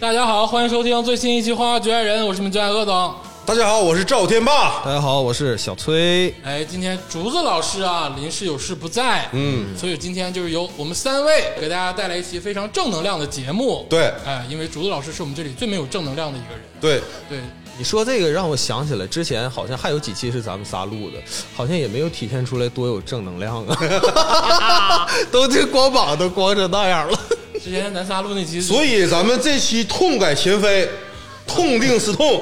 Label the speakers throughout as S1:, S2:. S1: 大家好，欢迎收听最新一期《花花局爱人》，我是你们最爱恶总。
S2: 大家好，我是赵天霸。
S3: 大家好，我是小崔。
S1: 哎，今天竹子老师啊，临时有事不在，嗯，所以今天就是由我们三位给大家带来一期非常正能量的节目。
S2: 对
S1: 哎，因为竹子老师是我们这里最没有正能量的一个人。
S2: 对，
S1: 对，
S3: 你说这个让我想起来，之前好像还有几期是咱们仨录的，好像也没有体现出来多有正能量 啊，都这光膀都光成那样了。
S1: 之前咱仨录那期，
S2: 所以咱们这期痛改前非，痛定思痛。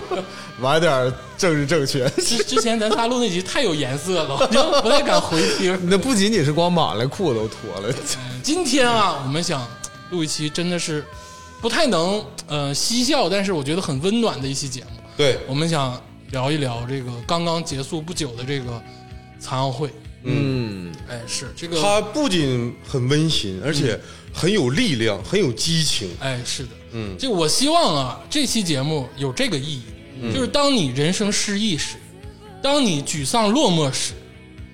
S3: 玩点政治正确，
S1: 之之前咱仨录那集太有颜色了， 我就不太敢回 听。
S3: 那不仅仅是光膀了，裤子都脱了。
S1: 今天啊，我们想录一期真的是不太能呃嬉笑，但是我觉得很温暖的一期节目。
S2: 对，
S1: 我们想聊一聊这个刚刚结束不久的这个残奥会。
S3: 嗯，
S1: 哎，是这个，
S2: 它不仅很温馨，而且很有力量，很有激情。
S1: 哎，是的，嗯，这我希望啊，这期节目有这个意义，就是当你人生失意时，当你沮丧落寞时，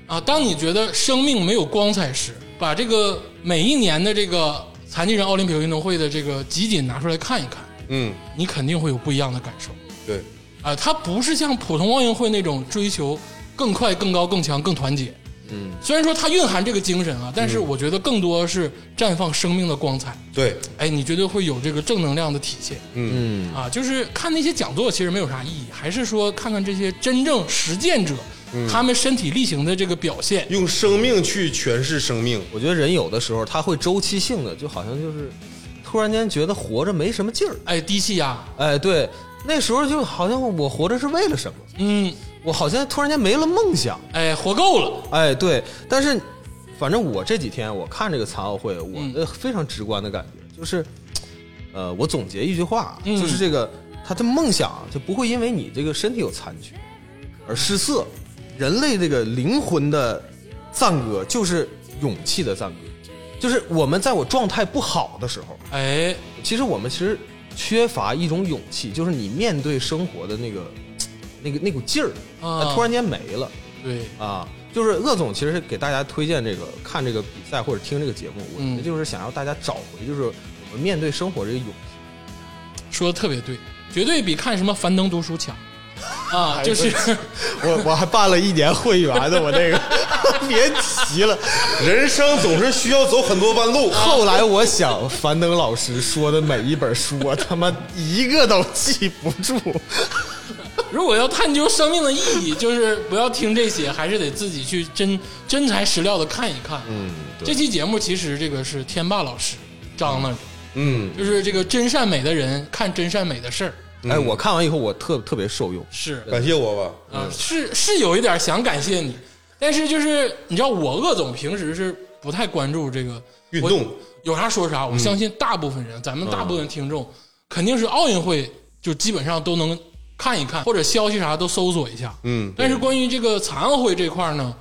S1: 啊，当你觉得生命没有光彩时，把这个每一年的这个残疾人奥林匹克运动会的这个集锦拿出来看一看，
S2: 嗯，
S1: 你肯定会有不一样的感受。
S2: 对，
S1: 啊，它不是像普通奥运会那种追求更快、更高、更强、更团结。嗯，虽然说它蕴含这个精神啊，但是我觉得更多是绽放生命的光彩。
S2: 对，
S1: 哎，你绝对会有这个正能量的体现。
S2: 嗯
S1: 啊，就是看那些讲座其实没有啥意义，还是说看看这些真正实践者、他们身体力行的这个表现。
S2: 用生命去诠释生命。
S3: 我觉得人有的时候他会周期性的，就好像就是突然间觉得活着没什么劲儿。
S1: 哎，低气压，
S3: 哎，对，那时候就好像我活着是为了什么？
S1: 嗯，
S3: 我好像突然间没了梦想。
S1: 哎，活够了，
S3: 哎，对，但是反正我这几天我看这个残奥会，我
S1: 嗯
S3: 的非常直观的感觉就是，呃，我总结一句话，
S1: 嗯
S3: 就是这个他的梦想就不会因为你这个身体有残缺而失色，人类这个灵魂的赞歌就是勇气的赞歌，就是我们在我状态不好的时候，
S1: 哎，
S3: 其实我们其实缺乏一种勇气，就是你面对生活的那个那个那股劲儿，
S1: 啊
S3: 它突然间没了。
S1: 对，
S3: 啊，就是鄂总其实是给大家推荐这个看这个比赛或者听这个节目，我觉
S1: 嗯
S3: 得就是想要大家找回就是我们面对生活这个勇气。
S1: 说的特别对，绝对比看什么樊登读书强。啊，就是，
S3: 我我还办了一年会员呢，我这个 别提了。
S2: 人生总是需要走很多弯路。
S3: 后来我想，樊登老师说的每一本书，我他妈一个都记不住。
S1: 如果要探究生命的意义，就是不要听这些，还是得自己去真真材实料的看一看。嗯，这期节目其实这个是天霸老师张了，
S2: 嗯，
S1: 就是这个真善美的人看真善美的事儿，
S3: 哎，我看完以后，我特特别受用。
S1: 是
S2: 感谢我吧。
S1: 啊、是是有一点想感谢你，但是就是你知道我鄂总平时是不太关注这个
S2: 运动
S1: 我有啥说
S2: 嗯
S1: 啥。我相信大部分人，咱们大部分听众肯定是奥运会就基本上都能看一看，或者消息啥都搜索一下。
S2: 嗯，
S1: 但是关于这个残奥会这块儿呢，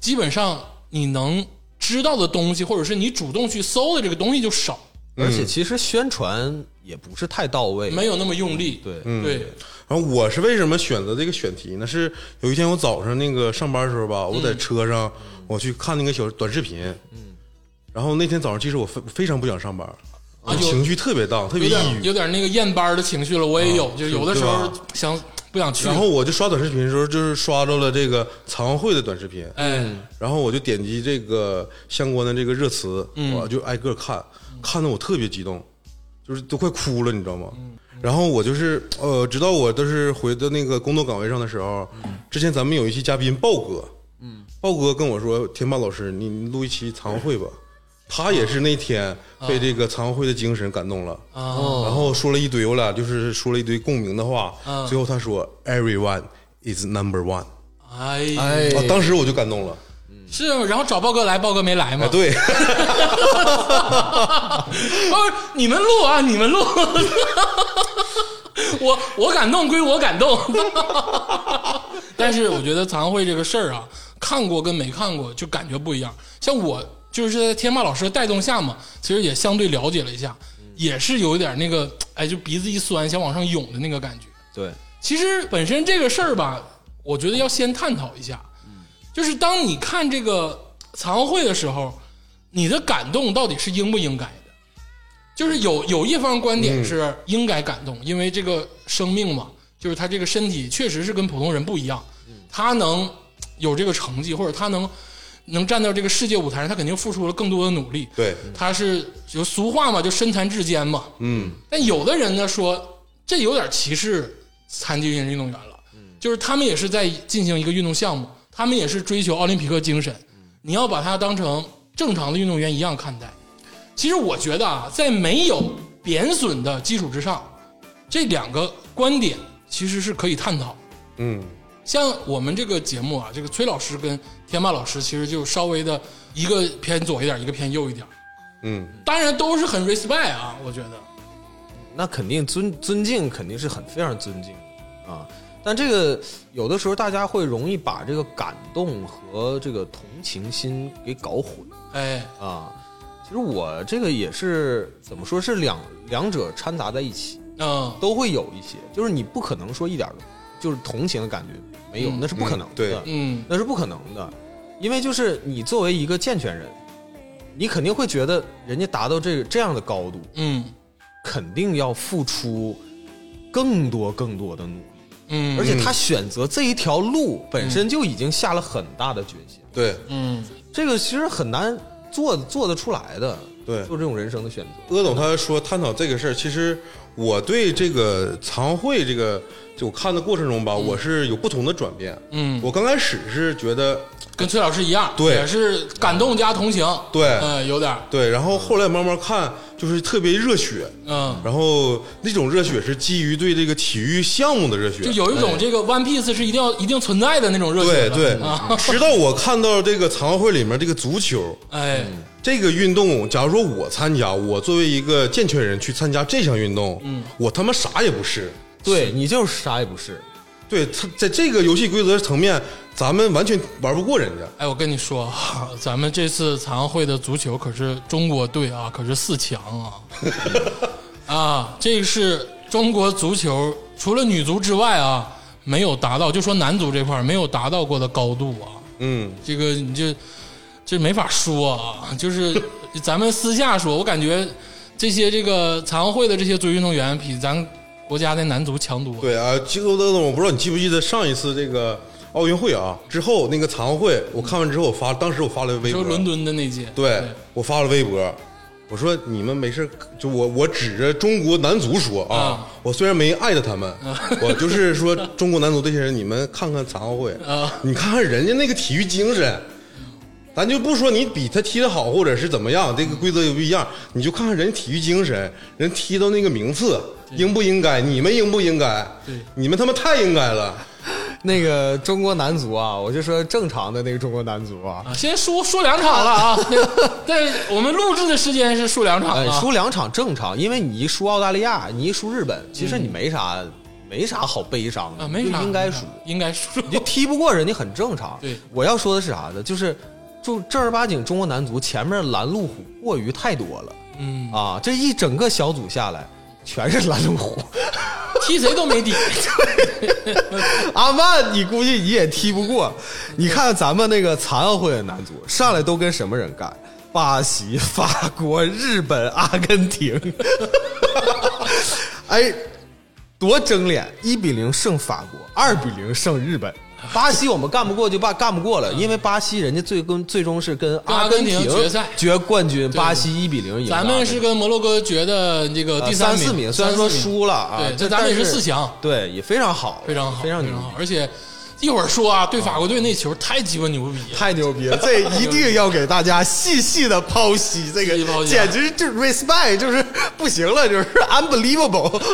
S1: 基本上你能知道的东西，或者是你主动去搜的这个东西就少，
S3: 而且其实宣传也不是太到位。
S1: 没有嗯那么用力。
S3: 对，
S2: 嗯
S1: 对，
S2: 然后我是为什么选择这个选题呢？是有一天我早上那个上班的时候吧，
S1: 嗯
S2: 我在车上我去看那个小短视频，嗯，然后那天早上其实我非非常不想上班，我
S1: 啊有
S2: 情绪特别荡，特别
S1: 有
S2: 抑
S1: 点
S2: 郁。
S1: 有点那个厌班的情绪了，我也有，就有的时候
S2: 对啊吧
S1: 想不想去。
S2: 然后我就刷短视频的时候，就是刷到了这个残奥会的短视频，
S1: 哎，
S2: 然后我就点击这个相关的这个热词，我就挨个看，看的我特别激动，就是都快哭了，你知道吗？然后我就是呃，直到我都是回到那个工作岗位上的时候，之前咱们有一期嘉宾豹哥，豹哥跟我说：“天霸老师，你你录一期残奥会吧。”他也是那天被这个残奥会的精神感动了，然后说了一堆，我俩就是说了一堆共鸣的话。最后他说：“Everyone is number one。
S1: 哎呀
S3: 哎”
S2: 啊，当时我就感动了。
S1: 是，啊然后找豹哥来，豹哥没来嘛？
S2: 哎，对。
S1: 哦，你们录啊，你们录。 我我感动归我感动， 但是我觉得残奥会这个事儿啊，看过跟没看过就感觉不一样。像我就是在天霸老师的带动下嘛，其实也相对了解了一下，也是有一点那个，哎，就鼻子一酸想往上涌的那个感觉。
S3: 对，
S1: 其实本身这个事儿吧，我觉得要先探讨一下，就是当你看这个残奥会的时候，你的感动到底是应不应该的？就是有有一方观点是应该感动，因为这个生命嘛，就是他这个身体确实是跟普通人不一样，他能有这个成绩，或者他能能站到这个世界舞台上，他肯定付出了更多的努力。
S2: 对，
S1: 他是有俗话嘛，就身残志坚嘛。
S2: 嗯，
S1: 但有的人呢说，这有点歧视残疾人运动员了，就是他们也是在进行一个运动项目，他们也是追求奥林匹克精神，你要把它当成正常的运动员一样看待。其实我觉得啊，在没有贬损的基础之上，这两个观点其实是可以探讨。
S2: 嗯，
S1: 像我们这个节目啊，这个崔老师跟天霸老师其实就稍微的一个偏左一点，一个偏右一点，
S2: 嗯，
S1: 当然都是很 respect 啊，我觉得。
S3: 那肯定尊尊敬肯定是很非常尊敬的啊。但这个有的时候大家会容易把这个感动和这个同情心给搞混
S1: 哎，
S3: 啊。其实我这个也是怎么说是两两者掺杂在一起，
S1: 嗯，
S3: 都会有一些，就是你不可能说一点儿就是同情的感觉没有，
S1: 嗯
S3: 那是不可能的，
S2: 嗯对
S1: 嗯
S3: 那是不可能的，因为就是你作为一个健全人，你肯定会觉得人家达到这这样的高度，
S1: 嗯
S3: 肯定要付出更多更多的努力，
S1: 嗯，
S3: 而且他选择这一条路本身就已经下了很大的决心，
S2: 对
S1: 嗯
S3: 这个其实很难做做得出来的，
S2: 对
S3: 做这种人生的选择，
S2: 鄂总他说探讨这个事儿，其实我对这个残会这个就我看的过程中吧，我是有不同的转变。
S1: 嗯
S2: 我刚开始是觉得
S1: 跟崔老师一样，
S2: 对
S1: 也是感动加同情，
S2: 对
S1: 嗯，有点儿，
S2: 对，然后后来慢慢看，就是特别热血，
S1: 嗯，
S2: 然后那种热血是基于对这个体育项目的热血，
S1: 就有一种这个 One Piece 是一定要一定存在的那种热血的，
S2: 对哎对
S1: 啊，，
S2: 直到我看到这个残奥会里面这个足球
S1: 哎，
S2: 这个运动，假如说我参加，我作为一个健全人去参加这项运动，嗯，我他妈啥也不是。
S3: 对你就是啥也不是，
S2: 对他在这个游戏规则层面，咱们完全玩不过人家。
S1: 哎，我跟你说， 啊，咱们这次残奥会的足球可是中国队啊，可是四强 啊，啊，这是中国足球除了女足之外啊，没有达到，就说男足这块儿没有达到过的高度啊，
S2: 嗯，
S1: 这个你这这没法说啊，就是 咱们私下说，我感觉这些这个残奥会的这些足球运动员比咱国家的男足强多。
S2: 对啊，基哥德总，我不知道你记不记得上一次这个奥运会啊之后那个残奥会，我看完之后，我发当时我发了微
S1: 说
S2: 博，
S1: 伦敦的那届，
S2: 对我发了微博，我说你们没事，就我我指着中国男足说啊，
S1: 啊
S2: 我虽然没艾特他们，我就是说中国男足这些人，你们看看残奥会，
S1: 啊
S2: 你看看人家那个体育精神。咱就不说你比他踢得好，或者是怎么样，这个规则也不一样，你就看看人体育精神，人踢到那个名次应不应该，你们应不应该
S1: 对，
S2: 你们他妈太应该了。
S3: 那个中国男足啊，我就说正常的那个中国男足啊，
S1: 啊，先说说两场了 啊，但是我们录制的时间是输两场
S3: 哎，
S1: 啊，
S3: 输两场正常，因为你一输澳大利亚，你一输日本，其实你没啥、没啥好悲伤的，
S1: 啊没
S3: 你
S1: 啥，
S3: 就应该输，，
S1: 应该输，
S3: 你就踢不过人家很正常。
S1: 对
S3: 我要说的是啥呢？就是正正儿八经中国男足前面拦路虎过于太多了
S1: 嗯，
S3: 啊，这一整个小组下来全是拦路虎，
S1: 踢谁都没 底，
S3: 阿曼你估计你也踢不过。你看咱们那个残奥会的男足上来都跟什么人干？巴西、法国、日本、阿根廷， 哎，多争脸！一比零胜法国，二比零胜日本。巴西我们干不过就罢干不过了，因为巴西人家最跟最终是跟
S1: 跟阿
S3: 阿
S1: 根
S3: 根
S1: 廷
S3: 廷
S1: 决赛
S3: 决冠军，巴西一比零赢了阿
S1: 咱
S3: 根廷。
S1: 们是跟摩洛哥决的这个
S3: 呃
S1: 第
S3: 三
S1: 名，
S3: 名，虽然说
S1: 三四名
S3: 输了啊，
S1: 对
S3: 这
S1: 咱们也
S3: 但
S1: 是四强
S3: 对，也非常好，
S1: 非常好，
S3: 非
S1: 非
S3: 常牛
S1: 好，而且一会儿说啊，对法国队那球太鸡巴牛逼了，
S3: 太牛逼了！这一定要给大家细细的剖析，这
S1: 细细剖
S3: 个
S1: 析啊
S3: 简直就是 respect，就是不行了，就是 unbelievable。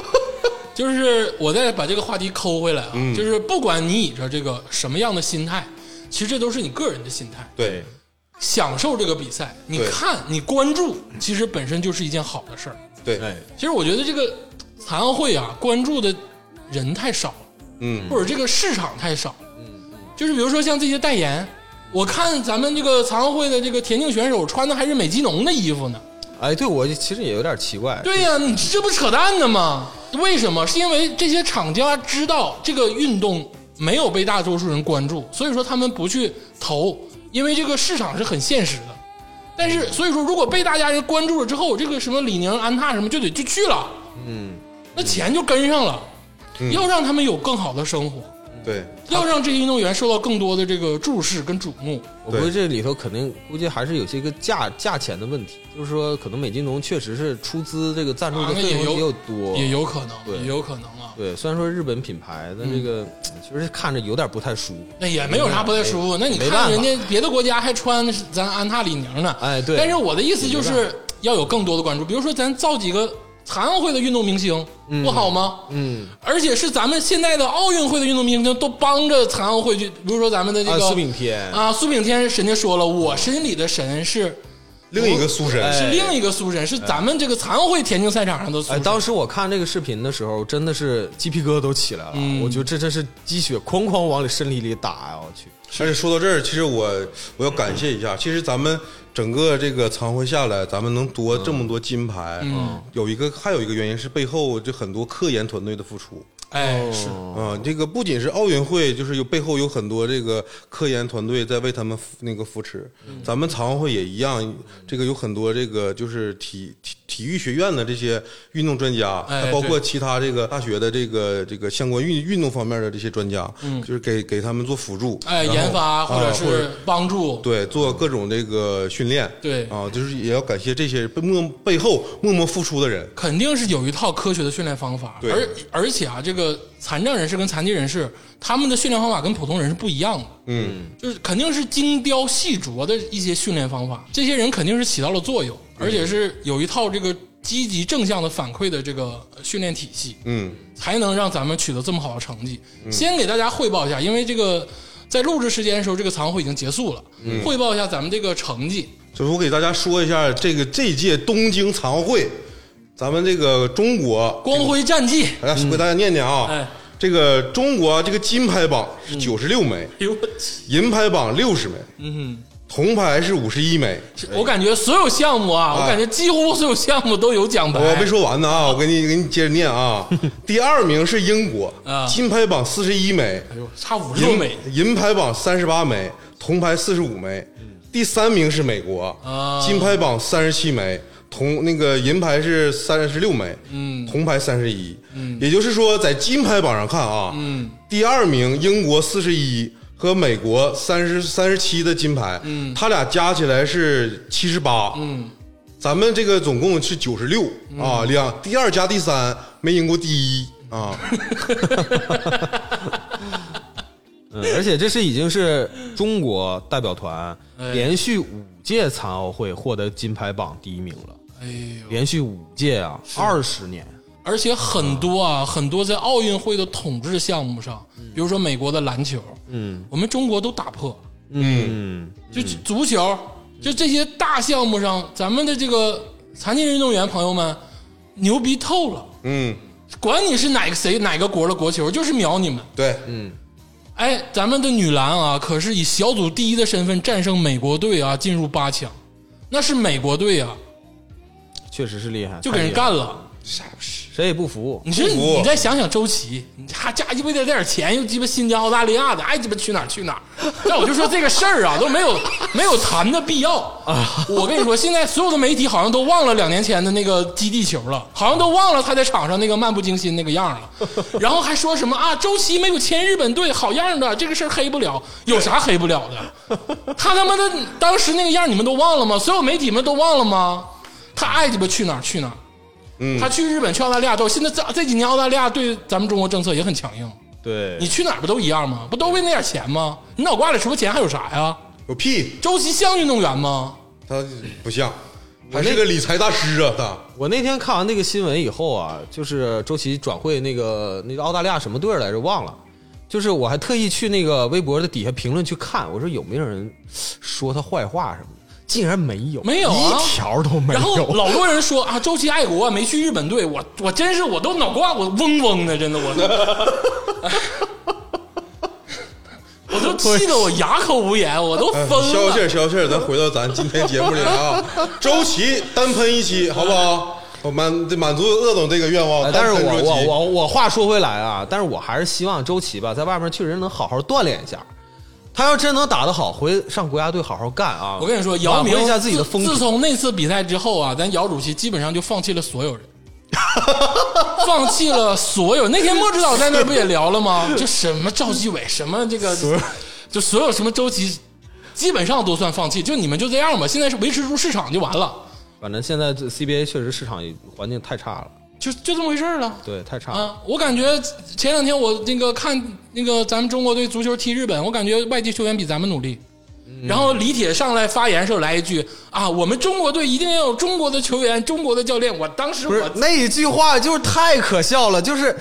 S1: 就是我再把这个话题抠回来啊，就是不管你以着这个什么样的心态，其实这都是你个人的心态，
S2: 对，
S1: 享受这个比赛，你
S2: 对
S1: 看你关注，其实本身就是一件好的事儿。
S2: 对，
S3: 哎，
S1: 其实我觉得这个残奥会啊，关注的人太少了，
S2: 嗯，
S1: 或者这个市场太少。嗯，就是比如说像这些代言，我看咱们这个残奥会的这个田径选手穿的还是美津浓的衣服呢。
S3: 哎，对我其实也有点奇怪，
S1: 对呀、你这不扯淡呢吗？为什么？是因为这些厂家知道这个运动没有被大多数人关注，所以说他们不去投，因为这个市场是很现实的。但是所以说，如果被大家人关注了之后，这个什么李宁、安踏什么就得就去了，嗯，那钱就跟上了。要让他们有更好的生活，
S2: 对，
S1: 要让这些运动员受到更多的这个注视跟瞩目。
S3: 我估计这里头肯定估计还是有些个价价钱的问题，就是说可能美津浓确实是出资这个赞助
S1: 啊
S3: 的
S1: 那
S3: 费
S1: 也
S3: 用
S1: 有
S3: 比较多，
S1: 也有可能，
S3: 对
S1: 也有可能啊。
S3: 对，虽然说日本品牌，
S1: 嗯
S3: 但这个确实看着有点不太舒服。
S1: 那也没有啥不太舒服。那你
S3: 没办
S1: 看
S3: 法
S1: 人家别的国家还穿咱安踏李宁呢，
S3: 哎对
S1: 但是我的意思就是要有更多的关注，比如说咱造几个残奥会的运动明星，不好吗？
S3: 嗯，
S1: 而且是咱们现在的奥运会的运动明星都帮着残奥会去，比如说咱们的这
S3: 啊，
S1: 个
S3: 苏炳添，
S1: 啊，苏炳添，人家说了，我心里的神是
S2: 另一个苏神，
S3: 哎
S1: 是另一个苏神，是咱们这个残奥会田径赛场上的苏
S3: 哎，
S1: 神。
S3: 当时我看这个视频的时候，真的是鸡皮疙瘩都起来了。
S1: 嗯
S3: 我觉得这真是鸡血哐哐往里身体里打呀！我去，
S2: 而且说到这儿，其实我我要感谢一下，其实咱们整个这个残会下来，咱们能夺这么多金牌，嗯，有一个还有一个原因是背后就很多科研团队的付出。
S1: 哎，
S3: 嗯
S1: 是
S2: 啊、这个不仅是奥运会，就是有背后有很多这个科研团队在为他们扶那个扶持。
S1: 嗯
S2: 咱们残奥会也一样，这个有很多这个就是体体体育学院的这些运动专家，
S1: 哎
S2: 还包括
S1: 对
S2: 其他这个大学的这个这个相关运运动方面的这些专家，就是给给他们做辅助，
S1: 嗯哎，
S2: 然后
S1: 研发或者
S3: 哎
S2: 啊或者
S1: 是帮助，
S2: 对，做各种这个训练，
S1: 对
S2: 啊，就是也要感谢这些被默背后默默付出的人，
S1: 肯定是有一套科学的训练方法，
S2: 对
S1: 而而且啊，这个残障人士跟残疾人士他们的训练方法跟普通人是不一样的，
S2: 嗯，
S1: 就是肯定是精雕细琢的一些训练方法，这些人肯定是起到了作用，
S2: 嗯
S1: 而且是有一套这个积极正向的反馈的这个训练体系，
S2: 嗯，
S1: 才能让咱们取得这么好的成绩。先给大家汇报一下，因为这个在录制时间的时候，这个残奥会已经结束了，
S2: 嗯
S1: 汇报一下咱们这个成绩。
S2: 就是我给大家说一下这个这届东京残奥会，咱们这个中国，
S1: 光辉战绩，
S2: 大家给大家念念啊，
S1: 哎
S2: 这个中国这个金牌榜是九十六枚，
S1: 哎呦我去！
S2: 银牌榜六十枚，嗯，铜牌是五十一枚。
S1: 我感觉所有项目啊，我感觉几乎所有项目都有奖牌。
S2: 哎我没说完呢啊，我给你给你接着念啊。 第二名是英国
S1: 啊，
S2: 金牌榜四十一枚，
S1: 哎呦，差五十多
S2: 银
S1: 枚
S2: 银牌榜三十八枚，铜牌四十五枚，第三名是美国，
S1: 啊
S2: 金牌榜三十七枚，铜那个银牌是三十六枚，
S1: 嗯
S2: 铜牌三十一，也就是说在金牌榜上看啊，第二名英国四十一。和美国三十三十七的金牌，嗯，他俩加起来是七十八，嗯，咱们这个总共是九十六啊，两第二加第三没赢过第一啊，
S3: 嗯，而且这是已经是中国代表团
S1: 哎
S3: 连续五届残奥会获得金牌榜第一名了，
S1: 哎呦，
S3: 连续五届啊，二十年。
S1: 而且很多
S2: 嗯
S1: 啊，很多在奥运会的统治项目上，比如说美国的篮球，嗯，我们中国都打破，
S3: 嗯，
S1: 就足球，
S2: 嗯
S1: 就这些大项目上，咱们的这个残疾人运动员朋友们牛逼透了，
S2: 嗯，
S1: 管你是哪个谁哪个国的国球，就是秒你们。
S2: 对，
S1: 哎，咱们的女篮啊，可是以小组第一的身份战胜美国队啊，进入八强，那是美国队啊，
S3: 确实是厉害，
S1: 就给人
S3: 太厉害了，
S1: 干嗯了，啥哎不是？
S3: 谁也不服。
S1: 你说
S2: 不服
S1: 你再想想周琦，你还家鸡巴得点钱，又鸡巴新疆、澳大利亚的，爱鸡巴去哪儿去哪儿。 但我就说这个事儿啊，都没有没有谈的必要啊！我跟你说，现在所有的媒体好像都忘了两年前的那个击地球了，好像都忘了他在场上那个漫不经心那个样了。 然后还说什么啊，周琦没有签日本队，好样的，这个事儿黑不了，有啥黑不了的？他他妈的当时那个样，你们都忘了吗？所有媒体们都忘了吗？他爱鸡巴去哪儿去哪儿。他去日本、去澳大利亚之后，现在这这几年澳大利亚对咱们中国政策也很强硬。
S3: 对
S1: 你，去哪儿不都一样吗？不都为那点钱吗？你脑瓜里除了钱还有啥呀？
S2: 有屁，
S1: 周琦像运动员吗？
S2: 他不像，还是个理财大师啊，他
S3: 我那天看完那个新闻以后啊，就是周琦转会那个那个澳大利亚什么队儿来着忘了，就是我还特意去那个微博的底下评论去看，我说有没有人说他坏话什么的，竟然没有，
S1: 没有啊
S3: 一条都没
S1: 然后
S3: 有。
S1: 老多人说啊，周琦爱国没去日本队，我我真是我都脑瓜我嗡嗡的，真的我，我都气得我哑口无言，我都疯
S2: 哎消消气
S1: 了。
S2: 儿，消消气儿，咱回到咱今天节目里来啊。 周琦单喷一期，好不好？我满满足鄂总这个愿望
S3: 哎，但是
S2: 单
S3: 我
S2: 喷周
S3: 我
S2: 琦
S3: 我我话说回来啊，但是我还是希望周琦吧，在外面确实能好好锻炼一下。他要真能打得好，回上国家队好好干啊！
S1: 我跟你说，姚明
S3: 挽回一下自己的风
S1: 自
S3: 评。
S1: 从那次比赛之后啊，咱姚主席基本上就放弃了所有人， 放弃了所有。那天莫指导在那儿不也聊了 吗？就什么赵继伟，什么这个，就所有什么周琦，基本上都算放弃。就你们就这样吧，现在是维持住市场就完了，
S3: 反正现在这 CBA 确实市场环境太差了，
S1: 就就这么回事儿了。
S3: 对，太差了。
S1: 啊，我感觉前两天我那个看那个咱们中国队足球踢日本，我感觉外籍球员比咱们努力。
S3: 嗯
S1: 然后李铁上来发言时候来一句啊，我们中国队一定要有中国的球员、中国的教练。我当时
S3: 不是
S1: 我
S3: 那一句话就是太可笑了，就是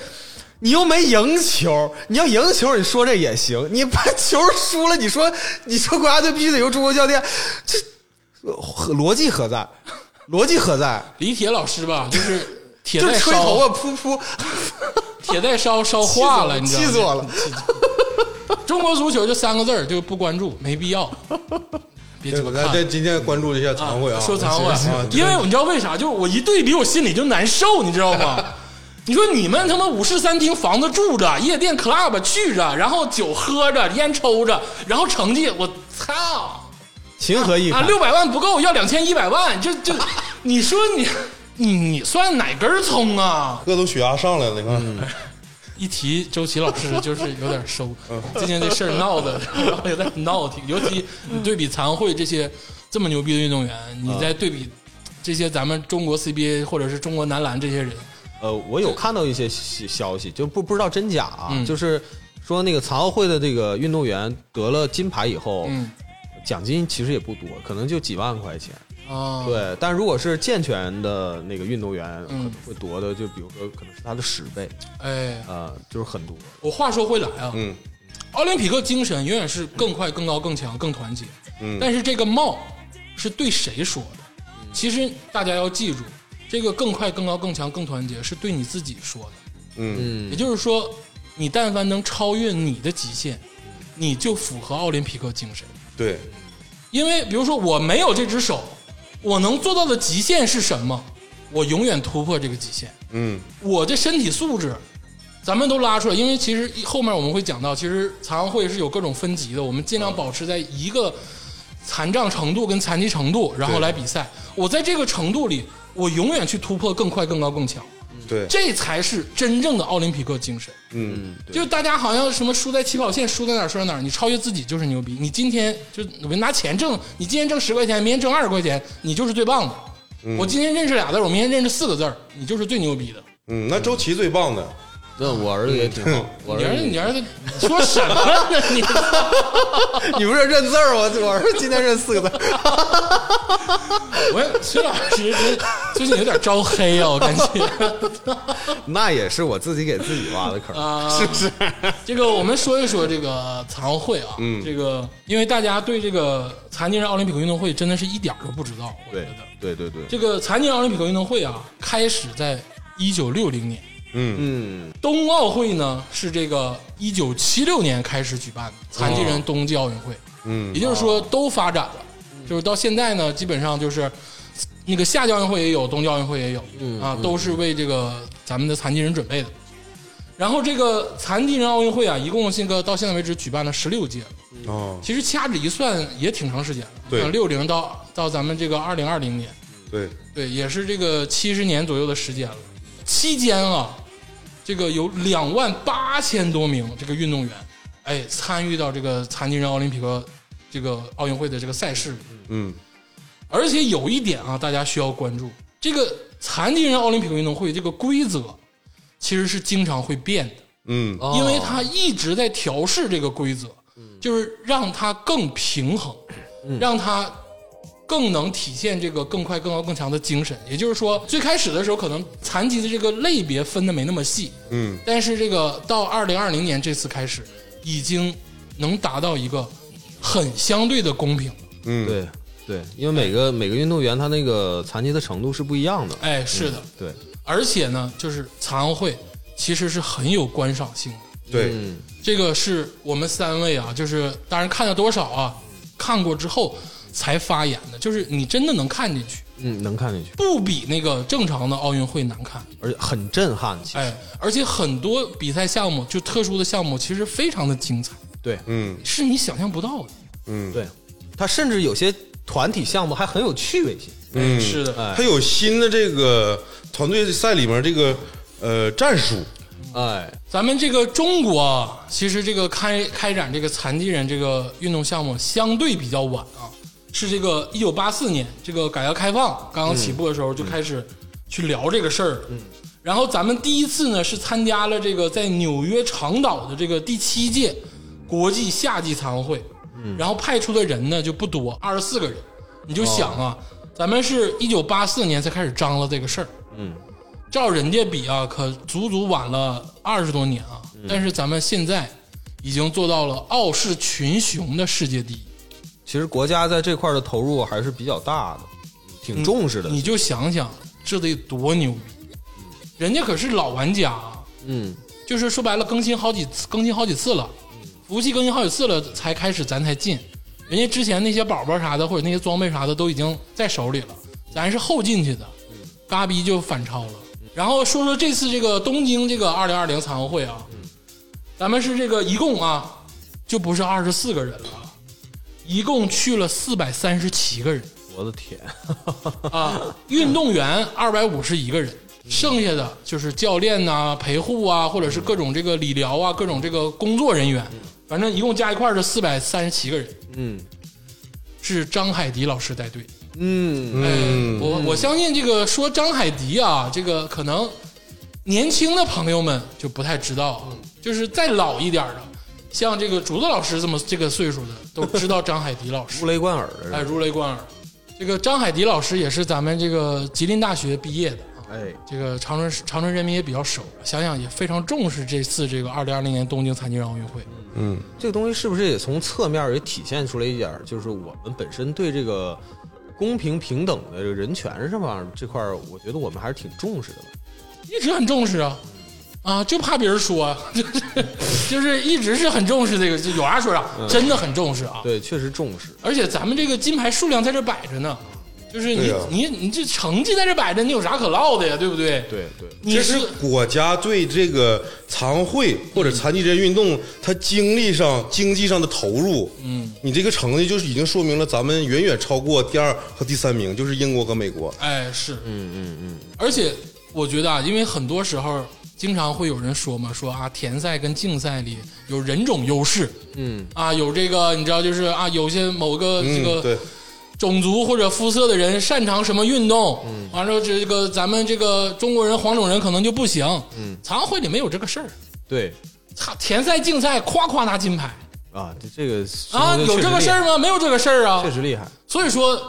S3: 你又没赢球，你要赢球你说这也行，你把球输了，你说你说国家队必须得由中国教练，这呃逻辑何在？逻辑 何在？
S1: 李铁老师吧，就是铁
S3: 就
S1: 在
S3: 是吹
S1: 烧
S3: 头，发噗噗，
S1: 铁在烧烧化了，你知道
S3: 气
S1: 吗？
S3: 死我了！
S1: 中国足球就三个字儿，就不关注，没 必要。别这
S2: 我
S1: 么
S2: 咱
S1: 看。
S2: 在今天关注一下常会啊，
S1: 说残
S2: 是是
S1: 话
S2: 啊，
S1: 因为你知道为啥？就是我一对比，我心里就难受，你知道 吗？你说你们他妈五室三厅房子住着，夜店 club 去着，然后酒喝着，烟抽着，然后成绩我操
S3: 情何以
S1: 啊，
S3: 堪？
S1: 六百万不够，要两千一百万，就就你说你你你算哪根葱啊？
S2: 各种血压上来了，你看，
S1: 一提周琦老师就是有点收，今天这事儿闹的，然 后有点闹挺，尤其你对比残会这些这么牛逼的运动员，你再对比这些咱们中国 CBA 或者是中国男篮这些人，
S3: 呃，我有看到一些消消息，就不不知道真假啊，
S1: 嗯
S3: 就是说那个残奥会的这个运动员得了金牌以后，
S1: 嗯
S3: 奖金其实也不多，可能就几万块钱。
S1: 啊，
S3: 对，但如果是健全的那个运动员，可
S1: 嗯
S3: 能会夺的，就比如说可能是他的十倍，
S1: 哎，
S3: 呃，就是很多。
S1: 我话说回来啊，
S2: 嗯
S1: 奥林匹克精神永远是更快、更高、更强、更团结，
S2: 嗯，
S1: 但是这个帽是对谁说的？其实大家要记住，这个更快、更高、更强、更团结是对你自己说的。
S2: 嗯
S1: 也
S3: 嗯，
S1: 就是说，你但凡能超越你的极限，
S2: 嗯
S1: 你就符合奥林匹克精神。
S2: 对，
S1: 因为比如说，我没有这只手，我能做到的极限是什么？我永远突破这个极限。
S2: 嗯
S1: 我这身体素质，咱们都拉出来，因为其实后面我们会讲到，其实残奥会是有各种分级的，我们尽量保持在一个残障程度跟残疾程度，然后来比赛。我在这个程度里，我永远去突破更快、更高、更强，
S2: 对，
S1: 这才是真正的奥林匹克精神。
S2: 嗯
S1: 就大家好像什么输在起跑线，输在哪儿输在哪儿，你超越自己就是牛逼。你今天就我拿钱挣，你今天挣十块钱，明天挣二十块钱，你就是最棒的。我今天认识俩字儿，我明天认识四个字儿，你就是最牛逼的。
S2: 嗯，那周琦最棒的，
S3: 那我儿子也挺好，我
S1: 你
S3: 儿
S1: 儿
S3: 子
S1: 子，
S3: 也
S1: 你儿子说什么呢？ 你
S3: 你不是认字儿吗？我我儿子今天认四个字儿，
S1: 我崔老师这最近有点招黑啊，我感觉。
S3: 那也是我自己给自己挖的坑儿。
S1: 啊，是不是？这个我们说一说这个残奥会啊，
S2: 嗯
S1: 这个因为大家对这个残疾人奥林匹克运动会真的是一点儿都不知道，我觉
S3: 对
S1: 得。
S3: 对对对，
S1: 这个残疾人奥林匹克运动会啊，开始在一九六零年，
S2: 嗯
S3: 嗯，
S1: 冬奥会呢是这个一九七六年开始举办的残疾人冬季奥运会，
S2: 哦嗯
S1: 也就是说都发展了，就是到现在呢，基本上就是那个夏季奥运会也有，冬季奥运会也有，
S2: 嗯
S1: 啊，都是为这个咱们的残疾人准备的。然后这个残疾人奥运会啊，一共这个到现在为止举办了十六届，
S2: 哦，
S1: 其实掐指一算也挺长时间
S2: 对
S1: 了，六零到到咱们这个二零二零年，
S2: 对，
S1: 对，也是这个七十年左右的时间了。期间啊，这个有两万八千多名这个运动员，哎，参与到这个残疾人奥林匹克这个奥运会的这个赛事里。
S2: 嗯
S1: 而且有一点啊，大家需要关注，这个残疾人奥林匹克运动会这个规则其实是经常会变的，
S2: 嗯
S3: 哦
S1: 因为它一直在调试这个规则，就是让它更平衡，让它更能体现这个更快、更高、更强的精神。也就是说，最开始的时候可能残疾的这个类别分的没那么细，
S2: 嗯，
S1: 但是这个到二零二零年这次开始，已经能达到一个很相对的公平了。
S2: 嗯，
S3: 对对，因为每个每个运动员他那个残疾的程度是不一样的。
S1: 哎，是的。
S3: 对，
S1: 而且呢，就是残奥会其实是很有观赏性的。
S2: 对，
S3: 嗯，
S1: 这个是我们三位啊，就是当然看了多少啊，看过之后才发言的，就是你真的能看进去，
S3: 嗯，能看进去，
S1: 不比那个正常的奥运会难看。哎
S3: 而且很震撼。其实，
S1: 哎，而且很多比赛项目，就特殊的项目，其实非常的精彩。
S3: 对
S2: 嗯
S1: 是你想象不到的。
S2: 嗯，
S3: 对，他甚至有些团体项目还很有趣味性。
S2: 嗯
S1: 是的，
S3: 哎
S2: 他有新的这个团队赛里面这个呃战术，
S3: 哎，
S1: 咱们这个中国啊，其实这个开开展这个残疾人这个运动项目相对比较晚啊，是这个一九八四年这个改革开放刚刚起步的时候就开始去聊这个事儿。嗯，然后咱们第一次呢是参加了这个在纽约长岛的这个第七届国际夏季残奥会，嗯，然后派出的人呢就不多，二十四个人。你就想啊，咱们是一九八四年才开始张罗这个事儿，照人家比啊，可足足晚了二十多年啊。但是咱们现在已经做到了傲视群雄的世界第一。
S3: 其实国家在这块儿的投入还是比较大的，挺重视的。
S1: 你就想想这得多牛逼！人家可是老玩家啊，
S3: 嗯，
S1: 就是说白了更新好几次，更新好几次了，服务器更新好几次了才开始咱才进。人家之前那些宝宝啥的或者那些装备啥的都已经在手里了，咱是后进去的，嘎逼就反超了。然后说说这次这个东京这个二零二零残奥会啊，咱们是这个一共啊，就不是二十四个人了啊，一共去了四百三十七个人。
S3: 我的天，
S1: 啊，运动员二百五十一个人，剩下的就是教练呐、陪护啊，或者是各种这个理疗啊、各种这个工作人员，反正一共加一块儿是四百三十七个人。
S3: 嗯
S1: 是张海迪老师带队。
S3: 嗯，
S1: 嗯，
S2: 嗯
S1: 我我相信这个说张海迪啊，这个可能年轻的朋友们就不太知道啊，就是再老一点儿的，像这个竹子老师这么这个岁数的，都知道张海迪老师
S3: 如。雷贯耳的
S1: 哎，
S3: 人，
S1: 如雷贯耳。这个张海迪老师也是咱们这个吉林大学毕业的啊，
S3: 哎，
S1: 这个长春长春人民也比较熟，想想也非常重视这次这个二零二零年东京残疾人奥运会。
S2: 嗯
S3: 这个东西是不是也从侧面也体现出来一点儿，就是我们本身对这个公平平等的这个人权上面这块儿，我觉得我们还是挺重视的吧。
S1: 一直很重视啊，啊，就怕别人说啊， 就是就是一直是很重视这个，就有啥说啥，真的很重视啊。
S3: 对，确实重视。
S1: 而且咱们这个金牌数量在这摆着呢，就是你、
S2: 对啊
S1: 你你这成绩在这摆着，你有啥可唠的呀，对不对？
S3: 对对，
S1: 你嗯
S2: 这是国家对这个残奥会或者残疾人运动，它精力上、经济上的投入，嗯，你这个成绩就是已经说明了咱们远远超过第二和第三名，就是英国和美国。
S1: 哎，是，嗯嗯嗯。而且我觉得啊，因为很多时候经常会有人说嘛，说啊，田赛跟竞赛里有人种优势，嗯啊，有这个你知道，就是啊，有些某个这
S2: 嗯，
S1: 个
S2: 对，
S1: 种族或者肤色的人擅长什么运动，完了这个咱们这个中国人黄种人可能就不行，嗯，残奥会里没有这个事儿，
S3: 对
S1: 操，田赛竞赛夸夸拿金牌
S3: 啊，这这个实
S1: 啊，
S3: 际上
S1: 有这个事儿吗？没有这个事儿啊，
S3: 确实厉害，
S1: 所以说，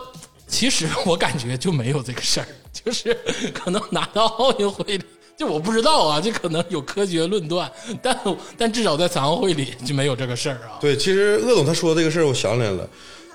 S1: 其实我感觉就没有这个事儿， 就是可能拿到奥运会里，就我不知道啊，这可能有科学论断，但但至少在残奥会里就没有这个事儿啊。
S2: 对，其实鄂总他说这个事儿，我想起来了，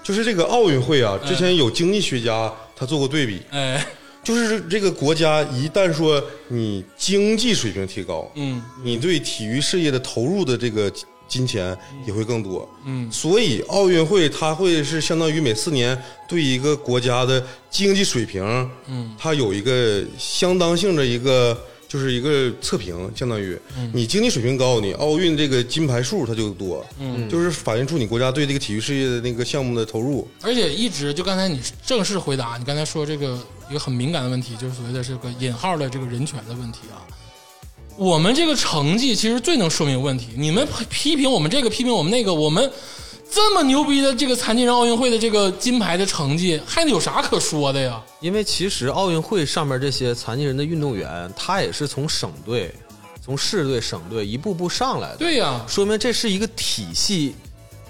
S2: 就是这个奥运会
S1: 嗯
S2: 啊，之前有经济学家他做过对比，
S1: 哎，
S2: 就是这个国家一旦说你经济水平提高，
S1: 嗯，
S2: 你对体育事业的投入的这个金钱也会更多，嗯，所以奥运会它会是相当于每四年对一个国家的经济水平，嗯，它有一个相当性的一个。就是一个测评，相当于你经济水平高，你奥运这个金牌数它就多，嗯，就是反映出你国家对这个体育事业的那个项目的投入，
S1: 而且一直就刚才你正式回答，你刚才说这个一个很敏感的问题，就是所谓的这个引号的这个人权的问题啊。我们这个成绩其实最能说明问题。你们批评我们这个，批评我们那个，我们这么牛逼的这个残疾人奥运会的这个金牌的成绩，还有啥可说的呀？
S3: 因为其实奥运会上面这些残疾人的运动员，他也是从省队、从市队、省队一步步上来的，
S1: 对呀、
S3: 说明这是一个体系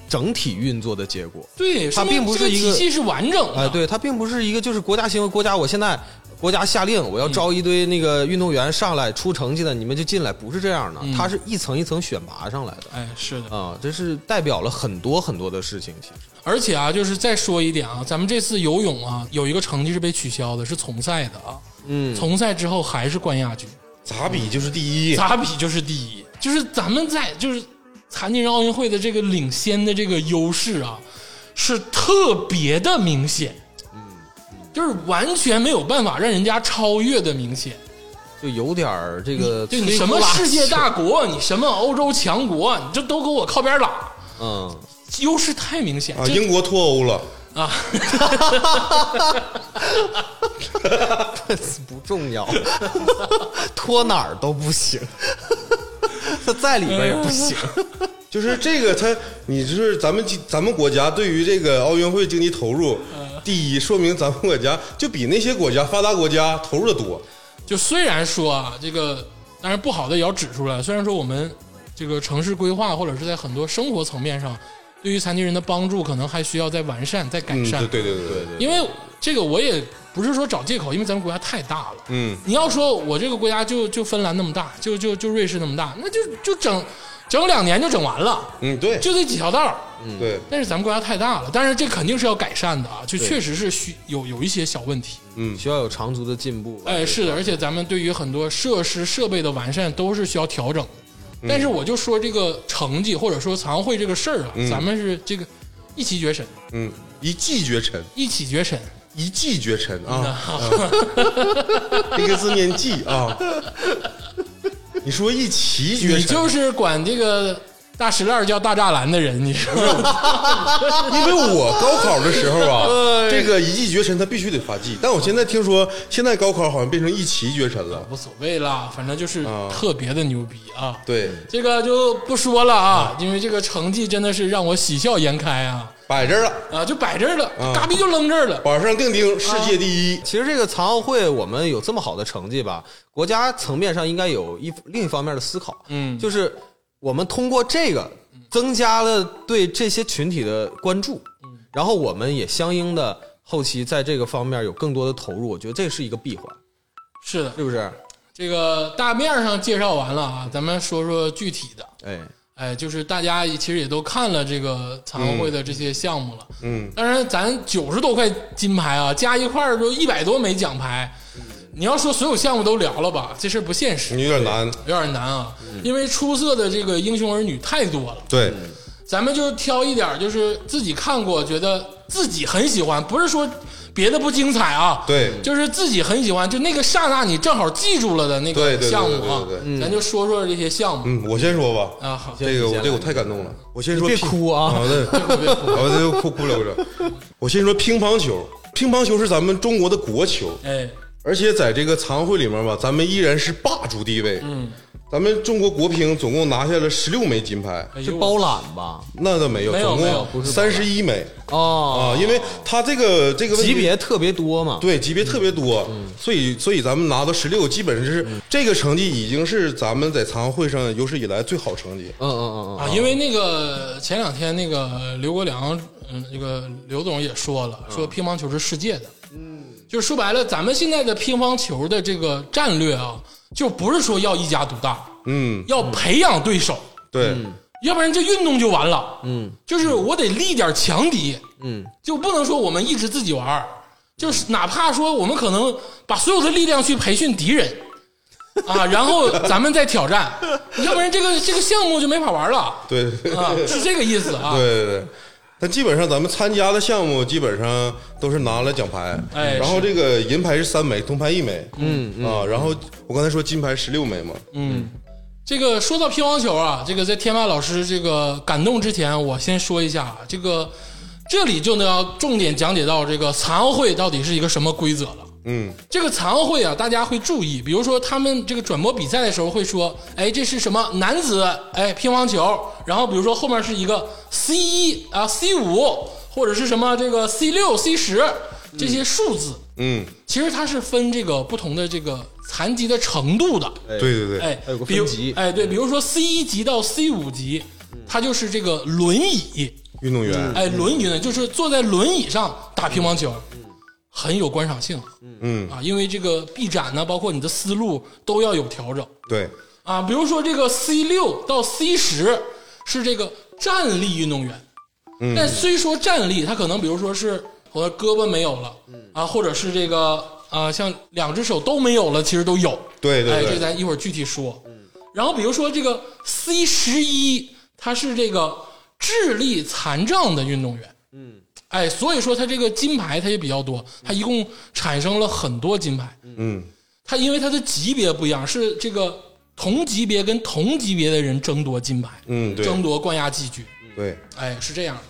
S3: 整体运作的结果。
S1: 对，
S3: 它
S1: 说明
S3: 并不是
S1: 这
S3: 一个
S1: 体系是完整
S3: 哎、
S1: 的，
S3: 对，它并不是一个就是国家行为，国家我现在国家下令
S1: 嗯
S3: 我要招一堆那个运动员上来出成绩的，你们就进来，不是这样的，它是一层一层选拔上来的
S1: 嗯哎，是的。
S3: 啊、这是代表了很多很多的事情，其实
S1: 而且啊，就是再说一点啊，咱们这次游泳啊，有一个成绩是被取消的，是从赛的啊。嗯，从赛之后还是冠亚军，
S2: 咋比就是第一，
S1: 咋比就是第一，就是咱们在就是残疾人奥运会的这个领先的这个优势啊，是特别的明显，嗯，就是完全没有办法让人家超越的明显。
S3: 就有点儿这个
S1: 就你
S3: 摧枯
S1: 什么
S3: 拉
S1: 世界
S3: 朽
S1: 大国，你什么欧洲强国，你这都给我靠边拉。
S3: 嗯，
S1: 优势太明显
S2: 啊，
S1: 这
S2: 英国脱欧了，
S1: 啊，
S3: 不重要， 拖哪儿都不行， 他在里边也不
S1: 哎
S3: 行。
S2: 就是这个他，你就是咱们咱们国家对于这个奥运会经济投入，
S1: 嗯
S2: 第一说明咱们国家就比那些国家发达国家投入的多。
S1: 就虽然说啊，这个当然不好的也要指出来，虽然说我们这个城市规划或者是在很多生活层面上，对于残疾人的帮助可能还需要再完善、再改
S2: 嗯，
S1: 善。
S2: 对对对对对，
S1: 因为这个我也不是说找借口，因为咱们国家太大了。
S2: 嗯，
S1: 你要说我这个国家就就芬兰那么大，就就就瑞士那么大，那就就整整两年就整完了，
S2: 嗯对
S1: 就这几条道儿。
S2: 对，
S1: 但是咱们国家太大了，但是这肯定是要改善的啊，就确实是需有有一些小问题。
S2: 嗯
S3: 需要有长足的进步。
S1: 哎，是的，而且咱们对于很多设施设备的完善都是需要调整的。但是我就说这个成绩或者说残奥会这个事儿啊，咱们是这个一骑绝尘，
S2: 嗯，一骑绝尘，
S1: 一骑绝尘。
S2: 一骑绝尘啊，
S1: 嗯
S2: 啊这个字念骑啊。你说一骑绝
S1: 你
S2: 尘，
S1: 就是管这个大石烂儿叫大栅栏的人，你是
S2: 嗯
S1: 吧？
S2: 因为我高考的时候
S1: 哎
S2: 啊，这个一骑绝尘他必须得发迹，但我现在听说现在高考好像变成一骑绝尘了。
S1: 无所谓啦，反正就是
S2: 啊
S1: 特别的牛逼啊。
S2: 对，
S1: 这个就不说了啊，
S2: 嗯
S1: 因为这个成绩真的是让我喜笑颜开啊
S2: 摆这儿了，
S1: 啊，就摆这儿了，
S2: 啊
S1: 嘎逼就扔这儿了。
S2: 板上钉钉，世界第一。
S3: 其实这个残奥会我们有这么好的成绩吧，国家层面上应该有一另一方面的思考，
S1: 嗯
S3: 就是我们通过这个增加了对这些群体的关注，
S1: 嗯
S3: 然后我们也相应的后期在这个方面有更多的投入，我觉得这是一个闭环，
S1: 是的，
S3: 是不是？
S1: 这个大面上介绍完了啊，咱们说说具体的。
S3: 哎，
S1: 哎，就是大家也其实也都看了这个残奥会的这些项目了。
S2: 嗯，
S1: 当然，咱九十多块金牌啊，加一块儿就一百多枚奖牌。
S2: 嗯
S1: 你要说所有项目都聊了吧，这事儿不现实，
S2: 你有点难。
S1: 有点难啊，因为出色的这个英雄儿女太多了。
S2: 对，
S3: 嗯
S1: 咱们就挑一点儿，就是自己看过，觉得自己很喜欢，不是说别的不精彩啊。
S2: 对
S1: 就是自己很喜欢，就那个刹那你正好记住了的那
S2: 对
S1: 个
S2: 对对
S1: 项目啊
S2: 对对对对。
S1: 咱就说说这些项目
S2: 嗯，我先说吧。
S1: 啊。好，
S2: 这个
S3: 你
S2: 我
S3: 先
S2: 这个我太感动了，我先
S3: 你
S2: 说
S3: 别
S2: 乒
S3: 哭啊
S2: 好 的，好的，哭哭不了这。我先说乒乓球，乒乓球是咱们中国的国球，
S1: 哎，
S2: 而且在这个残奥会里面吧，咱们依然是霸主地位。嗯，咱们中国国乒总共拿下了十六枚金牌，
S1: 哎
S3: 是
S1: 呦
S3: 包揽吧？
S2: 那倒没有，
S1: 没有
S2: 总
S1: 没有
S2: 共
S1: 不
S2: 三十一枚
S3: 哦，
S2: 啊，因为他这个这个问题
S3: 级别特别多嘛，
S2: 哦对，级别特别多，
S1: 嗯
S2: 所以所以咱们拿到十六，基本上是、这个成绩已经是咱们在残奥会上有史以来最好成绩。
S3: 嗯嗯嗯
S1: 啊，因为那个前两天那个刘国梁，嗯，这个刘总也说了，说乒乓球是世界的，嗯，就是说白了，咱们现在的乒乓球的这个战略啊，就不是说要一家独大，
S2: 嗯，
S1: 要培养对手，
S2: 对，
S1: 要不然这运动就完了。
S3: 嗯，
S1: 就是我得立点强敌，
S3: 嗯，
S1: 就不能说我们一直自己玩儿，就是哪怕说我们可能把所有的力量去培训敌人啊，然后咱们再挑战，要不然这个这个项目就没法玩了
S2: 对，对
S1: 啊，是这个意思啊。
S2: 对对。但基本上咱们参加的项目基本上都是拿了奖牌，
S1: 哎
S2: 然后
S1: 是
S2: 这个银牌是三枚，铜牌一枚，嗯啊，然后我刚才说金牌十六枚嘛，
S1: 这个说到乒乓球啊，这个在天霸老师这个感动之前，我先说一下啊，这个这里就能要重点讲解到这个残奥会到底是一个什么规则了。
S2: 嗯
S1: 这个残奥会啊，大家会注意，比如说他们这个转播比赛的时候会说，哎，这是什么男子哎乒乓球，然后比如说后面是一个 C 一啊 C 五或者是什么这个 C 六 C 十这些数字，
S2: 嗯，
S1: 其实它是分这个不同的这个残疾的程度的，
S2: 对对对，
S1: 哎
S3: 还有个，
S1: 比如
S3: 分级嗯
S1: 哎对，比如说 C 一级到 C 五级，它就是这个轮椅，
S2: 运动员，
S1: 哎，轮椅呢，就是坐在轮椅上打乒乓球，
S3: 嗯
S1: 很有观赏性。
S2: 嗯
S1: 啊，因为这个臂展呢，包括你的思路都要有调整
S2: 对，
S1: 啊。比如说这个 C 六到 C 十是这个站立运动员，
S3: 嗯
S1: 但虽说站立，他可能比如说是我的胳膊没有了，
S3: 嗯
S1: 啊，或者是这个啊，像两只手都没有了，其实都有。
S2: 对对
S1: 哎，
S2: 对
S1: 这咱一会儿具体说。然后比如说这个 C 十一，他是这个智力残障的运动员。嗯，哎，所以说他这个金牌他也比较多，他一共产生了很多金牌。
S2: 嗯
S1: 他因为他的级别不一样，是这个同级别跟同级别的人争夺金牌，
S2: 嗯对
S1: 争夺冠亚季军。
S2: 对，
S1: 哎，是这样的。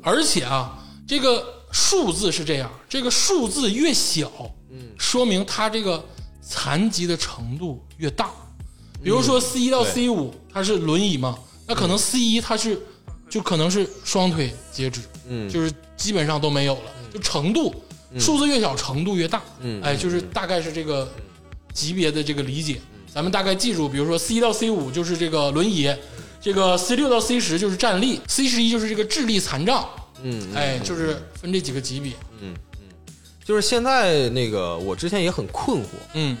S1: 而且啊，这个数字是这样，这个数字越小，嗯，说明它这个残疾的程度越大。比如说 C 一到 C 五，它是轮椅嘛，那可能 C 一它是就可能是双腿截肢，嗯，就是基本上都没有了，就程度数字越小，程度越大，嗯，哎，就是大概是这个级别的这个理解。
S2: 嗯
S1: 咱们大概记住，比如说 C 一到 C 五就是这个轮椅，这个 C 六到 C 十就是站立，C 十一就是这个智力残障，嗯，哎，就是分这几个级别，
S3: 就是现在那个，我之前也很困惑，
S1: 嗯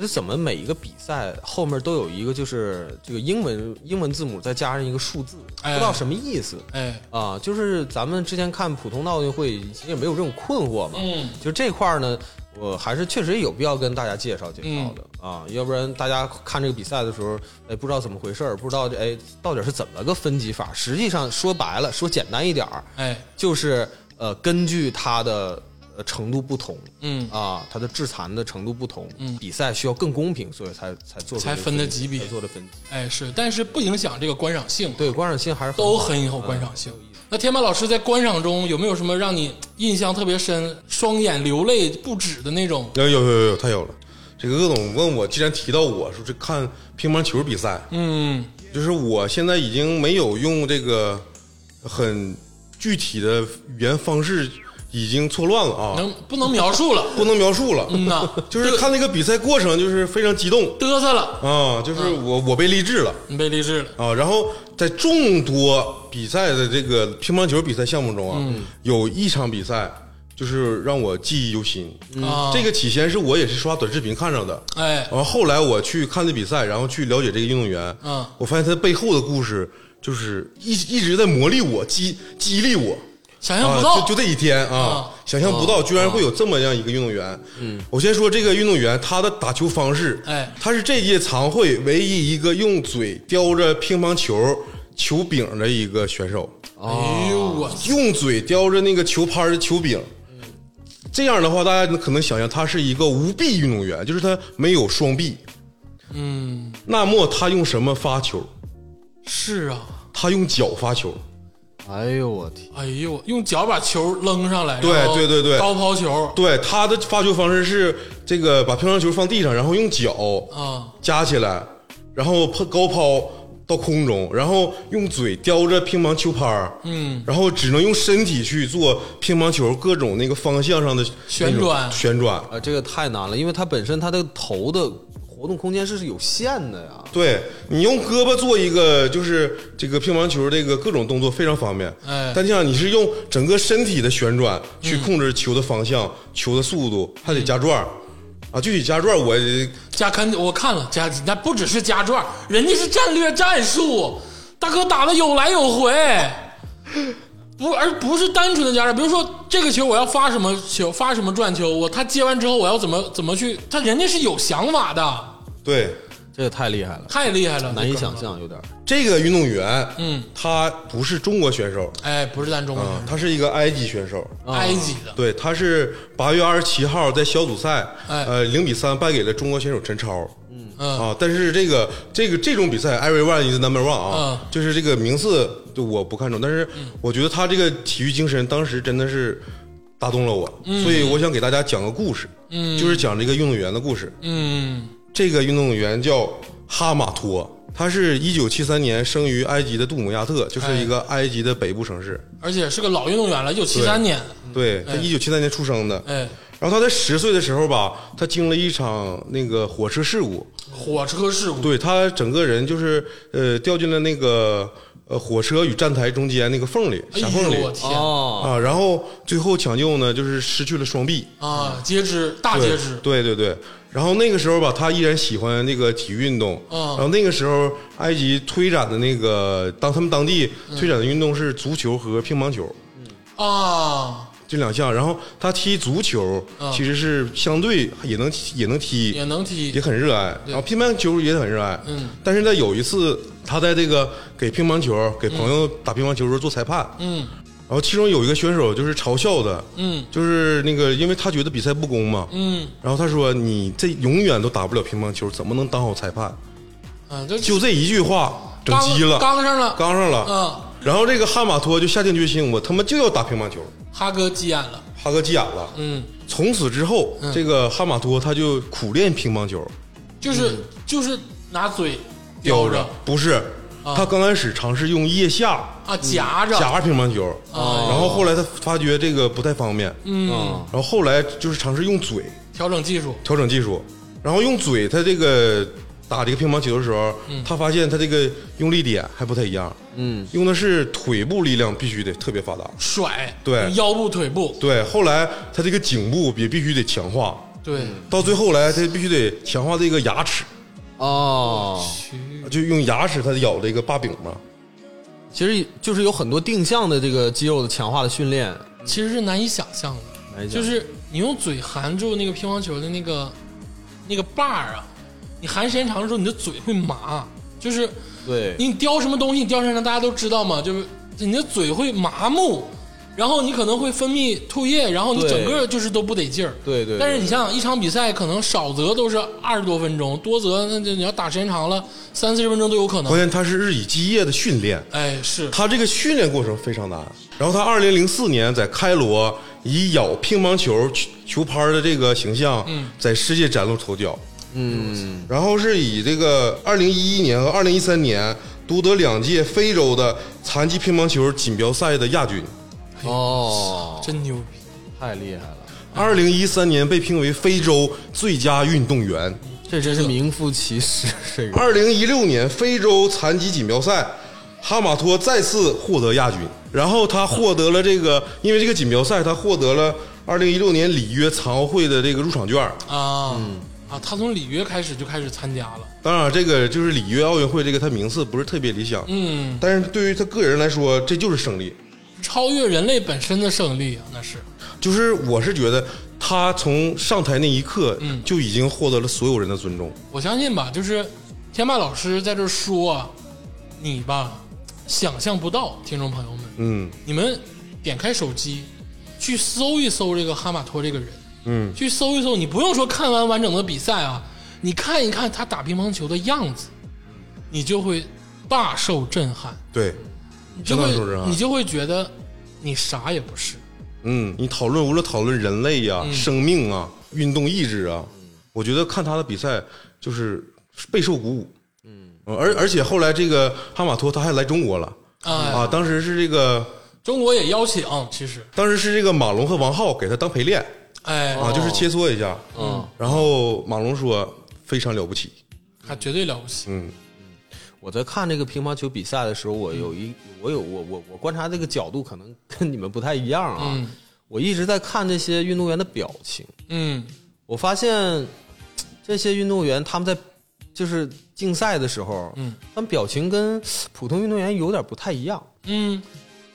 S3: 这怎么每一个比赛后面都有一个就是这个英文英文字母再加上一个数字，不
S1: 哎
S3: 知道什么意思
S1: 哎，
S3: 啊？就是咱们之前看普通的奥运会，其实也没有这种困惑嘛。
S1: 嗯
S3: 就这块儿呢，我还是确实有必要跟大家介绍介绍的、
S1: 嗯
S3: 啊，要不然大家看这个比赛的时候，哎，不知道怎么回事儿，不知道这哎到底是怎么个分级法。实际上说白了，说简单一点儿，
S1: 哎，
S3: 就是呃，根据它的呃程度不同，
S1: 嗯，
S3: 啊，它的致残的程度不同，
S1: 嗯
S3: 比赛需要更公平，所以才才做出
S1: 才
S3: 这个
S1: 分的
S3: 级
S1: 级别
S3: 才，做的分级。
S1: 哎是，但是不影响这个观赏性，
S3: 对，观赏性还是
S1: 都
S3: 好
S1: 很有观赏
S2: 嗯
S1: 性。那天马老师在观赏中有没有什么让你印象特别深、双眼流泪不止的那种？
S2: 哎有有有有，太有了。这个鄂总问我，既然提到我说这看乒乓球比赛，
S1: 嗯
S2: 就是我现在已经没有用这个很具体的语言方式，已经错乱了啊，
S1: 能不能描述 了？
S2: 不能描述了。
S1: 嗯呐，
S2: 就是看那个比赛过程，就是非常激动
S1: 嘚瑟了，
S2: 啊，就是
S1: 嗯
S2: 我我被励志了
S1: 你被励志了。
S2: 啊。然后在众多比赛的这个乒乓球比赛项目中啊，
S1: 嗯
S2: 有一场比赛就是让我记忆犹新。
S1: 啊
S2: 这个起先是我也是刷短视频看上的，
S1: 哎
S2: 然后后来我去看这比赛，然后去了解这个运动员，
S1: 嗯
S2: 我发现他背后的故事就是一一直在磨砺我、激激励我。
S1: 想象不
S2: 啊、
S1: 到
S2: 就就这一天啊
S1: 啊，
S2: 想象不到居然会有这么样一个运动员。嗯，我先说这个运动员他的打球方式，
S1: 哎
S2: 他是这届常会唯一一个用嘴叼着乒乓球球柄的一个选手，
S1: 哎呦我
S2: 用嘴叼着那个球拍的球柄。这样的话，大家可能想象他是一个无臂运动员，就是他没有双臂。嗯，那么他用什么发球？
S1: 是啊，
S2: 他用脚发球。
S3: 哎呦我天，
S1: 哎呦，用脚把球扔上来，
S2: 对
S1: 然后
S2: 对对对
S1: 高抛球
S2: 对，他的发球方式是这个把乒乓球放地上，然后用脚
S1: 啊，
S2: 夹起来，然后抛高抛到空中，然后用嘴叼着乒乓球拍儿，嗯，然后只能用身体去做乒乓球各种那个方向上的
S1: 旋转
S2: 那种旋转。
S3: 呃，这个太难了，因为它本身它的头的活动空间是有限的呀。
S2: 对你用胳膊做一个，就是这个乒乓球这个各种动作非常方便。
S1: 哎
S2: 但这样你是用整个身体的旋转去控制球的方
S1: 嗯
S2: 向、球的速度，还得加转儿、啊！具体加转儿我也
S1: 加看我看了加，那不只是加转，人家是战略战术，大哥打的有来有回，不而不是单纯的加转，比如说这个球我要发什么球，发什么转球，我他接完之后我要怎么怎么去，他人家是有想法的，
S2: 对。
S3: 这个太厉害了，
S1: 太厉害了，
S3: 难以
S1: 这哥们
S3: 想
S1: 儿，
S3: 象，有点儿。
S2: 这个运动员，
S1: 嗯，
S2: 他不是中国选手，
S1: 哎，不是咱中国
S2: 啊
S1: 人，，
S2: 他是一个埃及选手。
S1: 埃及的，
S2: 对，他是八月二十七号在小组赛，
S1: 哎
S2: 呃，零比三败给了中国选手陈超。
S1: 嗯
S2: 啊，但是这个这个这种比赛，everyone is number one 啊，
S1: 嗯
S2: 就是这个名次就我不看重，但是我觉得他这个体育精神当时真的是打动了我，
S1: 嗯
S2: 所以我想给大家讲个故事，嗯，就是讲这个运动员的故事。
S1: 嗯
S2: 这个运动员叫哈马托，他是一九七三年生于埃及的杜姆亚特，
S1: 哎
S2: 就是一个埃及的北部城市。
S1: 而且是个老运动员了，一九七
S2: 对
S1: 三年，
S2: 对他一九七三年出生的，
S1: 哎，
S2: 然后他在十岁的时候吧，他经了一场那个火车事故，
S1: 火车事故，
S2: 对他整个人就是呃掉进了那个呃火车与站台中间那个缝里，
S1: 哎
S2: 狭缝里
S1: 呦我天
S3: 哦，
S2: 啊，然后最后抢救呢就是失去了双臂，
S1: 啊，截肢，大截肢，
S2: 对对对对。然后那个时候吧，他依然喜欢那个体育运动。
S1: 嗯
S2: 然后那个时候，埃及推展的那个当他们当地
S1: 嗯
S2: 推展的运动是足球和乒乓球。
S1: 啊，
S2: 这两项，然后他踢足球，其实是相对也能也能踢，
S1: 嗯也能
S2: 也
S1: 踢，
S2: 很热爱，然后乒乓球也很热爱。
S1: 嗯，
S2: 但是在有一次，他在这个给乒乓球给朋友打乒乓球的时候做裁判，
S1: 嗯
S2: 然后其中有一个选手就是嘲笑他，
S1: 嗯
S2: 就是那个因为他觉得比赛不公嘛，
S1: 嗯
S2: 然后他说你这永远都打不了乒乓球，怎么能当好裁判？
S1: 啊，这
S2: 就这一句话整急了，
S1: 刚刚上了，
S2: 刚上了。
S1: 啊，
S2: 然后这个哈马托就下定决心，我他妈就要打乒乓球。
S1: 哈哥急眼了，
S2: 哈哥急眼了，
S1: 嗯，
S2: 从此之后，这个哈马托他就苦练乒乓球，
S1: 就是、就是拿嘴
S2: 嗯叼
S1: 着
S2: 着不是。他刚开始尝试用腋下
S1: 啊夹着，
S2: 嗯夹乒乓球，然后后来他发觉这个不太方便，
S3: 嗯，
S2: 然后后来就是尝试用嘴
S1: 调整技术，
S2: 调整技术，然后用嘴他这个打这个乒乓球的时候，他发现他这个用力点还不太一样，
S3: 嗯，
S2: 用的是腿部力量必须得特别发达，
S1: 甩，
S2: 对
S1: 腰部、腿部，
S2: 对，后来他这个颈部也必须得强化，
S1: 对，
S2: 到最后来他必须得强化这个牙齿，
S3: 哦，
S2: 就用牙齿他咬这个把柄嘛，
S3: 其实就是有很多定向的这个肌肉的强化的训练，
S1: 其实是难以想象
S3: 难
S1: 的，
S3: 以
S1: 就
S3: 想象
S1: 是你用嘴含住那个乒乓球的那个那个把儿啊，你含时间长了之后，你的嘴会麻，就是
S3: 对，
S1: 你叼什么东西，你叼身上，大家都知道嘛，就是你的嘴会麻木，然后你可能会分泌唾液，然后你
S3: 对
S1: 整个就是都不得劲儿。
S3: 对对对
S1: 但是你想想，一场比赛可能少则都是二十多分钟，多则那就你要打时间长了，三四十分钟都有可
S2: 关
S1: 能。
S2: 键他是日以继夜的训练，
S1: 哎，是
S2: 他这个训练过程非常难。然后他二零零四年在开罗以咬乒乓球球球拍的这个形象，在世界崭露头角。
S3: 嗯，
S2: 然后是以这个二零一一年和二零一三年夺得两届非洲的残疾乒乓球锦标赛的亚军。
S3: 哎哦，
S1: 真牛逼，
S3: 太厉害了，
S2: 二零一三年被评为非洲最佳运动员。
S3: 这真是名副其实，这个
S2: 二零一六年非洲残疾锦标赛，哈马托再次获得亚军，然后他获得了这个，因为这个锦标赛，他获得了二零一六年里约残奥会的这个入场券。
S1: 啊、
S3: 嗯
S1: 啊！他从里约开始就开始参加了，
S2: 当然，这个就是里约奥运会这个他名次不是特别理想，
S1: 嗯，
S2: 但是对于他个人来说，这就是胜利。
S1: 超越人类本身的胜利啊，那是
S2: 就是我是觉得他从上台那一刻就已经获得了所有人的尊重。
S1: 我相信吧，就是天霸老师在这说啊，你吧想象不到，听众朋友们，
S2: 嗯
S1: 你们点开手机去搜一搜这个哈马托这个人，
S2: 嗯，
S1: 去搜一搜，你不用说看完完整的比赛啊，你看一看他打乒乓球的样子，你就会大受震撼，
S2: 对，
S1: 你就
S2: 嗯相当受震
S1: 会
S2: 撼
S1: 你就会觉得你啥也不是，
S2: 嗯，你讨论无论讨论人类呀、生命啊、运动意志啊，我觉得看他的比赛就是备受鼓舞。嗯，而而且后来这个哈马托他还来中国了
S1: 哎，
S2: 啊，当时是这个
S1: 中国也邀请，其实，
S2: 当时是这个马龙和王浩给他当陪练
S1: 哎，
S2: 啊，就是切磋一下。嗯，然后马龙说非常了不起。
S1: 他绝对了不起，
S2: 嗯
S3: 我在看这个乒乓球比赛的时候，我有一我有我我我观察这个角度可能跟你们不太一样啊。
S1: 嗯
S3: 我一直在看这些运动员的表情，
S1: 嗯
S3: 我发现这些运动员他们在就是竞赛的时候，
S1: 嗯，
S3: 他们表情跟普通运动员有点不太一样，
S1: 嗯，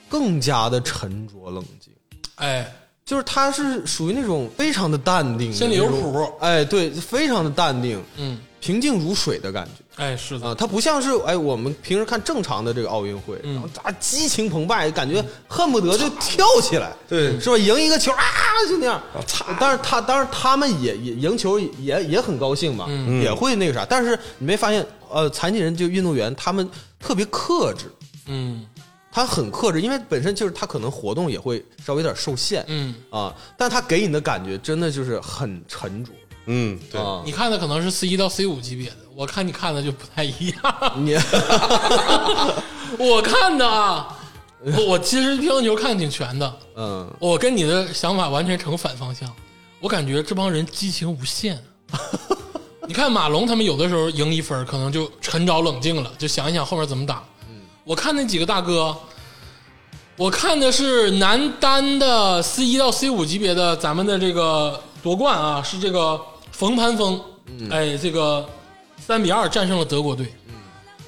S3: 更加的沉着冷静。
S1: 哎，
S3: 就是他是属于那种非常的淡定的，
S1: 心里有
S3: 那种
S1: 谱，
S3: 哎，对，非常的淡定，
S1: 嗯，
S3: 平静如水的感觉。
S1: 哎，是的，
S3: 啊，它不像是哎，我们平时看正常的这个奥运会，
S1: 嗯
S3: 然后大家激情澎湃，感觉恨不得就跳起来，
S2: 对
S3: 是吧？赢一个球啊，就那样。但是他当然他们也也赢球也也很高兴嘛，
S1: 嗯
S3: 也会那个啥。但是你没发现呃，残疾人就运动员他们特别克制，
S1: 嗯
S3: 他很克制，因为本身就是他可能活动也会稍微有点受限，
S1: 嗯，
S3: 啊，但他给你的感觉真的就是很沉着
S2: 嗯，对。
S3: 啊。
S1: 你看的可能是 C 一到 C 五级别的，我看你看的就不太一样。
S3: 你
S1: 我看的啊，我我其实乒乓球看得挺全的，
S3: 嗯，
S1: 我跟你的想法完全成反方向。我感觉这帮人激情无 限。你看马龙他们有的时候赢一分，可能就沉着冷静了，就想一想后面怎么打。
S3: 嗯
S1: 我看那几个大哥，我看的是男单的 C 一到 C 五级别的咱们的这个夺冠啊，是这个冯盘峰，
S3: 嗯
S1: 哎，这个三比二战胜了德国队。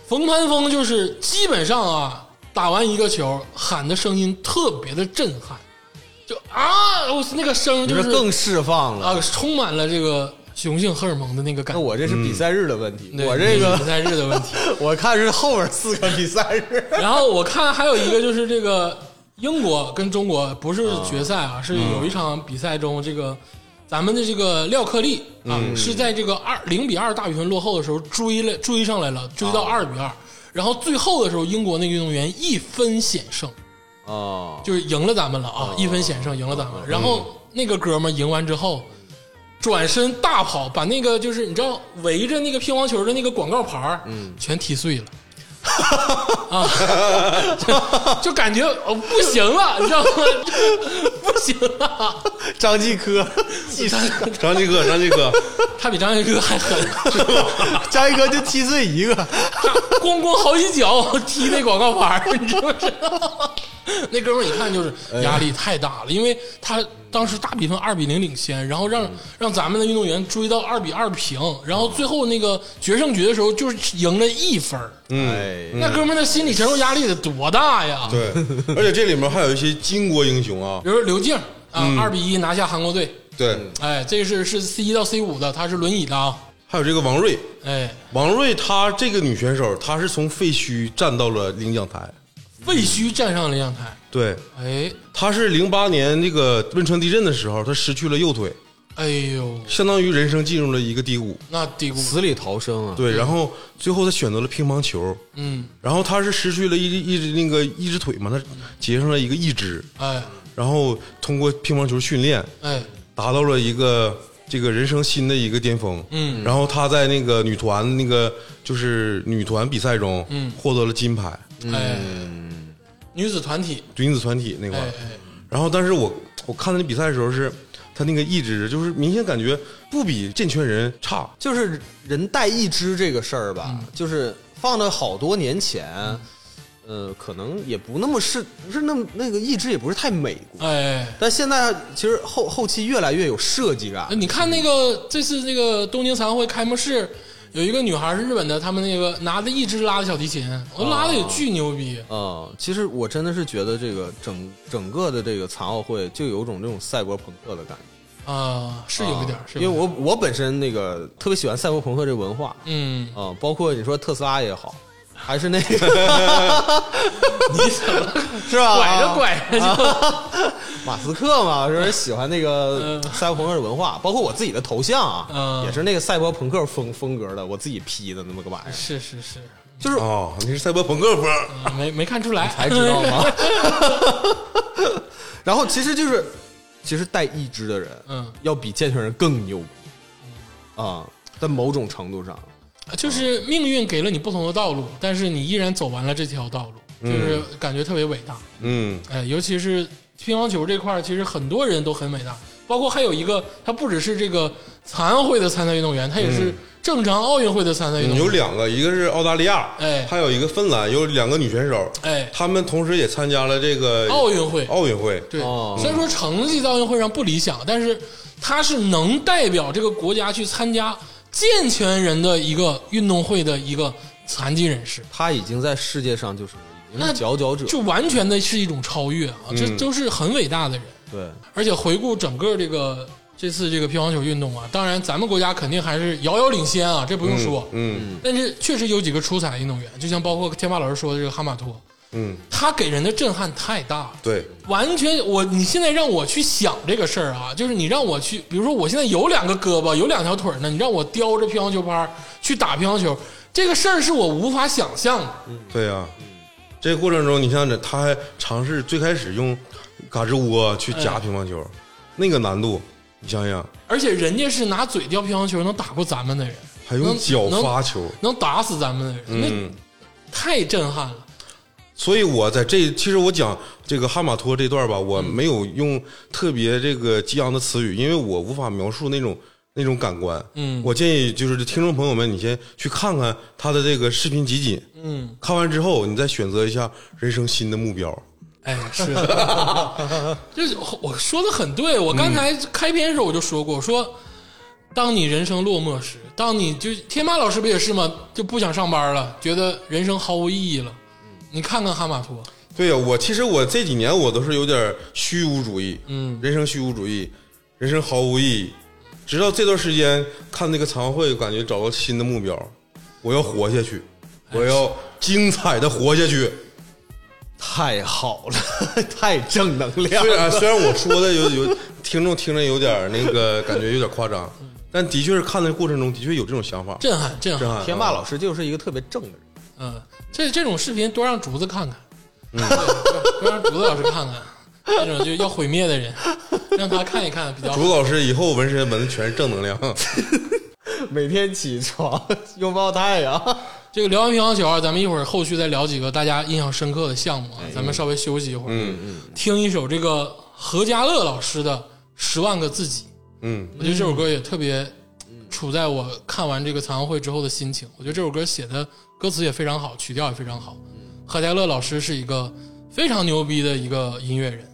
S1: 冯盘峰就是基本上啊，打完一个球喊的声音特别的震撼，就啊，我那个声
S3: 你
S1: 就
S3: 说
S1: 是
S3: 更释放了
S1: 啊，充满了这个雄性荷尔蒙的那个感
S3: 那
S1: 觉。
S3: 我这是比赛日的问题，
S1: 对
S3: 我这个
S1: 比赛日的问题。
S3: 我看是后面四个比赛日。
S1: 然后我看还有一个就是这个英国跟中国不是决赛啊，是有一场比赛中，这个咱们的这个廖克利啊，是在这个二零比二大比分落后的时候追了追上来了，追到二比二，然后最后的时候，英国那个运动员一分险胜，
S3: 啊，
S1: 就是赢了咱们了啊，一分险胜赢了咱们。然后那个哥们儿赢完之后，转身大跑，把那个就是你知道围着那个乒乓球的那个广告牌儿，全踢碎了。 啊， 就就感觉哦不行了，你知道吗？ 不行了，
S3: 张继 科，继科
S2: 张继 科，张继科，
S1: 他比张杰哥还狠，
S3: 张继科就踢碎一个，
S1: 咣咣好几脚踢那广告牌儿，你知不知道？ 那哥们儿一看就是压力太大了，因为他当时大比分二比零领先，然后让让咱们的运动员追到二比二平，然后最后那个决胜局的时候就是赢了一分儿。
S2: 嗯
S3: 哎，
S1: 那哥们儿的心理承受压力得多大呀？
S2: 对，而且这里面还有一些巾帼英雄啊，
S1: 比如刘静啊，二比一拿下韩国队，
S2: 对，
S1: 哎，这是是 C 一到 C 五的，他是轮椅的啊，
S2: 还有这个王瑞，
S1: 哎，
S2: 王瑞她这个女选手，她是从废墟站到了领奖台，
S1: 废墟站上领奖台，
S2: 对，
S1: 哎，
S2: 她是零八年那个汶川地震的时候，她失去了右腿，
S1: 哎呦，
S2: 相当于人生进入了一个低谷，
S1: 那低谷，
S3: 死里逃生啊，
S2: 对，然后最后她选择了乒乓球，
S1: 嗯，
S2: 然后她是失去了一一只那个一只腿嘛，她结上了一个义肢，
S1: 哎
S2: 然后通过乒乓球训练，
S1: 哎，
S2: 达到了一个这个人生新的一个巅峰。
S1: 嗯，
S2: 然后她在那个女团那个就是女团比赛中，
S1: 嗯
S2: 获得了金牌，
S3: 嗯
S1: 哎，女子团体，
S2: 女子团体那块
S1: 哎
S2: 儿。
S1: 哎，
S2: 然后，但是我我看她那比赛的时候是，她那个意志就是明显感觉不比健全人差。
S3: 就是人带一只这个事儿吧，就是放到好多年前，呃，可能也不那么是，不是那么那个一只也不是太美国，
S1: 哎，
S3: 但现在其实后后期越来越有设计感
S1: 那，你看那个这次那个东京残奥会开幕式，有一个女孩是日本的，他们那个拿着一支拉的小提琴，
S3: 哦
S1: 我拉的也巨牛逼，
S3: 啊、其实我真的是觉得这个整整个的这个残奥会就有种这种赛博朋克的感觉，
S1: 啊，是有一点儿
S3: 啊，
S1: 是
S3: 因
S1: 有一
S3: 为
S1: 点儿，
S3: 我我本身那个特别喜欢赛博朋克这文化啊、
S1: 嗯，
S3: 包括你说特斯拉也好，还是那个
S1: 你怎么
S3: 是吧？
S1: 拐着拐着
S3: 啊
S1: 就，
S3: 马斯克嘛，就是喜欢那个赛博朋克文化，包括我自己的头像啊，
S1: 嗯
S3: 也是那个赛博朋克风风格的，我自己 P 的那么个玩意 儿，
S1: 是是是，
S3: 就是
S2: 哦，你是赛博朋克风，
S1: 啊没没看出来，
S3: 才知道吗？ 然后其实就是，其实带义肢的人，
S1: 嗯
S3: 要比健全人更牛逼啊，在某种程度上，
S1: 就是命运给了你不同的道路，但是你依然走完了这条道路，就是感觉特别伟大。
S2: 嗯，
S1: 哎，尤其是乒乓球这块儿，其实很多人都很伟大，包括还有一个，他不只是这个残奥会的参赛运动员，他也是正常奥运会的参赛运动
S2: 嗯有
S1: 员。
S2: 两个，一个是澳大利亚，
S1: 哎
S2: 还有一个芬兰，有两个女选手，
S1: 哎，
S2: 她们同时也参加了这个
S1: 奥运会，
S2: 奥运会。
S1: 对，
S3: 哦
S1: 虽然说成绩在奥运会上不理想，但是他是能代表这个国家去参加健全人的一个运动会的一个残疾人士。
S3: 他已经在世界上就是已经
S1: 那
S3: 是佼佼者，
S1: 就完全的是一种超越啊！这都是很伟大的人。
S3: 对，
S1: 而且回顾整个这个这次这个乒乓球运动啊，当然咱们国家肯定还是遥遥领先啊，这不用说。
S2: 嗯
S1: 但是确实有几个出彩的运动员，就像包括天霸老师说的这个哈马托，
S2: 嗯，
S1: 他给人的震撼太大了。
S2: 对，
S1: 完全，我你现在让我去想这个事儿啊，就是你让我去，比如说我现在有两个胳膊，有两条腿呢，你让我叼着乒乓球拍儿去打乒乓球，这个事儿是我无法想象的。
S2: 对呀、这个过程中，你像这，他还尝试最开始用嘎吱窝去夹乒乓球，那个难度，你想想，
S1: 而且人家是拿嘴叼乒乓球能打过咱们的人，
S2: 还用
S1: 能
S2: 脚发球，
S1: 能打死咱们的人，
S2: 嗯，
S1: 那太震撼了。
S2: 所以我在这，其实我讲这个哈马托这段吧，我没有用特别这个激昂的词语，因为我无法描述那种那种感官。
S1: 嗯
S2: 我建议就是听众朋友们，你先去看看他的这个视频集锦，
S1: 嗯，
S2: 看完之后，你再选择一下人生新的目标。
S1: 哎， 是 的，就是我说的很对。我刚才开篇的时候我就说过，
S2: 嗯
S1: 我说当你人生落寞时，当你就天妈老师不也是吗？就不想上班了，觉得人生毫无意义了。你看看哈马托，
S2: 对呀、我其实我这几年我都是有点虚无主义，
S1: 嗯
S2: 人生虚无主义，人生毫无意义。直到这段时间看那个残奥会，感觉找到新的目标，我要活下去，我要精彩的活下去。
S3: 太好了， 太正能量
S2: 虽
S3: 了，
S2: 然虽然我说的有有听众听着有点那个感觉有点夸张，但的确是看的过程中的确有这种想法，
S1: 震撼，震撼，
S3: 啊
S2: 震撼。
S3: 天霸老师就是一个特别正的人，
S1: 嗯，这这种视频多让竹子看看，嗯对多让竹子老师看看，那种就要毁灭的人，让他看一看比较好。
S2: 竹老师以后纹身纹的全是正能量，
S3: 每天起床拥抱太阳，
S1: 这个聊完乒乓球啊，咱们一会儿后续再聊几个大家印象深刻的项目啊，咱们稍微休息一会儿，嗯嗯，听一首这个何家乐老师的《十万个自己》，
S2: 嗯，
S1: 我觉得这首歌也特别处在我看完这个残奥会之后的心情。我觉得这首歌写的歌词也非常好，曲调也非常好。何家乐老师是一个非常牛逼的一个音乐人，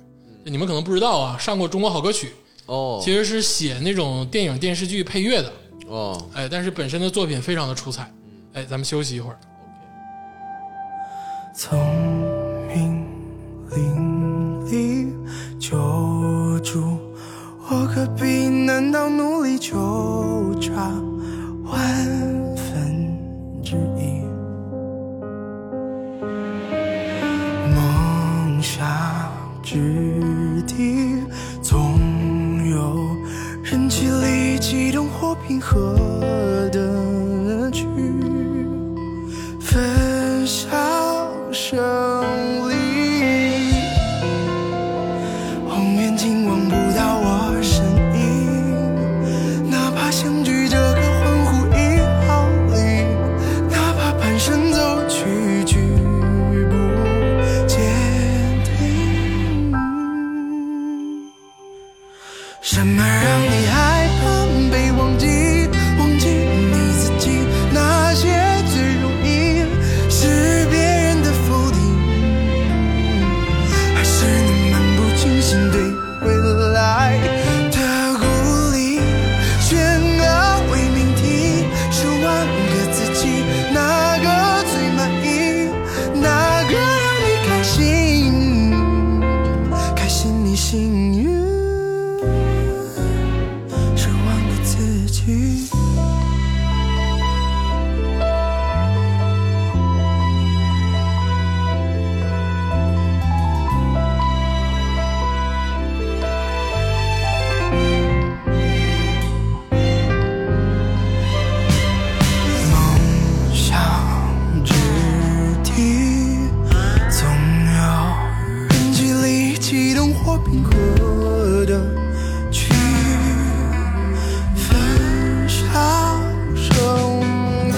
S1: 你们可能不知道啊，上过《中国好歌曲》，
S3: 哦
S1: 其实是写那种电影电视剧配乐的，
S3: 哦，
S1: 哎，但是本身的作品非常的出彩。哎，咱们休息一会儿。
S4: 从命令里救助，我何必难道努力求差万分之一？梦想之地，总有人极力激动或平和的去。分享胜利。红眼睛望不到我身影，哪怕相聚这个欢呼一毫厘，哪怕蹒跚走去举步坚定。什么让你害怕被忘记？忘记你自己，那些最容易是别人的否定，还是你漫不经心对未来的鼓励？悬而未命题，十万个自己，哪个最满意？哪个让你开心？开心你幸运，是忘了自己。梦想之地，总有人极力激动或平和的去分享胜利。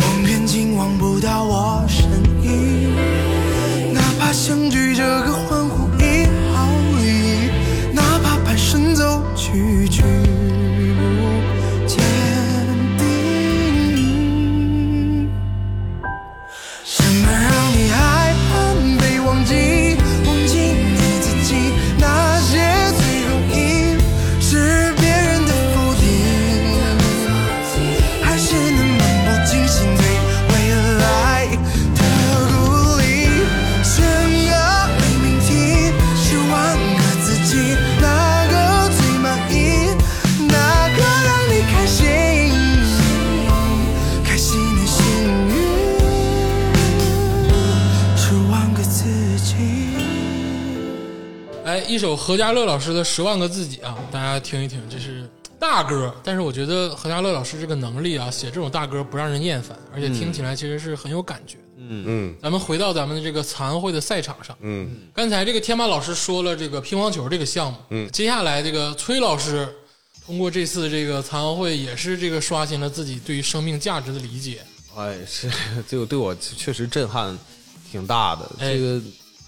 S4: 望远镜望不到我身影，哪怕相聚这个欢呼一毫厘，哪怕蹒跚走去举步坚定。什么让你害怕被忘记？忘记你自己，那些最容易是别人的否定，还是能漫不经心对未来的鼓励？悬而未命题，十万个自己，哪个最满意？哪个让你开心？开心你幸运，是忘个自己。
S1: 哎，一首何家乐老师的《十万个自己》啊，大家听一听，这是大歌，但是我觉得何家乐老师这个能力啊，写这种大歌不让人厌烦，而且听起来其实是很有感觉的。
S2: 嗯
S1: 咱们回到咱们的这个残奥会的赛场上，
S2: 嗯
S1: 刚才这个天马老师说了这个乒乓球这个项目，
S2: 嗯
S1: 接下来这个崔老师通过这次这个残奥会，也是这个刷新了自己对于生命价值的理解。
S3: 哎，是 这个对我确实震撼挺大的，
S1: 哎
S3: 这个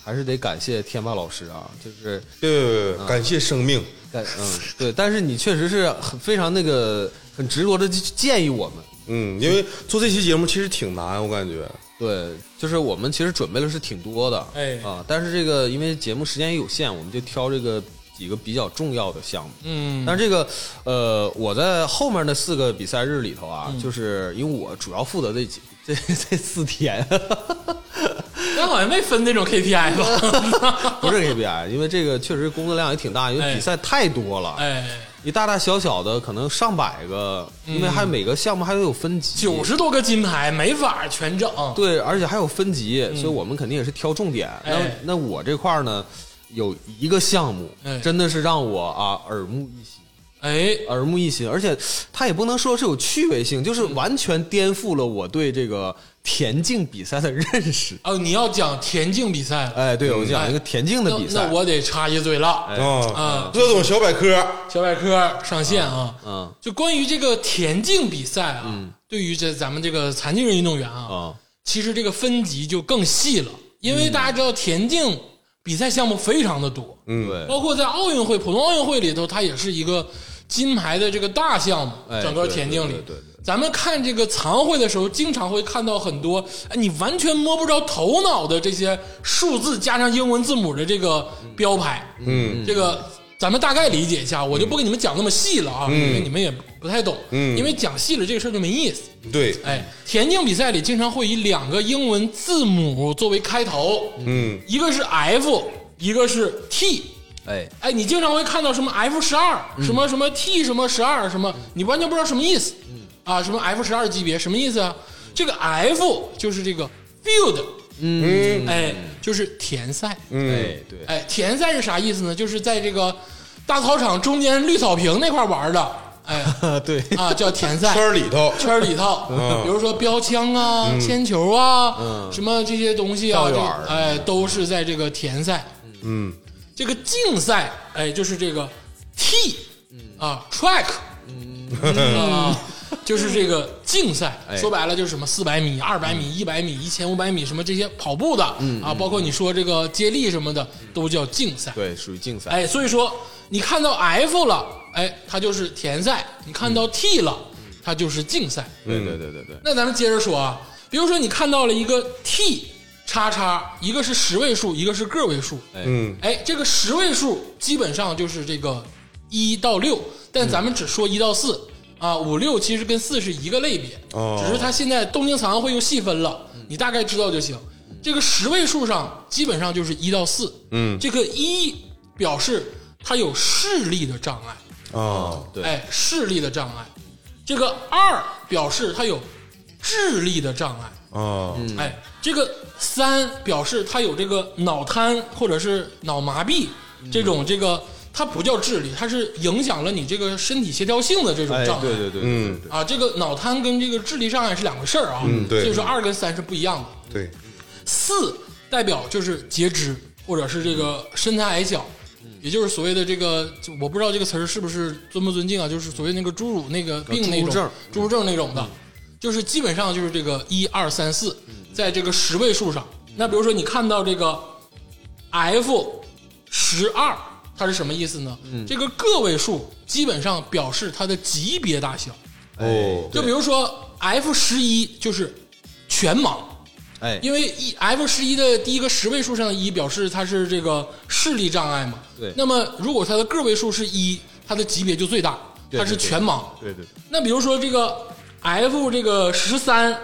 S3: 还是得感谢天霸老师啊，就是
S2: 别别别别，感谢生命，
S3: 感嗯对，但是你确实是很非常那个很执着的建议我们，
S2: 嗯，因为做这期节目其实挺难，我感觉，
S3: 对，就是我们其实准备了是挺多的，
S1: 哎
S3: 啊，但是这个因为节目时间也有限，我们就挑这个几个比较重要的项目。
S1: 嗯，
S3: 但是这个，呃，我在后面的四个比赛日里头
S1: 嗯
S3: 啊，就是因为我主要负责这几这这 四天，
S1: 咱好像没分那种 KPI 吧？
S3: 不是 KPI，因为这个确实工作量也挺大，因为
S1: 哎
S3: 比赛太多了，
S1: 哎，
S3: 你大大小小的可能上百个，因为还每个项目还有分级，
S1: 嗯九十多个金牌没法全整。
S3: 对，而且还有分级，所以我们肯定也是挑重点。
S1: 嗯哎
S3: 那那我这块儿呢，有一个项目、
S1: 哎
S3: 真的是让我啊耳目一新，
S1: 哎，
S3: 耳目一新，而且它也不能说是有趣味性，
S1: 嗯
S3: 就是完全颠覆了我对这个田径比赛的 认识。
S1: 哦，你要讲田径比赛了，
S3: 哎，对，我讲
S1: 哎
S3: 一个田径的比
S1: 那
S3: 赛哎
S1: 那，我得插一嘴了，
S2: 啊
S3: 哦
S1: 啊，
S2: 乐总小百科，
S1: 小百科上线啊，
S3: 嗯
S1: 就关于这个田径比赛啊，对于这咱们这个残疾人运动员啊，
S3: 啊，
S1: 其实这个分级就更细了，因
S3: 嗯
S1: 为大家知道田径比赛项目非常的多，
S2: 嗯，
S3: 对，
S1: 包括在奥运会、普通奥运会里头，它也是一个金牌的这个大项目
S3: 哎，
S1: 整个田径里
S3: 对对对对。
S1: 咱们看这个残奥会的时候，经常会看到很多哎，你完全摸不着头脑的这些数字加上英文字母的这个标牌，嗯，这个咱们大概理解一下，我就不给你们讲那么细了
S3: 嗯
S1: 啊，因为你们也不太懂，嗯因为讲细了这个事儿就没意思。
S2: 对，
S1: 哎，田径比赛里经常会以两个英文字母作为开头，
S2: 嗯，
S1: 一个是 F，一个是 T。
S3: 哎，
S1: 哎，你经常会看到什么 F 十二、什么什么 T 什么十二什么，你完全不知道什么意思。啊，什么 F 十二级别什么意思啊？这个 F 就是这个 field，嗯，哎，就是田赛。
S2: 嗯
S3: 哎，对，
S1: 哎，田赛是啥意思呢？就是在这个大操场中间绿草坪那块玩的。哎，
S3: 啊，对，
S1: 啊，叫田 赛。
S2: 圈儿里头，
S1: 圈儿里头，
S3: 嗯
S1: 比如说标枪啊、铅球啊、什么这些东西啊，
S3: 跳远
S1: 这
S3: 嗯儿
S1: 哎，都是在这个田赛。
S2: 嗯，
S1: 这个竞赛，哎，就是这个 T
S3: 嗯
S1: 啊，track 啊，就是这个竞赛。
S3: 哎
S1: 说白了就是什么四百米、二百
S3: 嗯
S1: 米、一百米、一千五百米什么这些跑步的啊，包括你说这个接力什么的，都叫竞赛。
S3: 嗯对，属于竞赛，
S1: 哎，所以说你看到 F 了，哎，它就是田赛；你看
S3: 嗯
S1: 到 T 了，它就是竞赛。
S2: 嗯
S3: 对对对对对，
S1: 那咱们接着说啊，比如说你看到了一个 T 叉叉，一个是十位数，一个是个位数，
S2: 嗯，
S1: 哎，这个十位数基本上就是这个一到六，但咱们只说一到四啊，五六其实跟四是一个类别，
S2: 哦嗯
S1: 只是它现在东京残奥会又细分了，你大概知道就行。这个十位数上基本上就是一到四，
S2: 嗯
S1: 这个一表示它有视力的障碍，
S2: 啊，
S3: 嗯对
S1: 哎，视力的障碍。这个二表示他有智力的障碍，
S2: 啊，
S3: 嗯
S1: 哎，这个三表示他有这个脑瘫或者是脑麻痹
S3: 嗯
S1: 这种这个，它不叫智力，它是影响了你这个身体协调性的这种
S3: 哎，
S1: 障碍。
S3: 对对对，
S2: 嗯
S1: 啊，这个脑瘫跟这个智力障碍是两个事儿啊，
S2: 嗯对
S1: 所以说二跟三是不一样的。
S2: 对，
S1: 四代表就是截肢，或者是这个身材矮小，也就是所谓的这个，就我不知道这个词儿是不是尊不尊敬啊，就是所谓那个侏儒那个病那
S3: 侏儒
S1: 种
S3: 症
S1: 侏儒症那种的，就是基本上就是这个一二三四，在这个十位数上。那比如说你看到这个 F 十二，它是什么意思呢？这个个位数基本上表示它的级别大小，
S3: 哎
S2: 哦，
S1: 就比如说 F 十一就是全盲。
S3: 哎，
S1: 因为一 F 十一的第一个十位数上的一表示它是这个视力障碍嘛。
S3: 对
S1: 那么如果它的个位数是一，它的级别就最大，
S3: 对
S1: 它是全盲。
S3: 对对对，
S1: 那比如说这个 F 这个十三，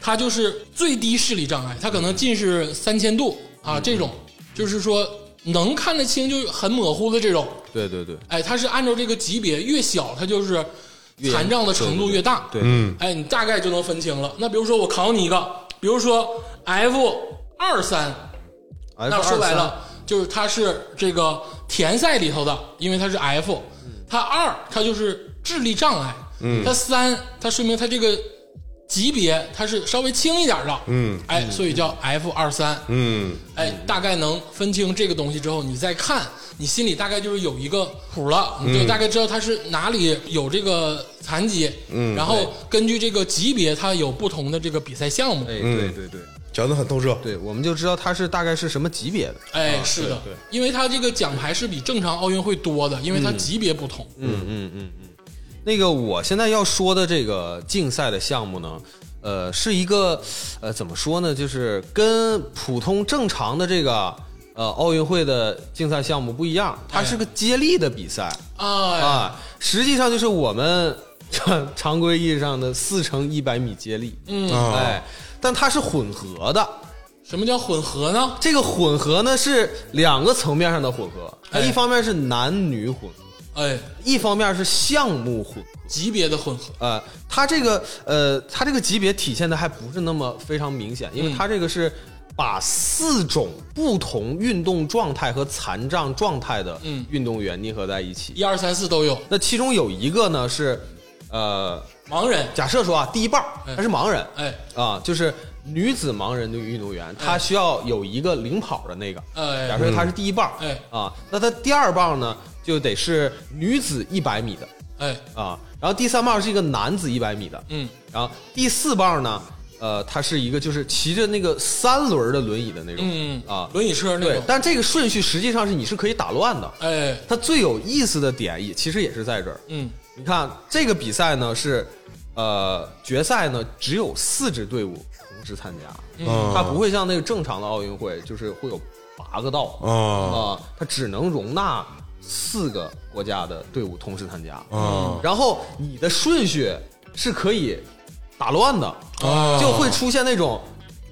S1: 它就是最低视力障碍，它可能近视三千度啊，这
S3: 嗯
S1: 种就是说能看得清就很模糊的这种。
S3: 对对对，
S1: 哎，它是按照这个级别，越小它就是
S3: 越
S1: 残障的程度越大。
S3: 对，
S2: 嗯
S1: 哎，你大概就能分清了。那比如说我考你一个，比如说 F 二三，
S3: 哎
S1: 那说白了就是它是这个田赛里头的，因为它是 F，它二它就是智力障碍，嗯，它三它说明它这个级别它是稍微轻一点的，
S2: 嗯，
S1: 哎，所以叫 F 二三，
S2: 嗯，
S1: 哎，大概能分清这个东西之后，你再看，你心里大概就是有一个谱了，
S3: 嗯
S1: 你就大概知道它是哪里有这个残疾，嗯，然后根据这个级别，它有不同的这个比赛项目，
S3: 哎，对对对
S2: 讲的很透彻，
S3: 对，我们就知道它是大概是什么级别的，
S1: 哎，是的，
S3: 啊对对
S1: 因为它这个奖牌是比正常奥运会多的，因为它级别不同，嗯，
S3: 那个我现在要说的这个竞赛的项目呢，呃，是一个呃怎么说呢，就是跟普通正常的这个呃奥运会的竞赛项目不一样，它是个
S1: 哎
S3: 接力的比赛、
S1: 啊，
S3: 啊，实际上就是我们常常规意义上的四乘一百米接力，嗯，
S1: 哦
S2: 啊，
S3: 哎，但它是混合的。
S1: 什么叫混合呢？
S3: 这个混合呢是两个层面上的混合，它
S1: 哎
S3: 一方面是男女混合，
S1: 哎，
S3: 一方面是项目混合。
S1: 级别的混合，
S3: 呃，
S1: 嗯
S3: 它这个呃，它这个级别体现的还不是那么非常明显，因为它这个是把四种不同运动状态和残障状态的
S1: 嗯
S3: 运动员捏合在一起。
S1: 一二三四都有，
S3: 那其中有一个呢是，呃，
S1: 盲人，
S3: 假设说啊，第一棒
S1: 哎
S3: 他是盲人，
S1: 哎，
S3: 啊，就是女子盲人的运动员，她需要有一个领跑的那个。
S1: 哎
S3: 假设她是第一棒，
S1: 哎
S3: 啊，那她第二棒呢就得是女子一百米的
S1: 哎，
S3: 啊，然后第三棒是一个男子一百米的，
S1: 嗯，
S3: 然后第四棒呢，呃，它是一个就是骑着那个三轮的轮椅的那种，
S1: 嗯
S3: 啊，
S1: 轮椅车那
S3: 对
S1: 种，，
S3: 但这个顺序实际上是你是可以打乱的。
S1: 哎，
S3: 它最有意思的点也其实也是在这儿，
S1: 嗯
S3: 你看这个比赛呢是，呃，决赛呢只有四支队伍同时参加，
S2: 嗯
S3: 它不会像那个正常的奥运会，就是会有八个道啊、
S2: 啊
S3: 它只能容纳四个国家的队伍同时参加，
S2: 啊
S3: 然后你的顺序是可以打乱的，
S2: 啊
S3: 就会出现那种，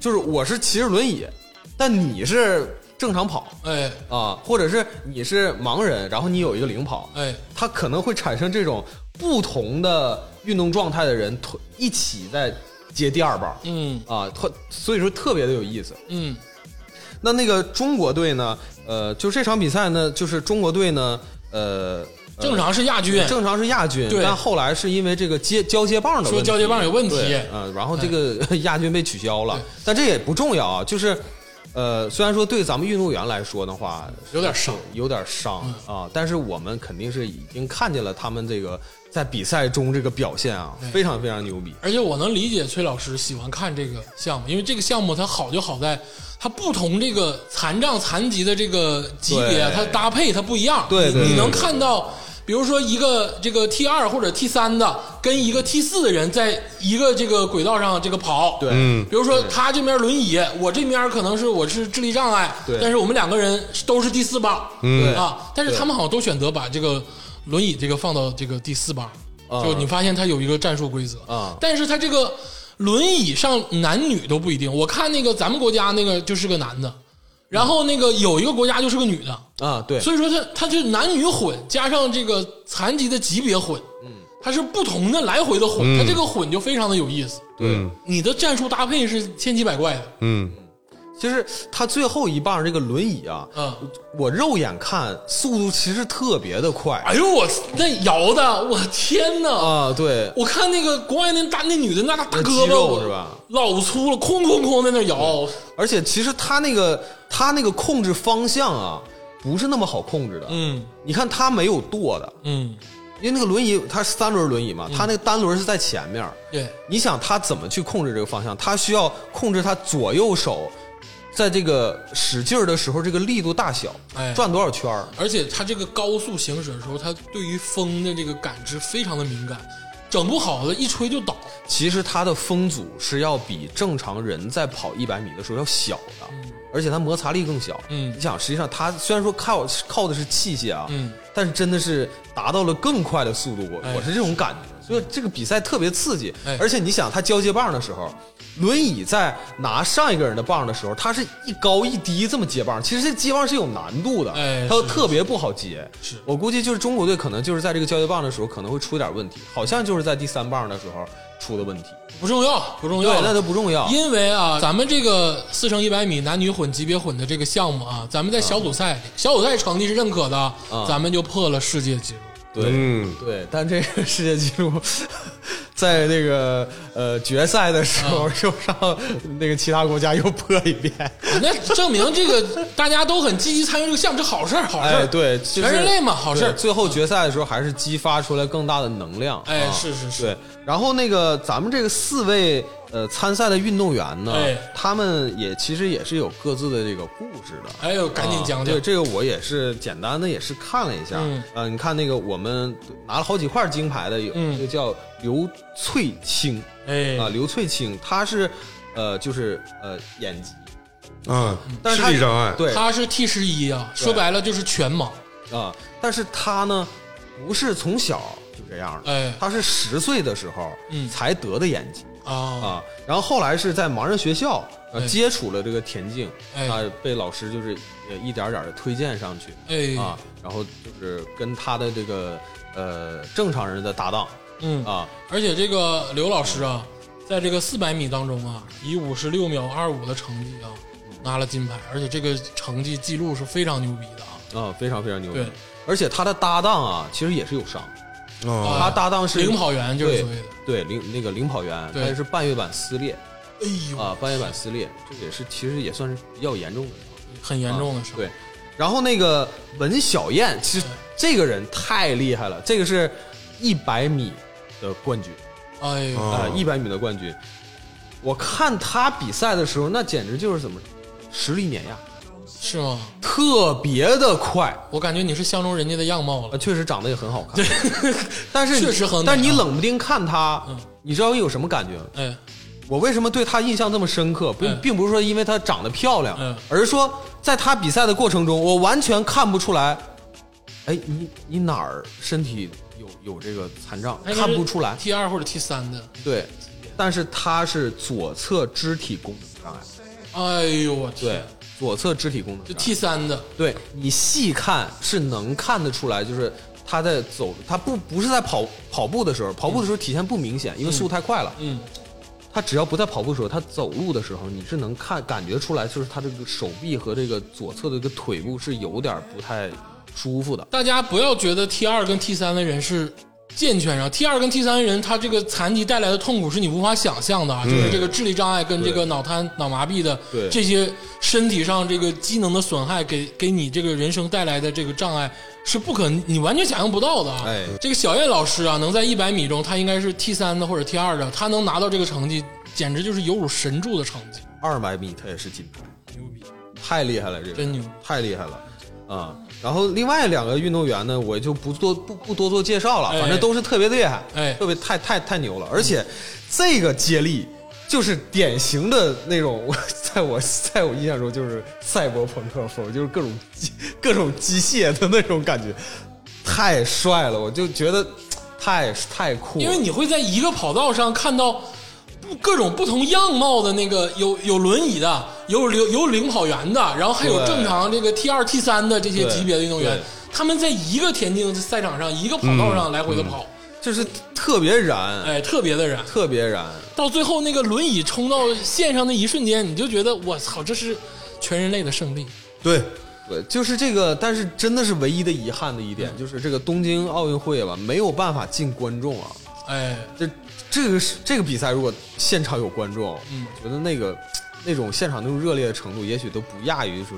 S3: 就是我是骑着轮椅，但你是正常跑。
S1: 哎
S3: 啊，或者是你是盲人，然后你有一个领跑，
S1: 哎，
S3: 它可能会产生这种不同的运动状态的人同一起在接第二棒
S1: 嗯
S3: 啊，特所以说特别的有意思。
S1: 嗯
S3: 那那个中国队呢，呃，就这场比赛呢，就是中国队呢，呃，呃
S1: 正常是亚军，
S3: 正常是亚军，
S1: 对
S3: 但后来是因为这个接交接呃棒的
S1: 说交接棒有问题哎
S3: 对嗯、然后这个 亚军被取消了
S1: 对，
S3: 但这也不重要啊，就是。呃，虽然说对咱们运动员来说的话，
S1: 有点伤，
S3: 有点伤
S1: 嗯
S3: 啊，但是我们肯定是已经看见了他们这个在比赛中这个表现啊，非常非常牛逼。
S1: 而且我能理解崔老师喜欢看这个项目，因为这个项目它好就好在它不同这个残障残疾的这个级别，
S3: 对
S1: 它搭配它不一样。
S3: 对对
S1: 你你
S3: 对
S1: 能看到，比如说一个这个 T 二或者 T 三的跟一个 T 四的人在一个这个轨道上这个跑。
S3: 对，。
S2: 嗯
S1: 比如说他这边轮椅，我这边可能是我是智力障碍，
S3: 对嗯
S1: 但是我们两个人都是第四棒，
S3: 对
S1: 啊，但是他们好像都选择把这个轮椅这个放到这个第四棒，
S3: 啊
S1: 就你发现它有一个战术规则
S3: 啊
S1: 但是它这个轮椅上男女都不一定，我看那个咱们国家那个就是个男的，然后那个有一个国家就是个女的，
S3: 啊，嗯对，
S1: 所以说它它是男女混加上这个残疾的级别混，嗯，它是不同的来回的混，
S3: 嗯
S1: 它这个混就非常的有意思，
S2: 嗯
S1: 你的战术搭配是千奇百怪的，
S2: 嗯
S3: 其实他最后一棒这个轮椅啊，
S1: 嗯，
S3: 我肉眼看速度其实特别的快
S1: 哎呦我那摇的，我天哪！
S3: 啊，对，
S1: 我看那个国外那大那女的那大大
S3: 那
S1: 胳
S3: 肌
S1: 膊
S3: 肉
S1: 我
S3: 是吧，
S1: 老粗了，哐哐哐在那摇，
S3: 而且其实他那个他那个控制方向啊，不是那么好控制的。
S1: 嗯
S3: 你看他没有舵的，
S1: 嗯，
S3: 因为那个轮椅它是三轮轮椅嘛，他那个单轮是在前面儿。
S1: 对，
S3: 你想他怎么去控制这个方向？他需要控制他左右手在这个使劲儿的时候，这个力度大小，
S1: 哎
S3: 转多少圈儿？
S1: 而且他这个高速行驶的时候，他对于风的这个感知非常的敏感，整不好了，一吹就倒。
S3: 其实它的风阻是要比正常人在跑一百米的时候要小的，而且它摩擦力更小。
S1: 嗯
S3: 你想，实际上它虽然说靠靠的是器械啊，
S1: 嗯，
S3: 但是真的是达到了更快的速度，我、
S1: 哎
S3: 我是这种感觉。所以这个比赛特别刺激，
S1: 哎
S3: 而且你想，它交接棒的时候，轮椅在拿上一个人的棒的时候，它是一高一低这么接棒，其实这接棒是有难度的，
S1: 哎
S3: 它
S1: 是
S3: 特别不好接。
S1: 是
S3: 我估计就是中国队可能就是在这个交接棒的时候可能会出点问题，好像就是在第三棒的时候出的问题。
S1: 不重要，不重
S3: 对
S1: 要，，
S3: 那都不重要。
S1: 因为啊，咱们这个四乘一百米男女混级别混的这个项目啊，咱们在小组赛，
S3: 嗯
S1: 小组赛成绩是认可的，咱们就破了世界纪录。
S3: 对
S2: 嗯
S3: 对，但这个世界纪录在那个呃决赛的时
S1: 啊
S3: 候又让那个其他国家又破一遍。
S1: 那证明这个大家都很积极参与这个项目，这好事儿，好事儿。
S3: 哎，对，就是
S1: 全人类嘛好事儿
S3: 对最后决赛的时候还是激发出来更大的能量。
S1: 哎
S3: 啊
S1: 是是是
S3: 对，然后那个咱们这个四位呃参赛的运动员呢，
S1: 哎
S3: 他们也其实也是有各自的这个故事的。
S1: 哎呦，赶紧讲讲
S3: 啊对，，这个我也是简单的也是看了一下，
S1: 嗯
S3: 呃，你看那个我们拿了好几块金牌的，有
S1: 嗯
S3: 一个叫刘翠青
S1: 哎，
S3: 啊，刘翠青，她是呃就是呃眼疾，
S2: 啊，
S3: 嗯但是
S2: 智
S3: 他
S2: 力障碍，
S3: 对啊、
S1: 他是 T 十一啊，说白了就是全盲。
S3: 但是她呢不是从小就这样的，
S1: 哎
S3: 她是十岁的时候
S1: 嗯
S3: 才得的眼疾。
S1: 啊，
S3: 啊，然后后来是在盲人学校呃
S1: 哎
S3: 接触了这个田径，
S1: 哎
S3: 啊，被老师就是呃一点儿点的推荐上去，
S1: 哎
S3: 啊，然后就是跟他的这个呃正常人的搭档
S1: 嗯，
S3: 啊，
S1: 而且这个刘老师啊，在这个四百米当中啊，以五十六秒二五的成绩啊，拿了金牌，而且这个成绩记录是非常牛逼的啊！
S3: 啊，非常非常牛逼
S1: 对。
S3: 而且他的搭档啊，其实也是有伤，
S2: 啊，
S3: 他搭档是
S1: 领跑员就是所谓的
S3: 对对领那个领跑员，
S1: 对
S3: 他是半月板撕裂
S1: 哎呦，
S3: 啊，半月板撕裂，这也是其实也算是比较严重的伤，
S1: 很严重的
S3: 啊
S1: 伤。
S3: 对，然后那个文小燕，其实这个人太厉害了，这个是一百米的冠军
S1: 哎呦，
S2: 啊
S3: 啊，一百米的冠军。我看他比赛的时候，那简直就是怎么实力碾压，
S1: 是吗？
S3: 特别的快。
S1: 我感觉你是相中人家的样貌
S3: 啊，
S1: 了。
S3: 确实长得也很好看，但是你
S1: 确实很美啊嗯
S3: 但是你冷不丁看他，你知道有什么感觉吗？
S1: 哎，
S3: 我为什么对他印象这么深刻？不
S1: 嗯，
S3: 并不是说因为他长得漂亮
S1: 嗯，
S3: 而是说在他比赛的过程中，我完全看不出来，哎，你你哪儿身体有有这个残障，看不出来。
S1: 哎 T 二或者 T 三的。
S3: 对，但是他是左侧肢体功能障碍，
S1: 哎呦我天，
S3: 对，左侧肢体功能
S1: 就
S3: 障碍。
S1: T 三的，
S3: 对你细看是能看得出来，就是他在走，他不不是在跑跑步的时候，跑步的时候体现不明显，因为速度太快了。
S1: 嗯，
S3: 他只要不在跑步的时候，他走路的时候，你是能看感觉出来，就是他这个手臂和这个左侧的这个腿部是有点不太舒服的。
S1: 大家不要觉得 T 二跟 T 三的人是健全上，T 二跟 T 三人他这个残疾带来的痛苦是你无法想象的啊，就是这个智力障碍跟这个脑瘫、脑麻痹的
S3: 嗯对
S1: 这些身体上这个机能的损害给给你这个人生带来的这个障碍是不可你完全想象不到的啊。
S3: 哎
S1: 这个小燕老师啊，能在一百米中，他应该是 T 三的或者 T 二的，他能拿到这个成绩，简直就是有辱神助的成绩，
S3: 二百米他也是金牌，
S1: 牛逼，
S3: 太厉害了，这个
S1: 真牛。
S3: 太厉害了啊、然后另外两个运动员呢，我就不多不不多做介绍了，
S1: 哎
S3: 反正都是特别厉害，
S1: 哎
S3: 特别太太太牛了，而且这个接力。就是典型的那种， 我在我在我印象中就是赛博朋克风，就是各种机各种机械的那种感觉，太帅了，我就觉得太太酷了。
S1: 因为你会在一个跑道上看到不各种不同样貌的那个有有轮椅的，有有有领跑员的，然后还有
S3: 对
S1: 正常这个 T 二 T 三的这些级别的运动员
S3: 对，嗯
S1: 他们在一个田径赛场上一个跑道上来回的跑，
S3: 就是特别燃，
S1: 哎，特别的燃。
S3: 特别燃，
S1: 到最后那个轮椅冲到线上那一瞬间，你就觉得我操，这是全人类的胜利。
S2: 对，
S3: 对，呃就是这个，但是真的是唯一的遗憾的一
S1: 嗯
S3: 点，就是这个东京奥运会吧，没有办法进观众啊。
S1: 哎，
S3: 这这个是这个比赛，如果现场有观众，
S1: 嗯
S3: 我觉得那个那种现场那种热烈的程度，也许都不亚于说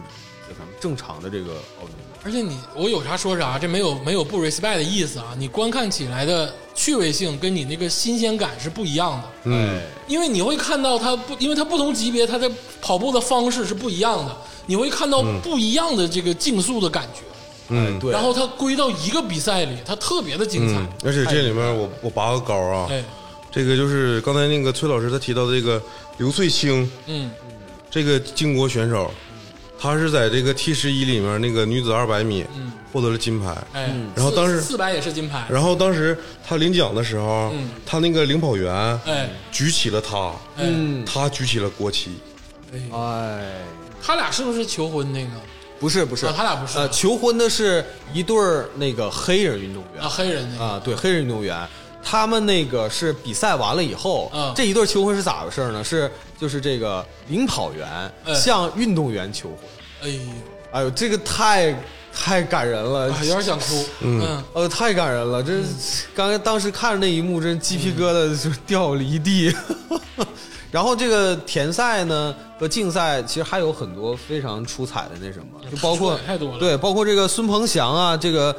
S3: 就咱们正常的这个奥运会。
S1: 而且你我有啥说啥，这没有没有不 respect 的意思啊。你观看起来的趣味性跟你那个新鲜感是不一样的。
S2: 嗯，
S1: 因为你会看到他不，因为他不同级别，他的跑步的方式是不一样的，你会看到不一样的这个竞速的感觉。
S2: 嗯，
S3: 哎对，
S1: 然后他归到一个比赛里，他特别的精彩。
S3: 哎
S2: 嗯，而且这里面我我拔个高啊，
S1: 哎，
S2: 这个就是刚才那个崔老师他提到这个刘翠卿
S1: 嗯，
S2: 这个巾帼选手，她是在这个 T 十一里面那个女子二百米
S3: 嗯
S2: 获得了金牌，
S1: 哎，
S2: 嗯然后当时
S1: 四百也是金牌，
S2: 然后当时她领奖的时候，
S1: 嗯
S2: 她那个领跑员
S1: 哎
S2: 举起了她，
S1: 哎，
S2: 她举起了国旗，
S3: 嗯哎，
S1: 他俩是不是求婚那个
S3: 不是不是，
S1: 啊他俩不是
S3: 呃，求婚的是一对儿那个黑人运动员
S1: 啊？黑人那个
S3: 啊，对，黑人运动员，他们那个是比赛完了以后，
S1: 嗯
S3: 这一对求婚是咋回事呢？是就是这个领跑员
S1: 哎
S3: 向运动员求婚，
S1: 哎呦，
S3: 哎呦，这个太太感人了。
S1: 啊有点想哭。嗯，
S3: 呃，太感人了！这刚才当时看着那一幕，真鸡皮疙瘩
S1: 嗯
S3: 就掉了一地。 然后这个田赛呢和竞赛，其实还有很多非常出彩的那什么，就包括
S1: 出哎彩太多了
S3: 对，包括这个孙鹏翔啊，这个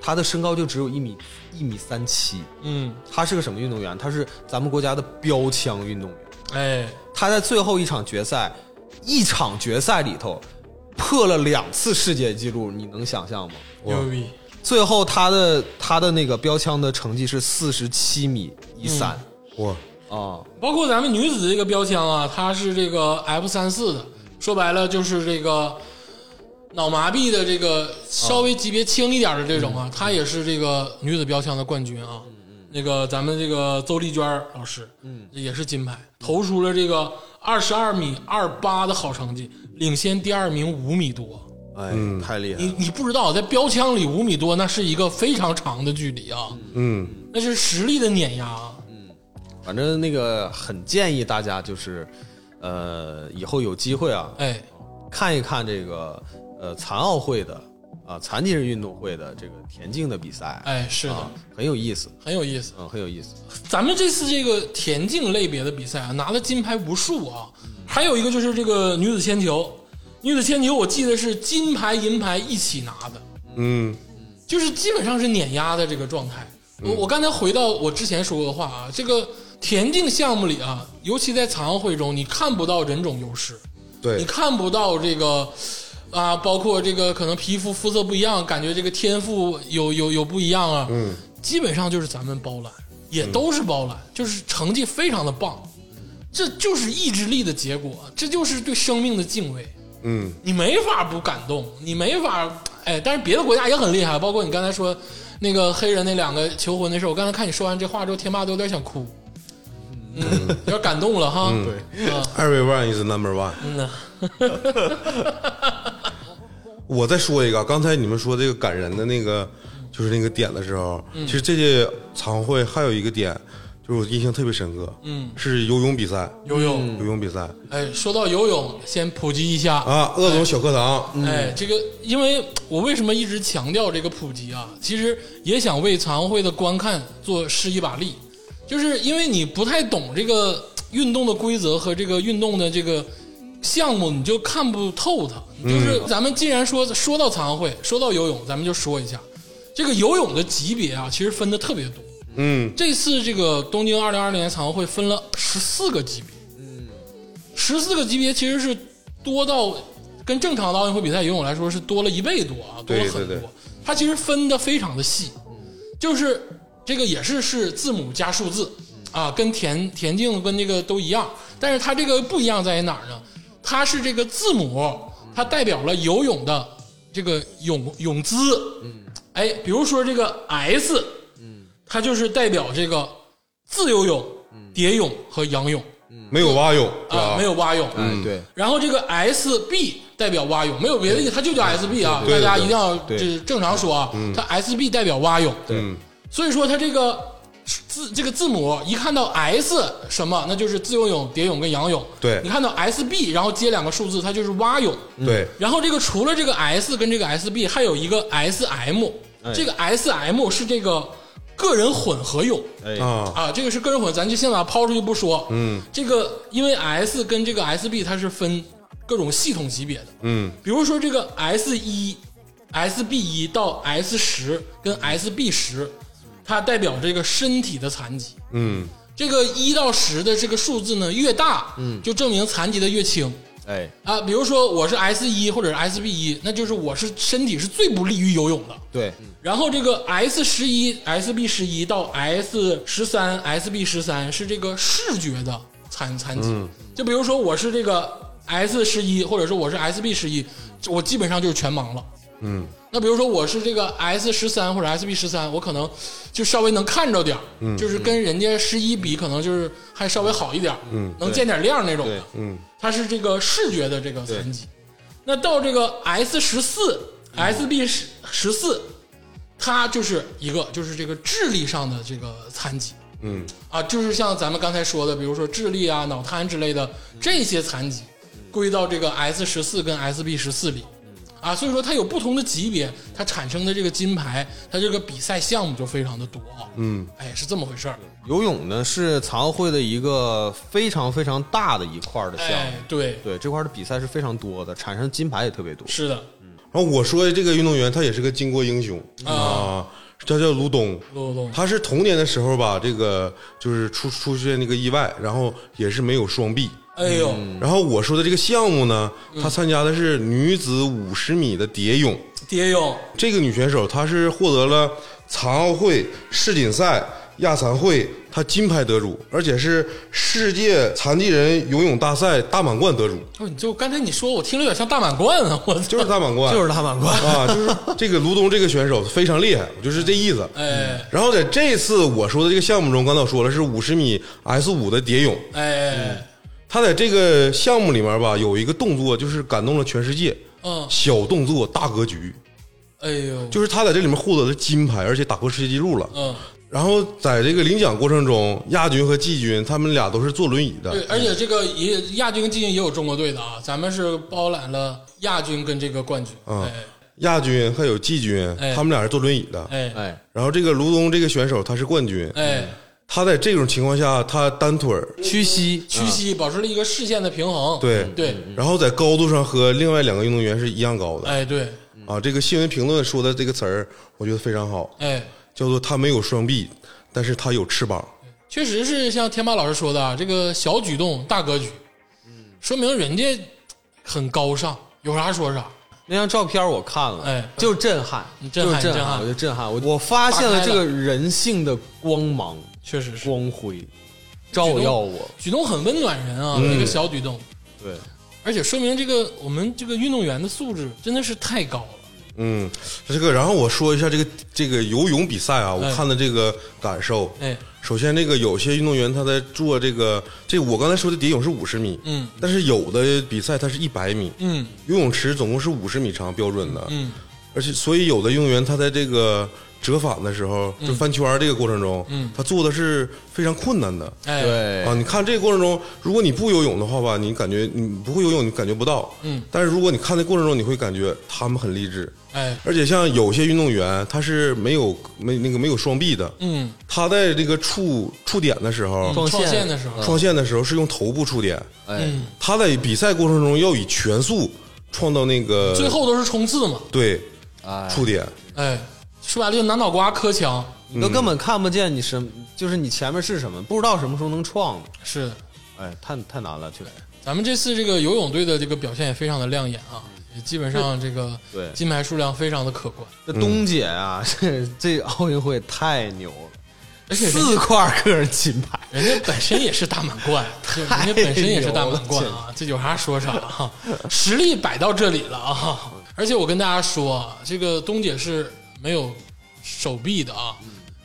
S3: 他的身高就只有一米一米三七，
S1: 嗯，
S3: 他是个什么运动员？他是咱们国家的标枪运动员。
S1: 哎，
S3: 他在最后一场决赛，一场决赛里头破了两次世界纪录，你能想象吗？
S1: 牛逼，
S3: 最后他的他的那个标枪的成绩是四十七米一三
S2: 哇，
S3: 啊，
S1: 包括咱们女子这个标枪啊，它是这个 F 三四的，说白了就是这个脑麻痹的这个稍微级别轻一点的这种啊，她也是这个女子标枪的冠军啊。那个咱们这个邹丽娟老师，嗯，也是金牌，投出了这个二十二米二八的好成绩，领先第二名五米多。
S3: 哎，太厉害
S1: 你
S3: 了！
S1: 你不知道，在标枪里五米多那是一个非常长的距离啊，
S2: 嗯，
S1: 那是实力的碾压啊。
S3: 反正那个很建议大家就是，呃，以后有机会啊，
S1: 哎，
S3: 看一看这个呃残奥会的啊、残疾人运动会的这个田径的比赛，
S1: 哎，是的，
S3: 啊，很有意思，
S1: 很有意思。
S3: 嗯，很有意思。
S1: 咱们这次这个田径类别的比赛啊，拿了金牌无数啊，还有一个就是这个女子铅球，女子铅球我记得是金牌银牌一起拿的，
S2: 嗯，
S1: 就是基本上是碾压的这个状态。我我刚才回到我之前说过的话啊，这个田径项目里啊，尤其在残奥会中，你看不到人种优势，你
S2: 对，
S1: 看不到这个啊，包括这个可能皮肤肤色不一样，感觉这个天赋有有有不一样啊，嗯，基本上就是咱们包揽，也都是包揽，就是成绩非常的棒，这就是意志力的结果，这就是对生命的敬畏，
S2: 嗯，
S1: 你没法不感动，你没法哎，但是别的国家也很厉害，包括你刚才说那个黑人那两个求婚的事儿，我刚才看你说完这话之后，天霸都有点想哭，嗯，有点感动了哈，对，
S2: Every one is number one。
S1: 啊嗯呐。
S2: 我再说一个，刚才你们说这个感人的那个，就是那个点的时候，
S1: 嗯
S2: 其实这届残奥会还有一个点，就是我印象特别深刻，
S1: 嗯，
S2: 是游泳比赛，
S1: 游泳，
S2: 游泳比赛
S1: 哎，说到游泳，先普及一下，
S2: 啊，嗯鄂总小课堂，
S1: 哎，这个，因为我为什么一直强调这个普及啊？其实也想为残奥会的观看做施一把力，就是因为你不太懂这个运动的规则和这个运动的这个项目，你就看不透它。就是咱们既然说说到残奥会，说到游泳，咱们就说一下这个游泳的级别啊，其实分的特别多。
S2: 嗯，
S1: 这次这个东京二零二零年残奥会分了十四个级别，嗯，十四个级别其实是多到跟正常的奥运会比赛游泳来说是多了一倍多啊，多了
S2: 对
S1: 很多。
S2: 对对
S1: 它其实分的非常的细，就是这个也是是字母加数字
S2: 嗯
S1: 啊，跟田田径跟那个都一样，但是它这个不一样在于哪儿呢？它是这个字母，
S2: 嗯
S1: 它代表了游泳的这个泳泳姿，嗯，哎，比如说这个 S，它就是代表这个自由泳、
S2: 嗯
S1: 蝶泳和仰泳
S2: 没有蛙泳
S1: 啊，没
S2: 有，
S1: 有蛙泳。
S2: 嗯
S3: 哎，对，
S1: 然后这个 SB 代表蛙泳，没有别的意思，它就叫 SB 啊，
S2: 对对对
S1: 大家一定要
S3: 对
S1: 就是正常说啊，它 SB 代表蛙泳。
S2: 嗯，
S1: 所以说它这个字这个字母一看到 S 什么，那就是自由泳、蝶泳跟仰泳。
S2: 对
S1: 你看到 SB，然后接两个数字，它就是蛙泳。
S2: 对，
S1: 然后这个除了这个 S 跟这个 SB，还有一个 SM，、这
S2: 哎
S1: 个 SM 是这个个人混合泳
S3: 哎，
S2: 啊，
S1: 啊，这个是个人混，咱就先把它抛出去不说。嗯，这个因为 S 跟这个 SB 它是分各种系统级别的，
S2: 嗯，
S1: 比如说这个 S 一、SB 一到 S 十跟 SB 十，它代表这个身体的残疾。
S2: 嗯，
S1: 这个一到十的这个数字呢越大，嗯，就证明残疾的越轻。
S3: 哎，
S1: 啊，比如说我是 S 一或者是 SB 一，那就是我是身体是最不利于游泳的。
S3: 对，
S1: 然后这个 S 十一、SB 十一到 S 十三、SB 十三是这个视觉的残残疾。就比如说我是这个 S 十一，或者说我是 SB 十一，我基本上就是全盲了。
S2: 嗯，
S1: 那比如说我是这个 S 十三或者 SB 十三，我可能就稍微能看着点儿，就是跟人家十一比，可能就是还稍微好一点，嗯，能见点亮那种的
S3: 对。
S2: 嗯，
S1: 它是这个视觉的这个残疾。那到这个 S 十四、SB 十十四，它就是一个就是这个智力上的这个残疾。
S2: 嗯，
S1: 啊，就是像咱们刚才说的，比如说智力啊、脑瘫之类的这些残疾，归到这个 S 十四跟 SB 十四里。啊，所以说它有不同的级别，它产生的这个金牌，它这个比赛项目就非常的多啊。嗯，哎，是这么回事儿。
S3: 游泳呢是残奥会的一个非常非常大的一块儿的项
S1: 哎
S3: 目，，
S1: 对，
S3: 对，这块儿的比赛是非常多的，产生金牌也特别多。
S1: 是的，
S2: 然后我说的这个运动员他也是个巾帼英雄啊，他叫卢东，
S1: 陆东，
S2: 他是童年的时候吧，这个就是出出现那个意外，然后也是没有双臂。
S1: 哎呦，
S2: 然后我说的这个项目呢，她参加的是女子五十米的蝶泳，
S1: 蝶泳，
S2: 这个女选手她是获得了残奥会、世锦赛、亚残会，她金牌得主，而且是世界残疾人游泳大赛大满贯得主，
S1: 不哦是，你就刚才你说，我听着有点像大满贯啊！我
S2: 就是大满贯，
S3: 就是大满贯，
S2: 啊，就是这个卢东这个选手非常厉害，就是这意思。
S1: 哎
S2: 然后在这次我说的这个项目中，刚才我说了是五十米 S 五的蝶泳，
S1: 哎
S2: 他在这个项目里面吧有一个动作，就是感动了全世界，
S1: 嗯，
S2: 小动作大格局，
S1: 哎呦，
S2: 就是他在这里面获得了金牌，而且打破世界纪录了。
S1: 嗯
S2: 然后在这个领奖过程中，亚军和季军他们俩都是坐轮椅的
S1: 对，，而且这个也亚军、季军也有中国队的啊，咱们是包揽了亚军跟这个冠军。
S2: 嗯
S1: 哎
S2: 亚军还有季军
S1: 哎，
S2: 他们俩是坐轮椅的。
S1: 哎
S3: 哎，
S2: 然后这个卢东这个选手他是冠军，
S1: 哎，
S2: 他在这种情况下他单腿儿，
S3: 屈膝，
S1: 屈膝保持了一个视线的平衡。
S2: 对
S1: 嗯对，
S2: 然后在高度上和另外两个运动员是一样高的。
S1: 哎对，
S2: 啊，这个新闻评论说的这个词儿，我觉得非常好，
S1: 哎，
S2: 叫做他没有双臂，但是他有翅膀。
S1: 确实是像天霸老师说的，啊，这个小举动大格局，说明人家很高尚，有啥说啥。
S3: 那张照片我看了，
S1: 哎
S3: 就震撼，
S1: 你震撼
S3: 就是
S1: 你震撼
S3: 我就震撼，我我发现了
S1: 打开了
S3: 这个人性的光芒、
S1: 确实是，
S3: 光辉，照耀我。
S1: 举动很温暖人啊，这个小举动，
S3: 对，
S1: 而且说明这个我们这个运动员的素质真的是太高了。
S2: 嗯，这个，然后我说一下这个这个游泳比赛啊，我
S1: 哎
S2: 看的这个感受。
S1: 哎，
S2: 首先，这个有些运动员他在做这个，这我刚才说的蝶泳是五十米，
S1: 嗯，
S2: 但是有的比赛它是一百米，
S1: 嗯
S2: 游泳池总共是五十米长标准的，
S1: 嗯
S2: 而且所以有的运动员他在这个折返的时候，就翻圈儿这个过程中，
S1: 嗯
S2: 他做的是非常困难的，
S1: 哎，
S3: 对
S2: 啊，你看这个过程中，如果你不游泳的话吧，你感觉你不会游泳，你感觉不到。
S1: 嗯
S2: 但是如果你看的过程中，你会感觉他们很励志，
S1: 哎，
S2: 而且像有些运动员他是没有没那个没有双臂的，
S1: 嗯，
S2: 他在这个触触点的时候，
S3: 撞
S1: 撞
S3: 线
S1: 嗯线的时候，嗯
S2: 创线的时候是用头部触点，
S3: 哎，
S2: 他在比赛过程中要以全速创造那个
S1: 最后都是冲刺嘛，
S2: 对
S3: 哎
S2: 触点，
S1: 哎，说白了就拿脑瓜磕墙，
S3: 你
S2: 嗯
S3: 都根本看不见你什，就是你前面是什么，不知道什么时候能撞的。
S1: 是的。
S3: 哎，太太难了，确实。
S1: 咱们这次这个游泳队的这个表现也非常的亮眼啊，也基本上这个
S3: 对
S1: 金牌数量非常的可观，
S3: 这东姐啊，这 这奥运会太牛了，
S1: 嗯而且人家
S3: 四块个人金牌，
S1: 人家本身也是大满贯，对人家本身也是大满贯啊，这有啥说啥啊，实力摆到这里了啊！而且我跟大家说啊，这个东姐是没有手臂的啊，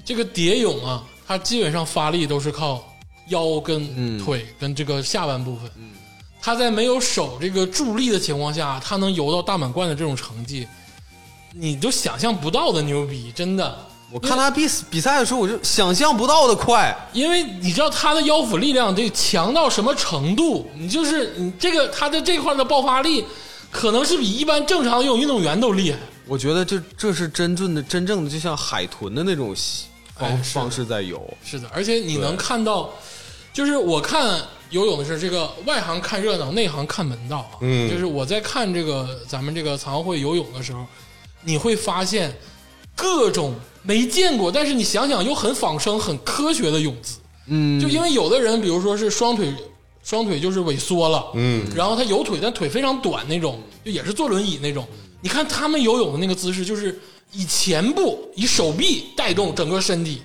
S1: 这个蝶泳啊，她基本上发力都是靠腰跟腿跟这个下半部分。她在没有手这个助力的情况下，她能游到大满贯的这种成绩，你都想象不到的牛逼，真的。
S3: 我看她比比赛的时候，我就想象不到的快。
S1: 因为你知道他的腰腹力量得强到什么程度，你就是你这个他的这块的爆发力，可能是比一般正常的游泳运动员都厉害。
S3: 我觉得这这是真正的真正的，就像海豚的那种
S1: 哎
S3: 方、
S1: 是的
S3: 方式在游。
S1: 是的，而且你能看到，就是我看游泳的是这个外行看热闹，内行看门道啊。
S2: 嗯
S1: 就是我在看这个咱们这个残奥会游泳的时候，你会发现各种没见过，但是你想想又很仿生、很科学的泳姿。
S3: 嗯，
S1: 就因为有的人，比如说是双腿，双腿就是萎缩了，
S2: 嗯，
S1: 然后他有腿，但腿非常短那种，就也是坐轮椅那种。你看他们游泳的那个姿势，就是以前部以手臂带动整个身体。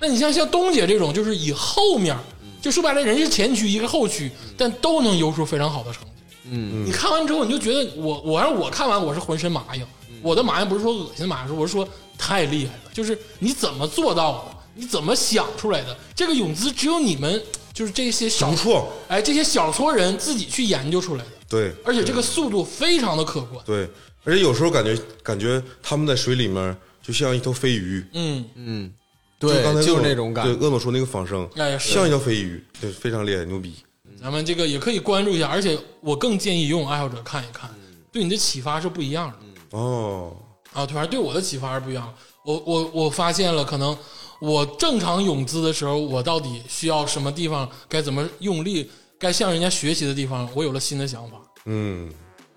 S1: 那你像像东姐这种，就是以后面，就说白了，人家前屈一个后屈，但都能游出非常好的成绩。
S3: 嗯
S1: 你看完之后，你就觉得我我让我看完我是浑身麻痒，我的麻痒不是说恶心麻痒，是我是说太厉害了，就是你怎么做到的，你怎么想出来的？这个泳姿只有你们就是这些小
S2: 独创，
S1: 哎这些小撮人自己去研究出来的，
S2: 对
S1: 而且这个速度非常的可观。
S2: 对，而且有时候感觉感觉他们在水里面就像一头飞鱼，
S1: 嗯，
S3: 嗯，
S2: 就刚才
S3: 对，就
S2: 鄂
S3: 是
S2: 总
S3: 那种感
S2: 对，
S3: 觉。
S2: 鄂总说那个仿生，
S1: 哎是
S2: 像一条飞鱼，对，非常厉害，牛逼。
S1: 咱们这个也可以关注一下，而且我更建议游泳爱好者看一看，对你的启发是不一样的。
S2: 哦，
S1: 啊，对，反正对我的启发是不一样的。我我我发现了，可能我正常泳姿的时候，我到底需要什么地方，该怎么用力，该向人家学习的地方，我有了新的想法。
S2: 嗯，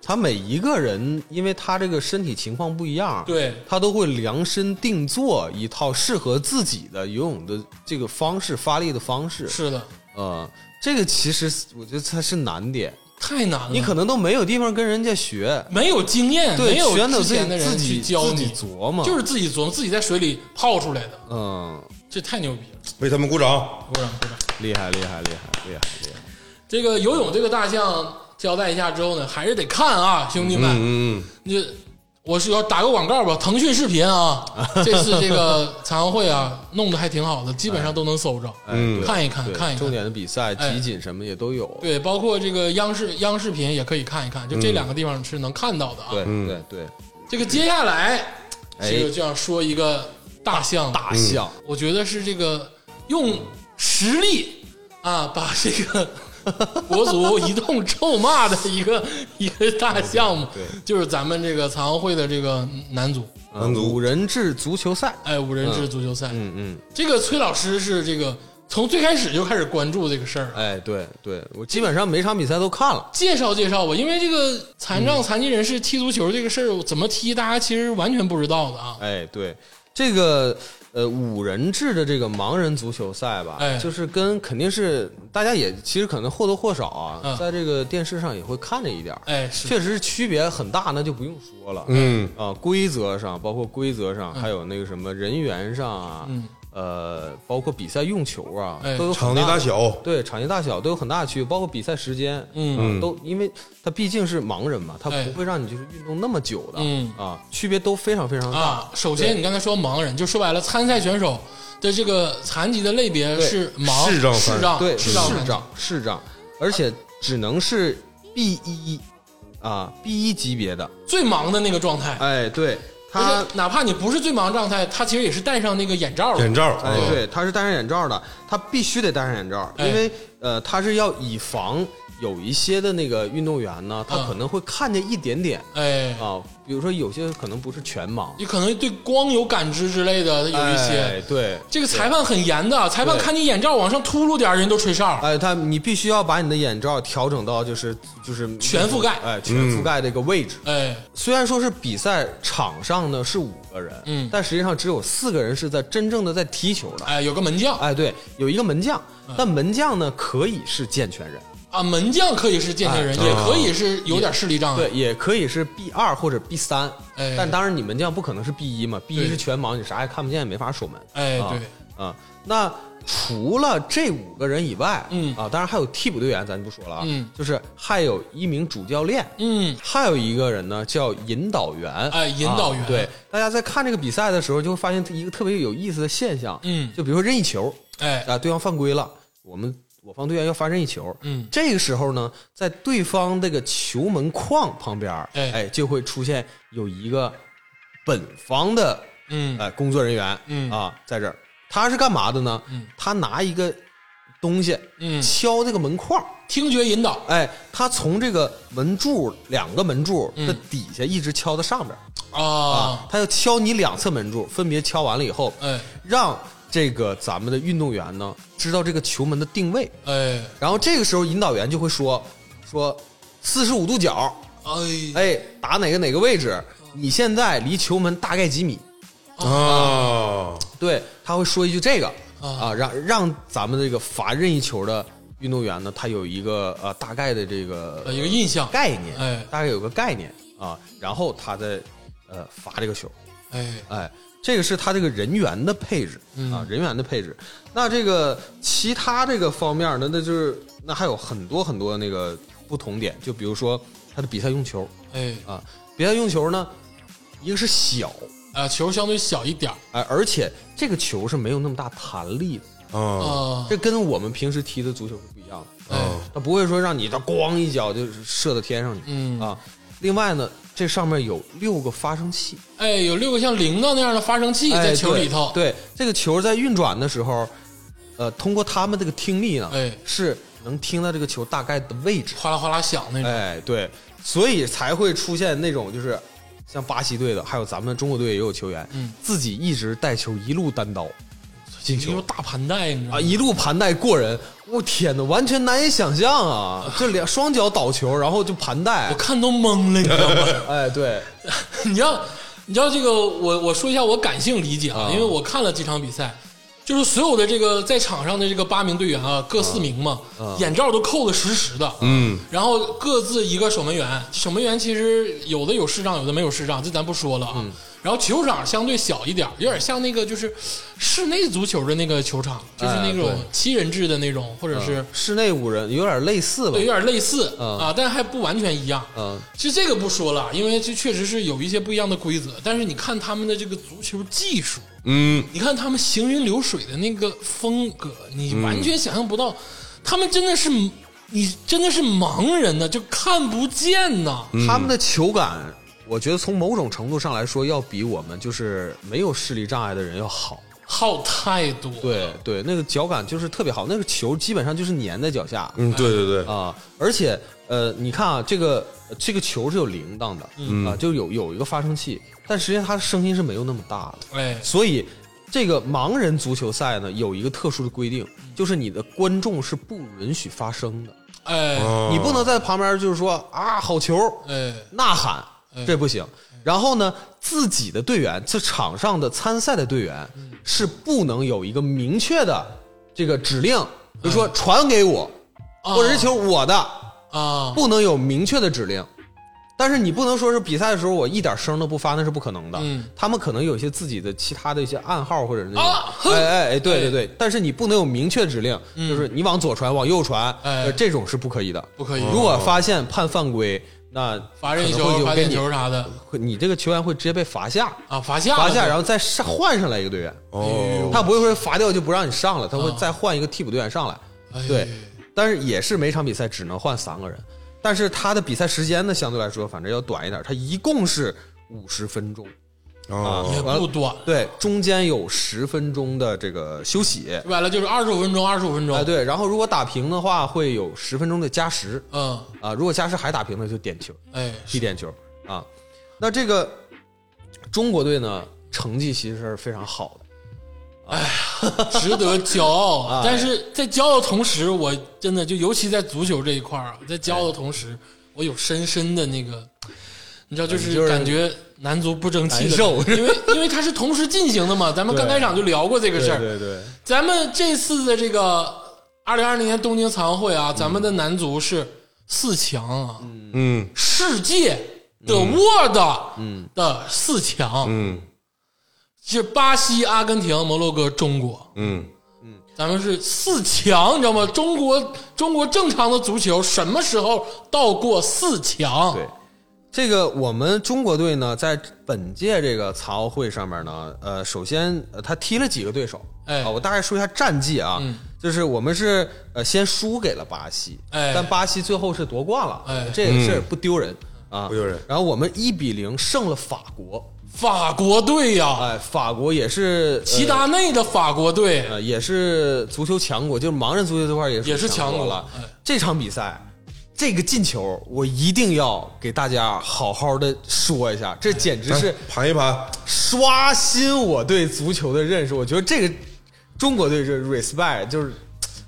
S3: 他每一个人，因为他这个身体情况不一样，
S1: 对
S3: 他都会量身定做一套适合自己的游泳的这个方式、发力的方式。
S1: 是的，
S3: 呃，这个其实我觉得它是难点，
S1: 太难了，
S3: 你可能都没有地方跟人家学，
S1: 没有经验，
S3: 对，
S1: 没有
S3: 全都
S1: 之
S3: 自己
S1: 前的
S3: 自
S1: 人去
S3: 己
S1: 教
S3: 自
S1: 你
S3: 己，琢磨，
S1: 就是自己琢磨，自己在水里泡出来的，
S3: 嗯，
S1: 这太牛逼了！
S2: 为他们鼓掌。
S1: 鼓掌鼓掌。
S3: 厉害厉害厉害厉害厉害，
S1: 这个游泳这个大项交代一下之后呢，还是得看啊，兄弟们。
S2: 嗯，
S1: 那我是要打个广告吧，腾讯视频啊， 这次这个残奥会啊，弄得还挺好的，基本上都能搜着，
S2: 嗯
S3: 哎对
S1: 看一看
S3: 对
S1: 看一
S3: 重
S1: 看。
S3: 点的比赛、
S1: 哎
S3: 集锦什么也都有，
S1: 对，包括这个央视央视频也可以看一看，
S3: 嗯
S1: 就这两个地方是能看到的啊。
S3: 对对对，
S1: 这个接下来
S3: 哎
S1: 这个就要说一个大象，
S3: 大象，
S1: 我觉得是这个用实力啊，把这个国足一通臭骂的一 个一个大项目，就是咱们这个残奥会的这个男足，
S2: 男足
S3: 嗯五人制足球赛，
S1: 哎，五人制足球赛。
S3: 嗯嗯，
S1: 这个崔老师是这个从最开始就开始关注这个事儿啊，
S3: 哎，对对，我基本上每场比赛都看了，
S1: 介绍介绍吧，因为这个残障残疾人士踢足球这个事儿怎么踢，大家其实完全不知道的啊。
S3: 哎，对，这个呃五人制的这个盲人足球赛吧，
S1: 哎
S3: 就是跟肯定是大家也其实可能或多或少啊，
S1: 嗯
S3: 在这个电视上也会看着一点儿，
S1: 哎，是
S3: 确实是区别很大，那就不用说了，
S2: 嗯
S3: 啊，规则上包括规则上，还有那个什么人员上啊，
S1: 嗯
S3: 呃，包括比赛用球啊，
S1: 哎
S3: 都有
S2: 场
S3: 很
S2: 地
S3: 大
S2: 大
S3: 的
S2: 小，
S3: 对场地大小都有很大的区别，包括比赛时间，
S1: 嗯
S3: 啊都因为他毕竟是盲人嘛，他
S1: 哎
S3: 不会让你就是运动那么久的，
S1: 嗯
S3: 啊，区别都非常非常大。
S1: 啊，首先你刚才说盲人，就说白了，参赛选手的这个残疾的类别
S3: 对
S1: 是盲、
S2: 视障
S1: 视
S2: 残
S1: 障、
S3: 对，
S1: 视
S3: 市
S1: 障、
S3: 长，市长，而且只能是 B 一啊 B 一级别的，
S1: 最盲的那个状态。
S3: 哎，对
S1: 而
S3: 他
S1: 且，哪怕你不是最盲状态，他其实也是戴上那个眼罩的
S2: 眼。罩，
S3: 哎，
S2: 嗯
S3: 对，他是戴上眼罩的，他必须得戴上眼罩，
S1: 哎
S3: 因为呃，他是要以防有一些的那个运动员呢，他
S1: 嗯
S3: 可能会看见一点点
S1: 哎，
S3: 啊，比如说有些可能不是全盲，
S1: 你可能对光有感知之类的有一
S3: 哎
S1: 些。
S3: 对。
S1: 这个裁判很严的，啊裁判
S3: 对
S1: 看你眼罩往上秃噜点儿，人都吹哨。
S3: 哎，他你必须要把你的眼罩调整到就是就是
S1: 全覆盖
S3: 哎，全覆盖的一个位置。
S1: 哎，
S3: 虽然说是比赛场上呢是五个人，
S1: 嗯
S3: 但实际上只有四个人是在真正的在踢球的。
S1: 哎，有嗯个门将
S3: 哎，对，有一个门将，但门将呢可以是健全人，
S1: 啊，门将可以是健全人，也可以是有点视力障碍
S3: 哎哦对，。也可以是 B 二或者 B 三，
S1: 啊哎
S3: 但当然你门将不可能是 B 一嘛，B 一
S1: 对
S3: 是全盲，你啥也看不见，也没法守门。
S1: 哎，
S3: 啊
S1: 对，
S3: 啊，那除了这五个人以外，
S1: 嗯
S3: 啊，当然还有替补队员，咱就不说了啊，
S1: 嗯
S3: 就是还有一名主教练，
S1: 嗯，
S3: 还有一个人呢叫引导员，
S1: 哎引导员
S3: 啊对，大家在看这个比赛的时候，就会发现一个特别有意思的现象，
S1: 嗯
S3: 就比如说任意球
S1: 哎，
S3: 啊，对方犯规了，我们我方队员要发任意球，
S1: 嗯
S3: 这个时候呢，在对方这个球门框旁边，
S1: 哎
S3: 哎，就会出现有一个本方的
S1: 嗯，
S3: 哎工作人员，
S1: 嗯
S3: 啊，在这儿，他是干嘛的呢？
S1: 嗯
S3: 他拿一个东西，
S1: 嗯
S3: 敲这个门框，
S1: 听觉引导
S3: 哎，他从这个门柱两个门柱的
S1: 嗯
S3: 底下一直敲到上边儿。
S1: 啊
S3: 啊，，他要敲你两侧门柱，分别敲完了以后，
S1: 哎
S3: 让这个咱们的运动员呢知道这个球门的定位，
S1: 哎
S3: 然后这个时候引导员就会说说四十五度角，
S1: 哎
S3: 哎，打哪个哪个位置，
S1: 嗯
S3: 你现在离球门大概几米？
S2: 啊，
S3: 对，他会说一句这个
S1: 啊
S3: 啊，让让咱们这个罚任意球的运动员呢，他有一个呃大概的这个
S1: 呃，一个印象，
S3: 概念，
S1: 哎
S3: 大概有个概念啊，然后他再呃罚这个球。
S1: 哎
S3: 哎，这个是他这个人员的配置、啊，人员的配置。那这个其他这个方面呢，那就是那还有很多很多那个不同点，就比如说他的比赛用球
S1: 哎
S3: 啊，比赛用球呢，一个是小，
S1: 啊，球相对小一点儿
S3: 哎，而且这个球是没有那么大弹力的，
S2: 啊，
S1: 啊，
S3: 这跟我们平时踢的足球是不一样的，
S1: 哎
S3: 它不会说让你这咣一脚就是射到天上去，
S1: 嗯
S3: 啊。另外呢，这上面有六个发生器，
S1: 哎，有六个像铃铛那样的发生器在
S3: 哎
S1: 球里头，
S3: 对。对，这个球在运转的时候，呃，通过他们这个听力呢，
S1: 哎
S3: 是能听到这个球大概的位置。
S1: 哗啦哗啦响那种，
S3: 哎，对，所以才会出现那种就是像巴西队的，还有咱们中国队也有球员，
S1: 嗯
S3: 自己一直带球一路单刀进
S1: 一
S3: 球
S1: 个大盘带，你知道吗？
S3: 啊，一路盘带过人。我天哪，完全难以想象 啊！这两双脚倒球，然后就盘带
S1: 我，看都懵了，你知道吗？
S3: 哎，对，
S1: 你知道，你知道这个，我我说一下我感性理解啊，
S3: 啊
S1: 因为我看了几场比赛，就是所有的这个在场上的这个八名队员啊，各四名嘛，眼罩都扣的实实的，嗯，然后各自一个守门员，守门员其实有的有视障，有的没有视障，这咱不说了啊。然后球场相对小一点，有点像那个就是室内足球的那个球场，就是那
S3: 哎
S1: 种
S3: 对
S1: 七人制的那种，或者是、
S3: 室内五人有点类似吧
S1: 对，有？点类似、
S3: 嗯
S1: 啊，但还不完全一样。
S3: 嗯，
S1: 其实这个不说了，因为这确实是有一些不一样的规则。但是你看他们的这个足球技术，
S2: 嗯，
S1: 你看他们行云流水的那个风格，你完全想象不到，他们真的是 你真的是盲人呢，就看不见呐。
S3: 他们的球感我觉得从某种程度上来说，要比我们就是没有视力障碍的人要好。
S1: 好太多。，
S3: 对对，那个脚感就是特别好，那个球基本上就是粘在脚下，
S2: 嗯，对对对，
S3: 啊，而且呃，你看啊，这个这个球是有铃铛的，啊，就有有一个发声器，但实际上它声音是没有那么大的，
S1: 哎，
S3: 所以这个盲人足球赛呢有一个特殊的规定，就是你的观众是不允许发声的，
S1: 哎，
S2: 啊
S3: 你不能在旁边就是说啊好球，
S1: 哎，
S3: 呐喊，这不行。然后呢，自己的队员，这场上的参赛的队员
S1: 嗯
S3: 是不能有一个明确的这个指令，比如说传给我，或者这球我的，
S1: 嗯哎啊，
S3: 不能有明确的指令。但是你不能说是比赛的时候我一点声都不发，那是不可能的。
S1: 嗯
S3: 他们可能有一些自己的其他的一些暗号或者是那种，
S1: 啊哼
S3: 哎哎哎，对对对。但是你不能有明确指令，就是你往左传，往右传，
S1: 哎
S3: 呃这种是不可以的。
S1: 不可以
S3: 如果发现判犯规，那
S1: 罚任意
S3: 可能会
S1: 球、
S3: 有
S1: 罚
S3: 给
S1: 点
S3: 你
S1: 球啥的
S3: 会你这个球员会直接被罚下，
S1: 啊，罚下了，
S3: 罚下，然
S1: 后
S3: 后再上换上来一个队员，
S2: 哦，
S3: 他不会说罚掉就不让你上了，他会再换一个替补队员上来。对，但是也是每场比赛只能换三个人，但是他的比赛时间呢，相对来说反正要短一点，他一共是五十分钟，
S2: 哦
S1: 也不短，
S3: 对，中间有十分钟的这个休息，
S1: 说白了就是二十五分钟，二十五分钟
S3: 哎，，对，然后如果打平的话，会有十分钟的加时
S1: 嗯，
S3: 啊，如果加时还打平了就点球。
S1: 哎，
S3: 踢点球啊。那这个中国队呢，成绩其实是非常好的。
S1: 值得骄傲啊
S3: 哎。
S1: 但是在骄傲的同时，我真的就尤其在足球这一块儿啊，在骄傲的同时，我有深深的那个，你知道，就
S3: 哎就是是
S1: 感觉男足不争气的
S3: 难受
S1: 感觉，因为因为它是同时进行的 嘛。咱们刚开场就聊过这个事儿，
S3: 对，
S1: 咱们这次的这个二零二零年东京残奥会
S3: 嗯
S1: 啊，咱们的男足是四强啊，
S2: 嗯
S1: 世界的 World
S3: 嗯
S1: 的四强，
S2: 嗯
S1: 是巴西、阿根廷、摩洛哥、中国，
S2: 嗯，
S1: 咱们是四强，你知道吗？中国中国正常的足球什么时候到过四强？
S3: 对这个我们中国队呢，在本届这个残奥会上面呢，呃，首先呃他踢了几个对手，
S1: 哎
S3: 啊，我大概说一下战绩啊，
S1: 嗯
S3: 就是我们是呃先输给了巴西，
S1: 哎
S3: 但巴西最后是夺冠了，
S1: 哎
S3: 这个事儿不丢人、啊，
S2: 不丢人
S3: 然后我们一比零胜了法国，
S1: 法国队呀、
S3: 哎，法国也是呃
S1: 齐达内的法国队，哎
S3: 呃，也是足球强国，就是盲人足球这块儿也是
S1: 也是强国
S3: 国了。
S1: 哎
S3: 这场比赛，这个进球我一定要给大家好好的说一下，这简直是
S2: 来盘一盘，
S3: 刷新我对足球的认识。我觉得这个中国队这 respect 就是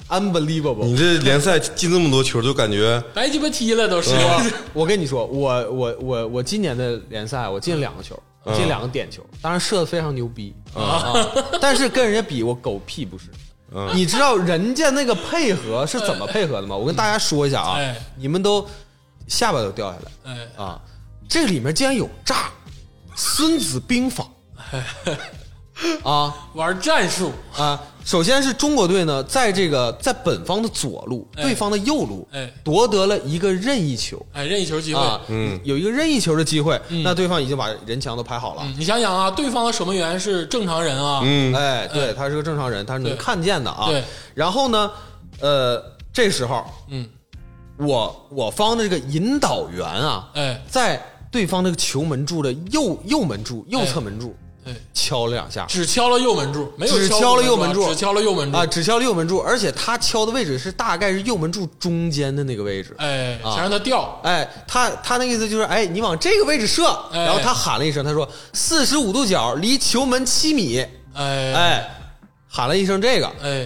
S3: unbelievable
S2: 你。这联赛进这么多球，就感觉
S1: 白鸡巴踢了都是。
S3: 我跟你说，我我我我今年的联赛我进两个球，
S1: 嗯
S3: 进两个点球，当然射的非常牛逼 啊，但是跟人家比我狗屁不是。
S1: 嗯
S3: 你知道人家那个配合是怎么配合的吗？我跟大家说一下啊
S1: 哎，
S3: 你们都下巴都掉下 来
S1: 哎，
S3: 啊！这里面竟然有诈，《孙子兵法》啊，
S1: 玩战术，
S3: 啊，首先是中国队呢，在这个在本方的左路，
S1: 哎
S3: 对方的右路，
S1: 哎
S3: 夺得了一个任意球
S1: 哎，任意球机会。
S3: 啊，嗯，有一个任意球的机会，
S1: 嗯
S3: 那对方已经把人墙都排好了，
S1: 你想想啊，对方的守门员是正常人啊，嗯，
S3: 哎，对，他是个正常人，他是
S1: 对
S3: 能看见的啊。
S1: 对
S3: 然后呢，呃，这时候，
S1: 嗯，
S3: 我我方的这个引导员啊，
S1: 哎
S3: 在对方这个球门柱的右右门柱右侧门柱
S1: 哎，
S3: 敲了两下，
S1: 只敲了右门柱，没有
S3: 只
S1: 敲
S3: 敲了
S1: 左
S3: 右门
S1: 柱啊，
S3: 柱
S1: 只敲了右门柱
S3: 啊，，只敲了右门柱，而且他敲的位置是大概是右门柱中间的那个位置。
S1: 哎，
S3: 啊
S1: 想让他掉，
S3: 哎，他他那意思就是，哎，你往这个位置射，
S1: 哎
S3: 然后他喊了一声，他说四十五度角离球门七米，
S1: 哎
S3: 哎，喊了一声这个，
S1: 哎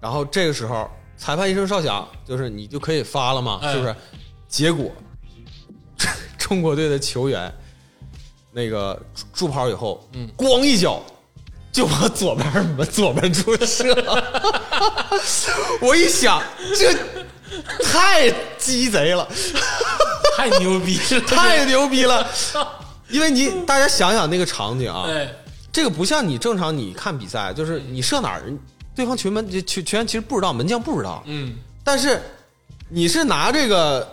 S3: 然后这个时候裁判一声哨响，就是你就可以发了嘛，
S1: 哎
S3: 是不是？结果 中国队的球员那个助跑以后，嗯，咣一脚就把左边门左门柱 射了。我一想，这太鸡贼了，
S1: 太牛逼了，
S3: 太牛逼了！因为你大家想想那个场景啊，
S1: 哎
S3: 这个不像你正常你看比赛，就是你射哪儿，对方球门球球员其实不知道，门将不知道，
S1: 嗯，
S3: 但是你是拿这个，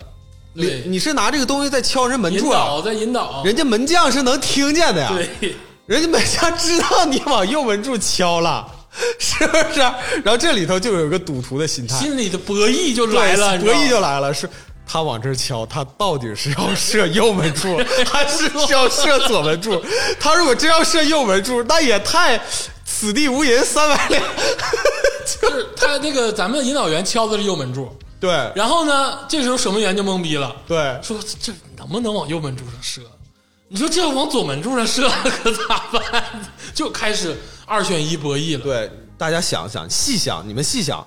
S1: 对
S3: 你你是拿这个东西在敲人门
S1: 引
S3: 柱啊
S1: 导，在引导，
S3: 人家门将是能听见的呀，
S1: 对，
S3: 人家门将知道你往右门柱敲了， 是不是？然后这里头就有一个赌徒的心态，
S1: 心里的博弈就来了，
S3: 对博弈
S1: 你知道
S3: 就
S1: 吗
S3: 来了，是他往这儿敲，他到底是要射右门柱， 还是要射左门柱？ 他如果真要射右门柱，那也太此地无银三百两。
S1: 就是他那个咱们引导员敲的是右门柱，
S3: 对
S1: 然后呢，这时候守门员就懵逼了，
S3: 对，
S1: 说这能不能往右门柱上射？你说这往左门柱上射可咋办？就开始二选一博弈了。
S3: 对，大家想想，细想，你们细想，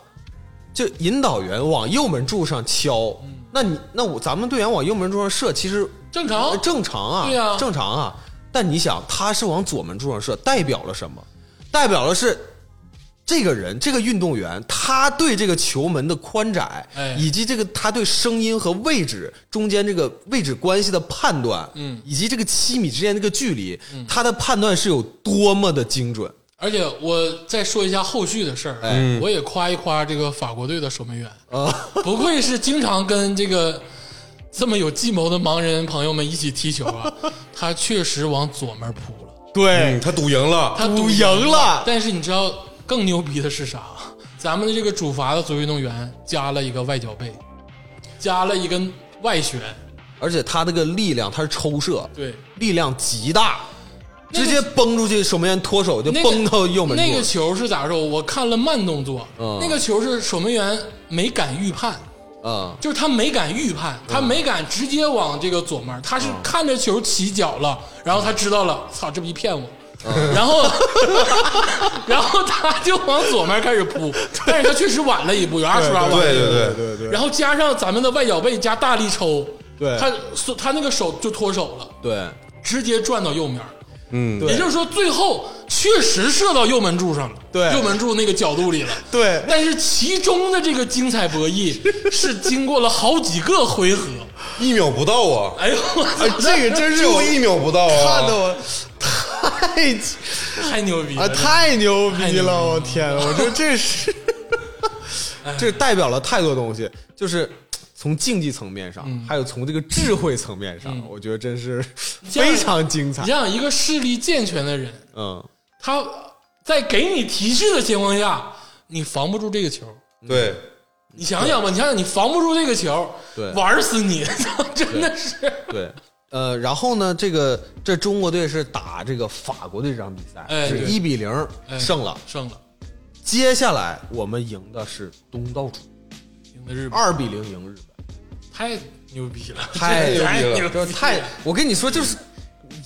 S3: 就引导员往右门柱上敲，那你那我咱们队员往右门柱上射，其实
S1: 嗯正常
S3: 正常啊，
S1: 对啊
S3: 正常啊。但你想，他是往左门柱上射，代表了什么？代表了是这个人，这个运动员，他对这个球门的宽窄，
S1: 哎
S3: 以及这个他对声音和位置中间这个位置关系的判断，
S1: 嗯
S3: 以及这个七米之间这个距离，他的判断是有多么的精准。
S1: 而且我再说一下后续的事儿，啊
S3: 哎
S1: 我也夸一夸这个法国队的守门员，
S3: 啊，
S1: 不愧是经常跟这个这么有计谋的盲人朋友们一起踢球啊，他确实往左门扑了。
S3: 对
S2: 嗯，，他赌赢了，
S1: 他赌
S3: 赌赢了
S1: 啊但是你知道更牛逼的是啥？咱们的这个主罚的足球运动员加了一个外脚背，加了一根外旋，
S3: 而且他那个力量，他是抽射，
S1: 对，
S3: 力量极大，
S1: 那个
S3: 直接崩出去，守门员脱手就
S1: 那个
S3: 崩到右门柱。
S1: 那个球是咋说？我看了慢动作，
S3: 嗯
S1: 那个球是守门员没敢预判，
S3: 啊、
S1: 就是他没敢预判，
S3: 嗯
S1: 他没敢直接往这个左门，他是看着球起脚了，然后他知道
S3: 嗯
S1: 了，操，这逼骗我。然后， 然后他就往左面开始扑，但是他确实晚了一步，有二十八晚了一步
S2: 对对对，
S3: 对对
S1: 然后加上咱们的外脚背加大力抽，
S3: 对
S1: 他手他那个手就脱手了，
S3: 对
S1: 直接转到右面儿，
S2: 嗯，
S3: 对
S1: 也就是说最后确实射到右门柱上了，
S3: 对
S1: 右门柱那个角度里了。
S3: 对
S1: 但是其中的这个精彩博弈 是经过了好几个回合，
S2: 一秒不到啊，
S1: 哎呦，我
S2: 哎，这个真是有一秒不到啊，
S3: 看的我太
S1: 太牛逼
S3: 啊
S1: 了！
S3: 太牛逼
S1: 牛逼
S3: 了！
S1: 了
S3: 我天，我说这是， 这代表了太多东西，就是。从竞技层面上，
S1: 嗯
S3: 还有从这个智慧层面上，我觉得真是
S1: 像
S3: 非常精彩
S1: 你。像一个视力健全的人，
S3: 嗯，
S1: 他在给你提示的情况下，你防不住这个球，
S2: 对，
S1: 你想想吧，你想想，你防不住这个球，
S3: 对
S1: 玩死你， 真的是。
S3: 对，呃，然后呢，这个这中国队是打这个法国队这场比赛，
S1: 哎
S3: 是
S1: 对
S3: 一比零胜了。
S1: 哎胜了，
S3: 接下来我们赢的是东道主，
S1: 赢的日本，
S3: 二比零赢日本，
S1: 太牛逼了，
S3: 太
S1: 这
S3: 牛
S1: 太
S2: 逼了
S1: 牛逼
S3: 这太……我跟你说，就是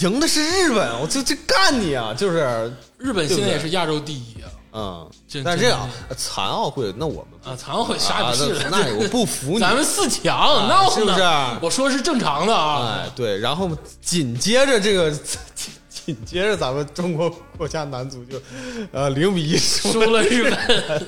S3: 赢的是日本，我就就干你啊！就是，
S1: 日本现在也是亚洲第一啊！
S3: 嗯
S1: 真，
S3: 但是这样残奥会，那我们
S1: 啊，残奥会啥也
S3: 啊
S1: 不是的，
S3: 那那我不服你 啊
S1: 咱们四强闹呢，
S3: 是不是
S1: 我说是正常的啊，
S3: 哎，对，然后紧接着这个， 紧紧接着咱们中国国家男足就，呃，零比一输
S1: 输了日本。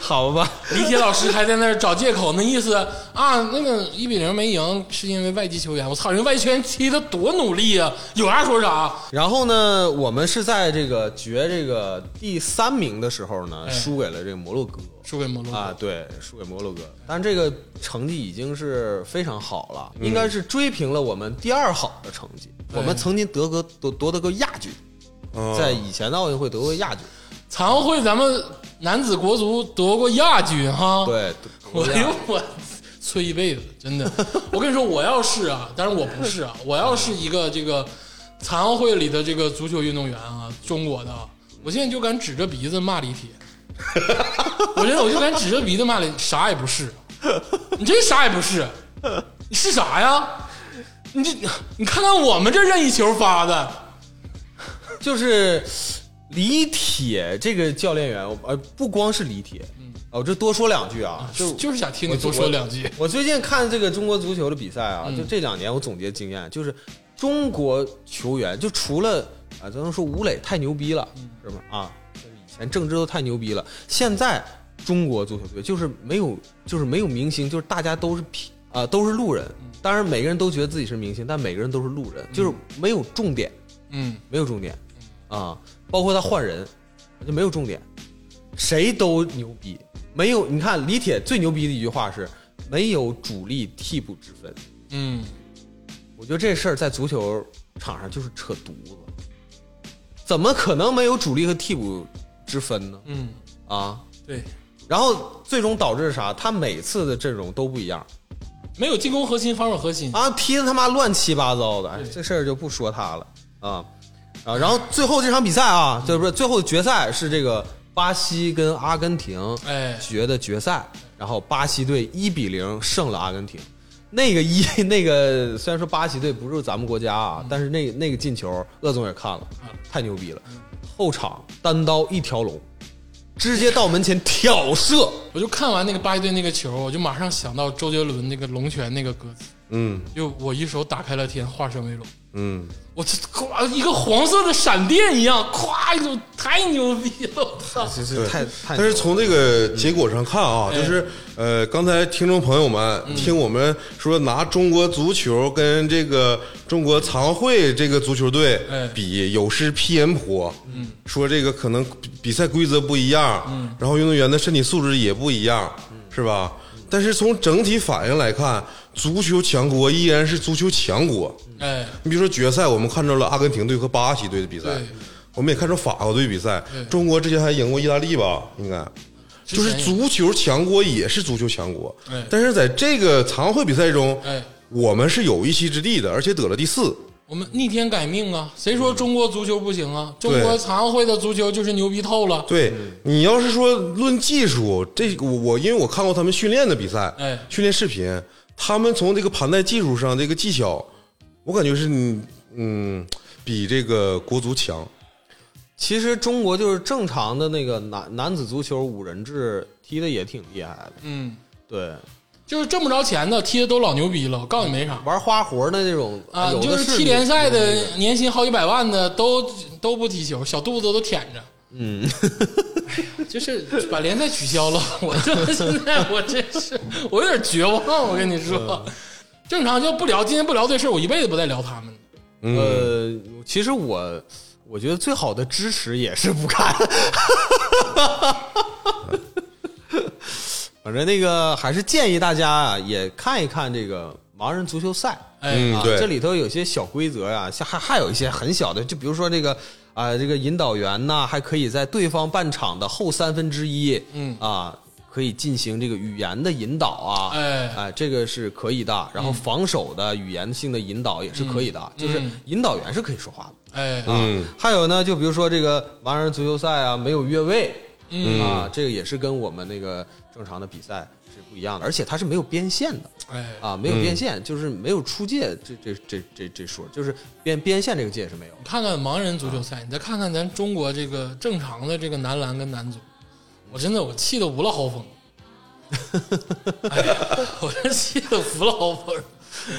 S3: 好吧？
S1: 李铁老师还在那儿找借口，那意思啊，那个一比零没赢是因为外籍球员。我操，人外籍球员踢的多努力啊，有啥说啥。
S3: 然后呢，我们是在这个决这个第三名的时候呢，
S1: 哎
S3: 输给了这个摩洛哥
S1: 输给摩洛哥，
S3: 啊，对，输给摩洛哥。但这个成绩已经是非常好了，应该是追平了我们第二好的成绩。
S1: 嗯对哦
S3: 我们曾经得过夺夺得过亚军，
S2: 啊
S3: 在以前的奥运会得过亚军，
S1: 残奥会咱们男子国足夺过亚军哈。。
S3: 对，
S1: 我
S3: 得
S1: 哎
S3: 过亚
S1: 呦
S3: 军
S1: 我吹一辈子，真的。我跟你说，我要是啊，但是我不是啊，我要是一个这个残奥会里的这个足球运动员啊，中国的啊，我现在就敢指着鼻子骂李铁。我真的，我就敢指着鼻子骂李，啥也不是，你真啥也不是，你是啥呀？你这，你看看我们这任意球发的，
S3: 就是李铁这个教练员，呃，不光是李铁，
S1: 嗯
S3: 哦，这多说两句啊，就
S1: 就是想听你多说两句。嗯
S3: 我最近看这个中国足球的比赛啊，就这两年我总结经验，就是中国球员就除了啊，咱能说吴磊太牛逼了，
S1: 嗯
S3: 是吧？啊，就是以前郑智都太牛逼了，现在中国足球队就是没有，就是没有明星，就是大家都是平啊、都是路人。
S1: 嗯
S3: 当然，每个人都觉得自己是明星，但每个人都是路人，就是没有重点。
S1: 嗯，
S3: 没有重点啊，包括他换人就没有重点，谁都牛逼，没有你看李铁最牛逼的一句话是没有主力替补之分，
S1: 嗯，
S3: 我觉得这事儿在足球场上就是扯犊子，怎么可能没有主力和替补之分呢？
S1: 嗯，
S3: 啊，
S1: 对，
S3: 然后最终导致啥？他每次的阵容都不一样
S1: 没有进攻核心，防守核心，
S3: 啊，踢的他妈乱七八糟的，哎这事儿就不说他了啊啊！然后最后这场比赛啊，就是不是最后决赛是这个巴西跟阿根廷
S1: 哎
S3: 决的决赛，然后巴西队一比零胜了阿根廷。那个一 那个虽然说巴西队不是咱们国家啊，但是那那个进球，鄂总也看了，太牛逼了！后场单刀一条龙，直接到门前挑射。
S1: 我就看完那个巴西队那个球，我就马上想到周杰伦那个《龙拳》那个歌词，
S2: 嗯
S1: 就我一手打开了天，化身为龙。
S2: 嗯，
S1: 我这咵一个黄色的闪电一样，咵一种太牛逼了！我操！
S3: 这
S2: 对
S3: 是太太
S2: 但是从这个结果上看啊，就是呃，刚才听众朋友们听我们说拿中国足球跟这个中国残奥会这个足球队
S1: 哎
S2: 比，有失偏颇。嗯，说这个可能比比赛规则不一样，嗯，然后运动员的身体素质也不一样，是吧？但是从整体反应来看，足球强国依然是足球强国。
S1: 哎，
S2: 你比如说决赛，我们看到了阿根廷队和巴西队的比赛
S1: 对，
S2: 我们也看着法国队比赛
S1: 对。
S2: 中国之前还赢过意大利吧？应该
S1: 之
S2: 就是
S1: 前也
S2: 足球强国也是足球强国
S1: 哎，
S2: 但是在这个残奥会比赛中
S1: 哎，哦
S2: 我们是有一席之地的，而且得了第四。
S1: 我们逆天改命啊！谁说中国足球不行啊？中国
S2: 对
S1: 残奥会的足球就是牛逼透了。
S2: 对你要是说论技术，这我我因为我看过他们训练的比赛，
S1: 哎
S2: 训练视频，他们从这个盘带技术上这个技巧，我感觉是嗯嗯比这个国足强。
S3: 其实中国就是正常的那个男男子足球五人制踢的也挺厉害的，
S1: 嗯，
S3: 对，
S1: 就是挣不着钱的，踢的都老牛逼了。我告诉你没啥
S3: 玩花活的那种
S1: 啊，
S3: 有
S1: 就
S3: 的
S1: 是踢联赛的，年薪好几百万的都都不踢球，小肚子都舔着。嗯， 就是把联赛取消了。我这现在我真是我有点绝望，我跟你说，正常就不聊，今天不聊这事儿，我一辈子不再聊他们。
S3: 呃，其实我我觉得最好的支持也是不看， 反正那个还是建议大家啊，也看一看这个盲人足球赛。
S1: 哎，
S2: 嗯
S3: 啊，
S2: 对
S3: 这里头有些小规则呀、像还还有一些很小的，就比如说这个啊、这个引导员呐，还可以在对方半场的后三分之一，
S1: 嗯
S3: 啊，可以进行这个语言的引导啊，
S1: 哎
S3: 这个是可以的。然后防守的语言性的引导也是可以的，就是
S1: 嗯
S3: 引导员是可以说话的。
S1: 哎，
S2: 嗯，
S3: 还有呢，就比如说这个盲人足球赛啊，没有越位，
S1: 嗯
S3: 啊，这个也是跟我们那个正常的比赛是不一样的，而且它是没有边线的。
S1: 哎，
S3: 啊，没有边线，就是没有出界这这这这这说，就是边边线这个界是没有。
S1: 你看看盲人足球赛，你再看看咱中国这个正常的这个男篮跟男足，我真的我气得无了豪风。哎呀，我这气得无了豪风。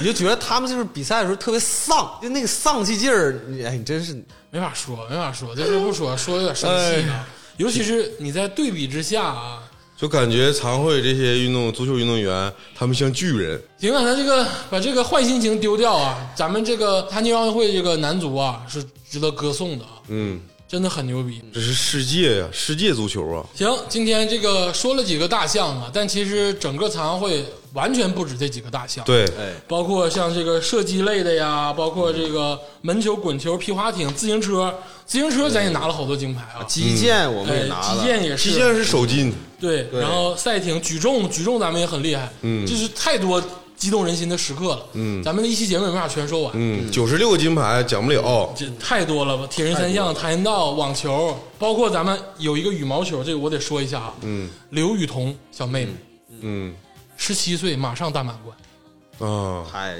S3: 你就觉得他们就是比赛的时候特别丧，就那个丧气劲儿，你哎，你真是
S1: 没法说，没法说，在这不说，说有点生气啊。尤其是你在对比之下啊，
S2: 就感觉残会这些运动足球运动员，他们像巨人。
S1: 尽管咱这个把这个坏心情丢掉啊，咱们这个残疾奥运会这个男足啊是值得歌颂的啊，
S2: 嗯，
S1: 真的很牛逼。
S2: 这是世界呀、世界足球啊！
S1: 行，今天这个说了几个大项啊，但其实整个残奥会完全不止这几个大项，，
S2: 对，
S3: 哎，
S1: 包括像这个射击类的呀，包括这个门球、滚球、皮划艇、自行车，自行车咱也拿了好多金牌啊，
S3: 击剑我们
S1: 哎，
S3: 也拿了，
S1: 击剑也是，
S2: 击剑是首金，
S1: 对，然后赛艇、举重，举重咱们也很厉害，嗯，就是太多激动人心的时刻了，嗯，咱们的一期节目也没法全说完，
S2: 嗯，九十六个金牌讲不了。
S1: 这太多了吧？铁人三项、跆拳道、网球，包括咱们有一个羽毛球，这个我得说一下啊，嗯，刘雨桐小妹妹，
S2: 嗯
S1: 十七岁马上大满贯，
S2: 啊，
S3: 太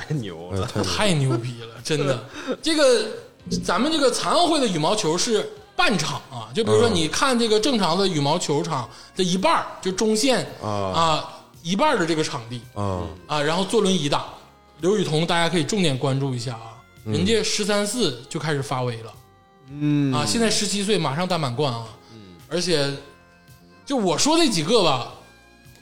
S3: 太牛了。
S1: 太牛逼了，真 的。这个咱们这个残奥会的羽毛球是半场啊，就比如说你看这个正常的羽毛球场的一半儿就中线
S2: 啊
S1: 一半儿的这个场地
S2: 啊，
S1: 啊，然后坐轮椅打。刘雨桐大家可以重点关注一下啊，人家十三四就开始发威了，嗯啊，现在十七岁马上大满贯啊，嗯，而且就我说这几个吧，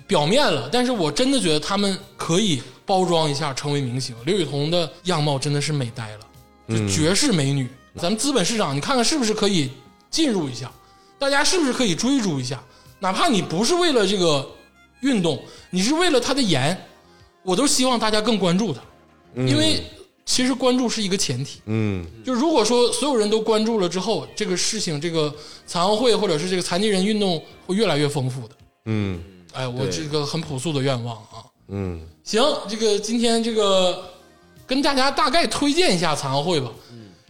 S1: 表面了，但是我真的觉得他们可以包装一下成为明星。刘雨桐的样貌真的是美呆了，就绝世美女。咱们资本市场，你看看是不是可以进入一下？大家是不是可以追逐一下？哪怕你不是为了这个运动，你是为了她的颜，我都希望大家更关注她，因为其实关注是一个前提。
S2: 嗯
S1: 就如果说所有人都关注了之后，这个事情，这个残奥会或者是这个残疾人运动会越来越丰富的。
S2: 嗯
S1: 哎，我这个很朴素的愿望啊。
S2: 嗯，
S1: 行，这个今天这个跟大家大概推荐一下残奥会吧。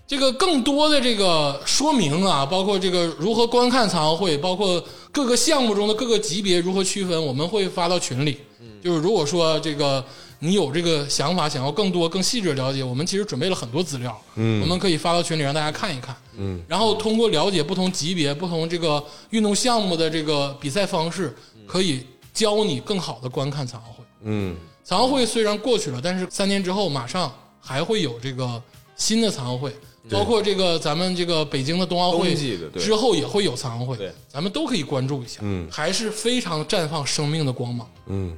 S1: 这个更多的这个说明啊，包括这个如何观看残奥会，包括各个项目中的各个级别如何区分，我们会发到群里。
S2: 嗯
S1: 就是如果说这个你有这个想法，想要更多、更细致的了解，我们其实准备了很多资料，
S2: 嗯
S1: 我们可以发到群里让大家看一看。
S2: 嗯，
S1: 然后通过了解不同级别、不同这个运动项目的这个比赛方式，可以教你更好的观看残奥会。
S2: 嗯
S1: 残奥会虽然过去了，但是三年之后马上还会有这个新的残奥会，包括这个咱们这个北京的冬奥会
S3: 冬季的对
S1: 之后也会有残奥会
S3: 对，
S1: 咱们都可以关注一下，
S2: 嗯
S1: 还是非常绽放生命的光芒。
S2: 嗯，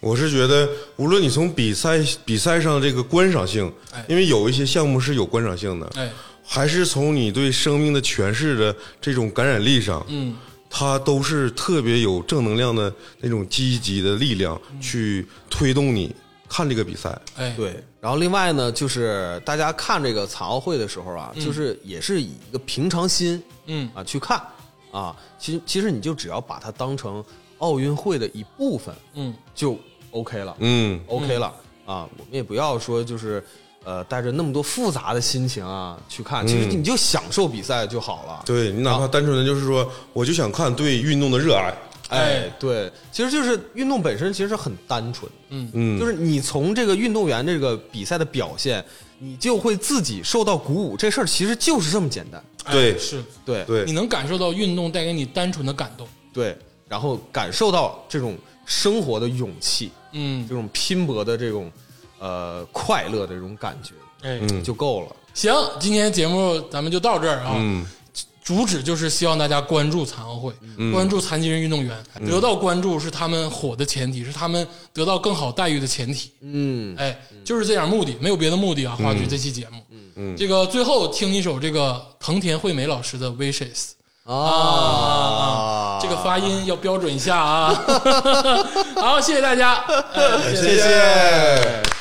S2: 我是觉得，无论你从比赛比赛上这个观赏性
S1: 哎，
S2: 因为有一些项目是有观赏性的，
S1: 哎，
S2: 还是从你对生命的诠释的这种感染力上，
S1: 嗯，
S2: 它都是特别有正能量的那种积极的力量去推动你看这个比赛。
S1: 哎，
S3: 对，然后另外呢，就是大家看这个残奥会的时候啊，就是也是以一个平常心，
S1: 嗯
S3: 啊去看啊，其实其实你就只要把它当成奥运会的一部分
S1: 嗯，
S3: 就 OK 了、
S2: 嗯
S3: o k 了啊，我们也不要说就是呃带着那么多复杂的心情啊去看，其实你就享受比赛就好了。
S2: 对你哪怕单纯的就是说，我就想看对运动的热爱。
S1: 哎
S3: 哎，对，其实就是运动本身其实是很单纯的，
S2: 嗯，
S3: 就是你从这个运动员这个比赛的表现，你就会自己受到鼓舞。这事儿其实就是这么简单。
S1: 哎
S2: 对
S1: 是，
S3: 对
S2: 对
S1: 你能感受到运动带给你单纯的感动。
S3: 对，然后感受到这种生活的勇气，
S1: 嗯，
S3: 这种拼搏的这种呃快乐的这种感觉
S1: 哎，
S3: 就够了。
S1: 行，今天节目咱们就到这儿啊。
S2: 嗯
S1: 主旨就是希望大家关注残奥会，关注残疾人运动员，
S2: 嗯
S1: 得到关注是他们火的前提，是他们得到更好待遇的前提。
S3: 嗯，
S1: 哎，就是这点目的，没有别的目的啊。花菊这期节目，
S2: 嗯
S1: 这个最后听一首这个藤田惠美老师的《Wishes》。
S3: 啊
S1: 这个发音啊 要标准一下啊！好，谢谢大家，哎谢谢
S2: 谢谢。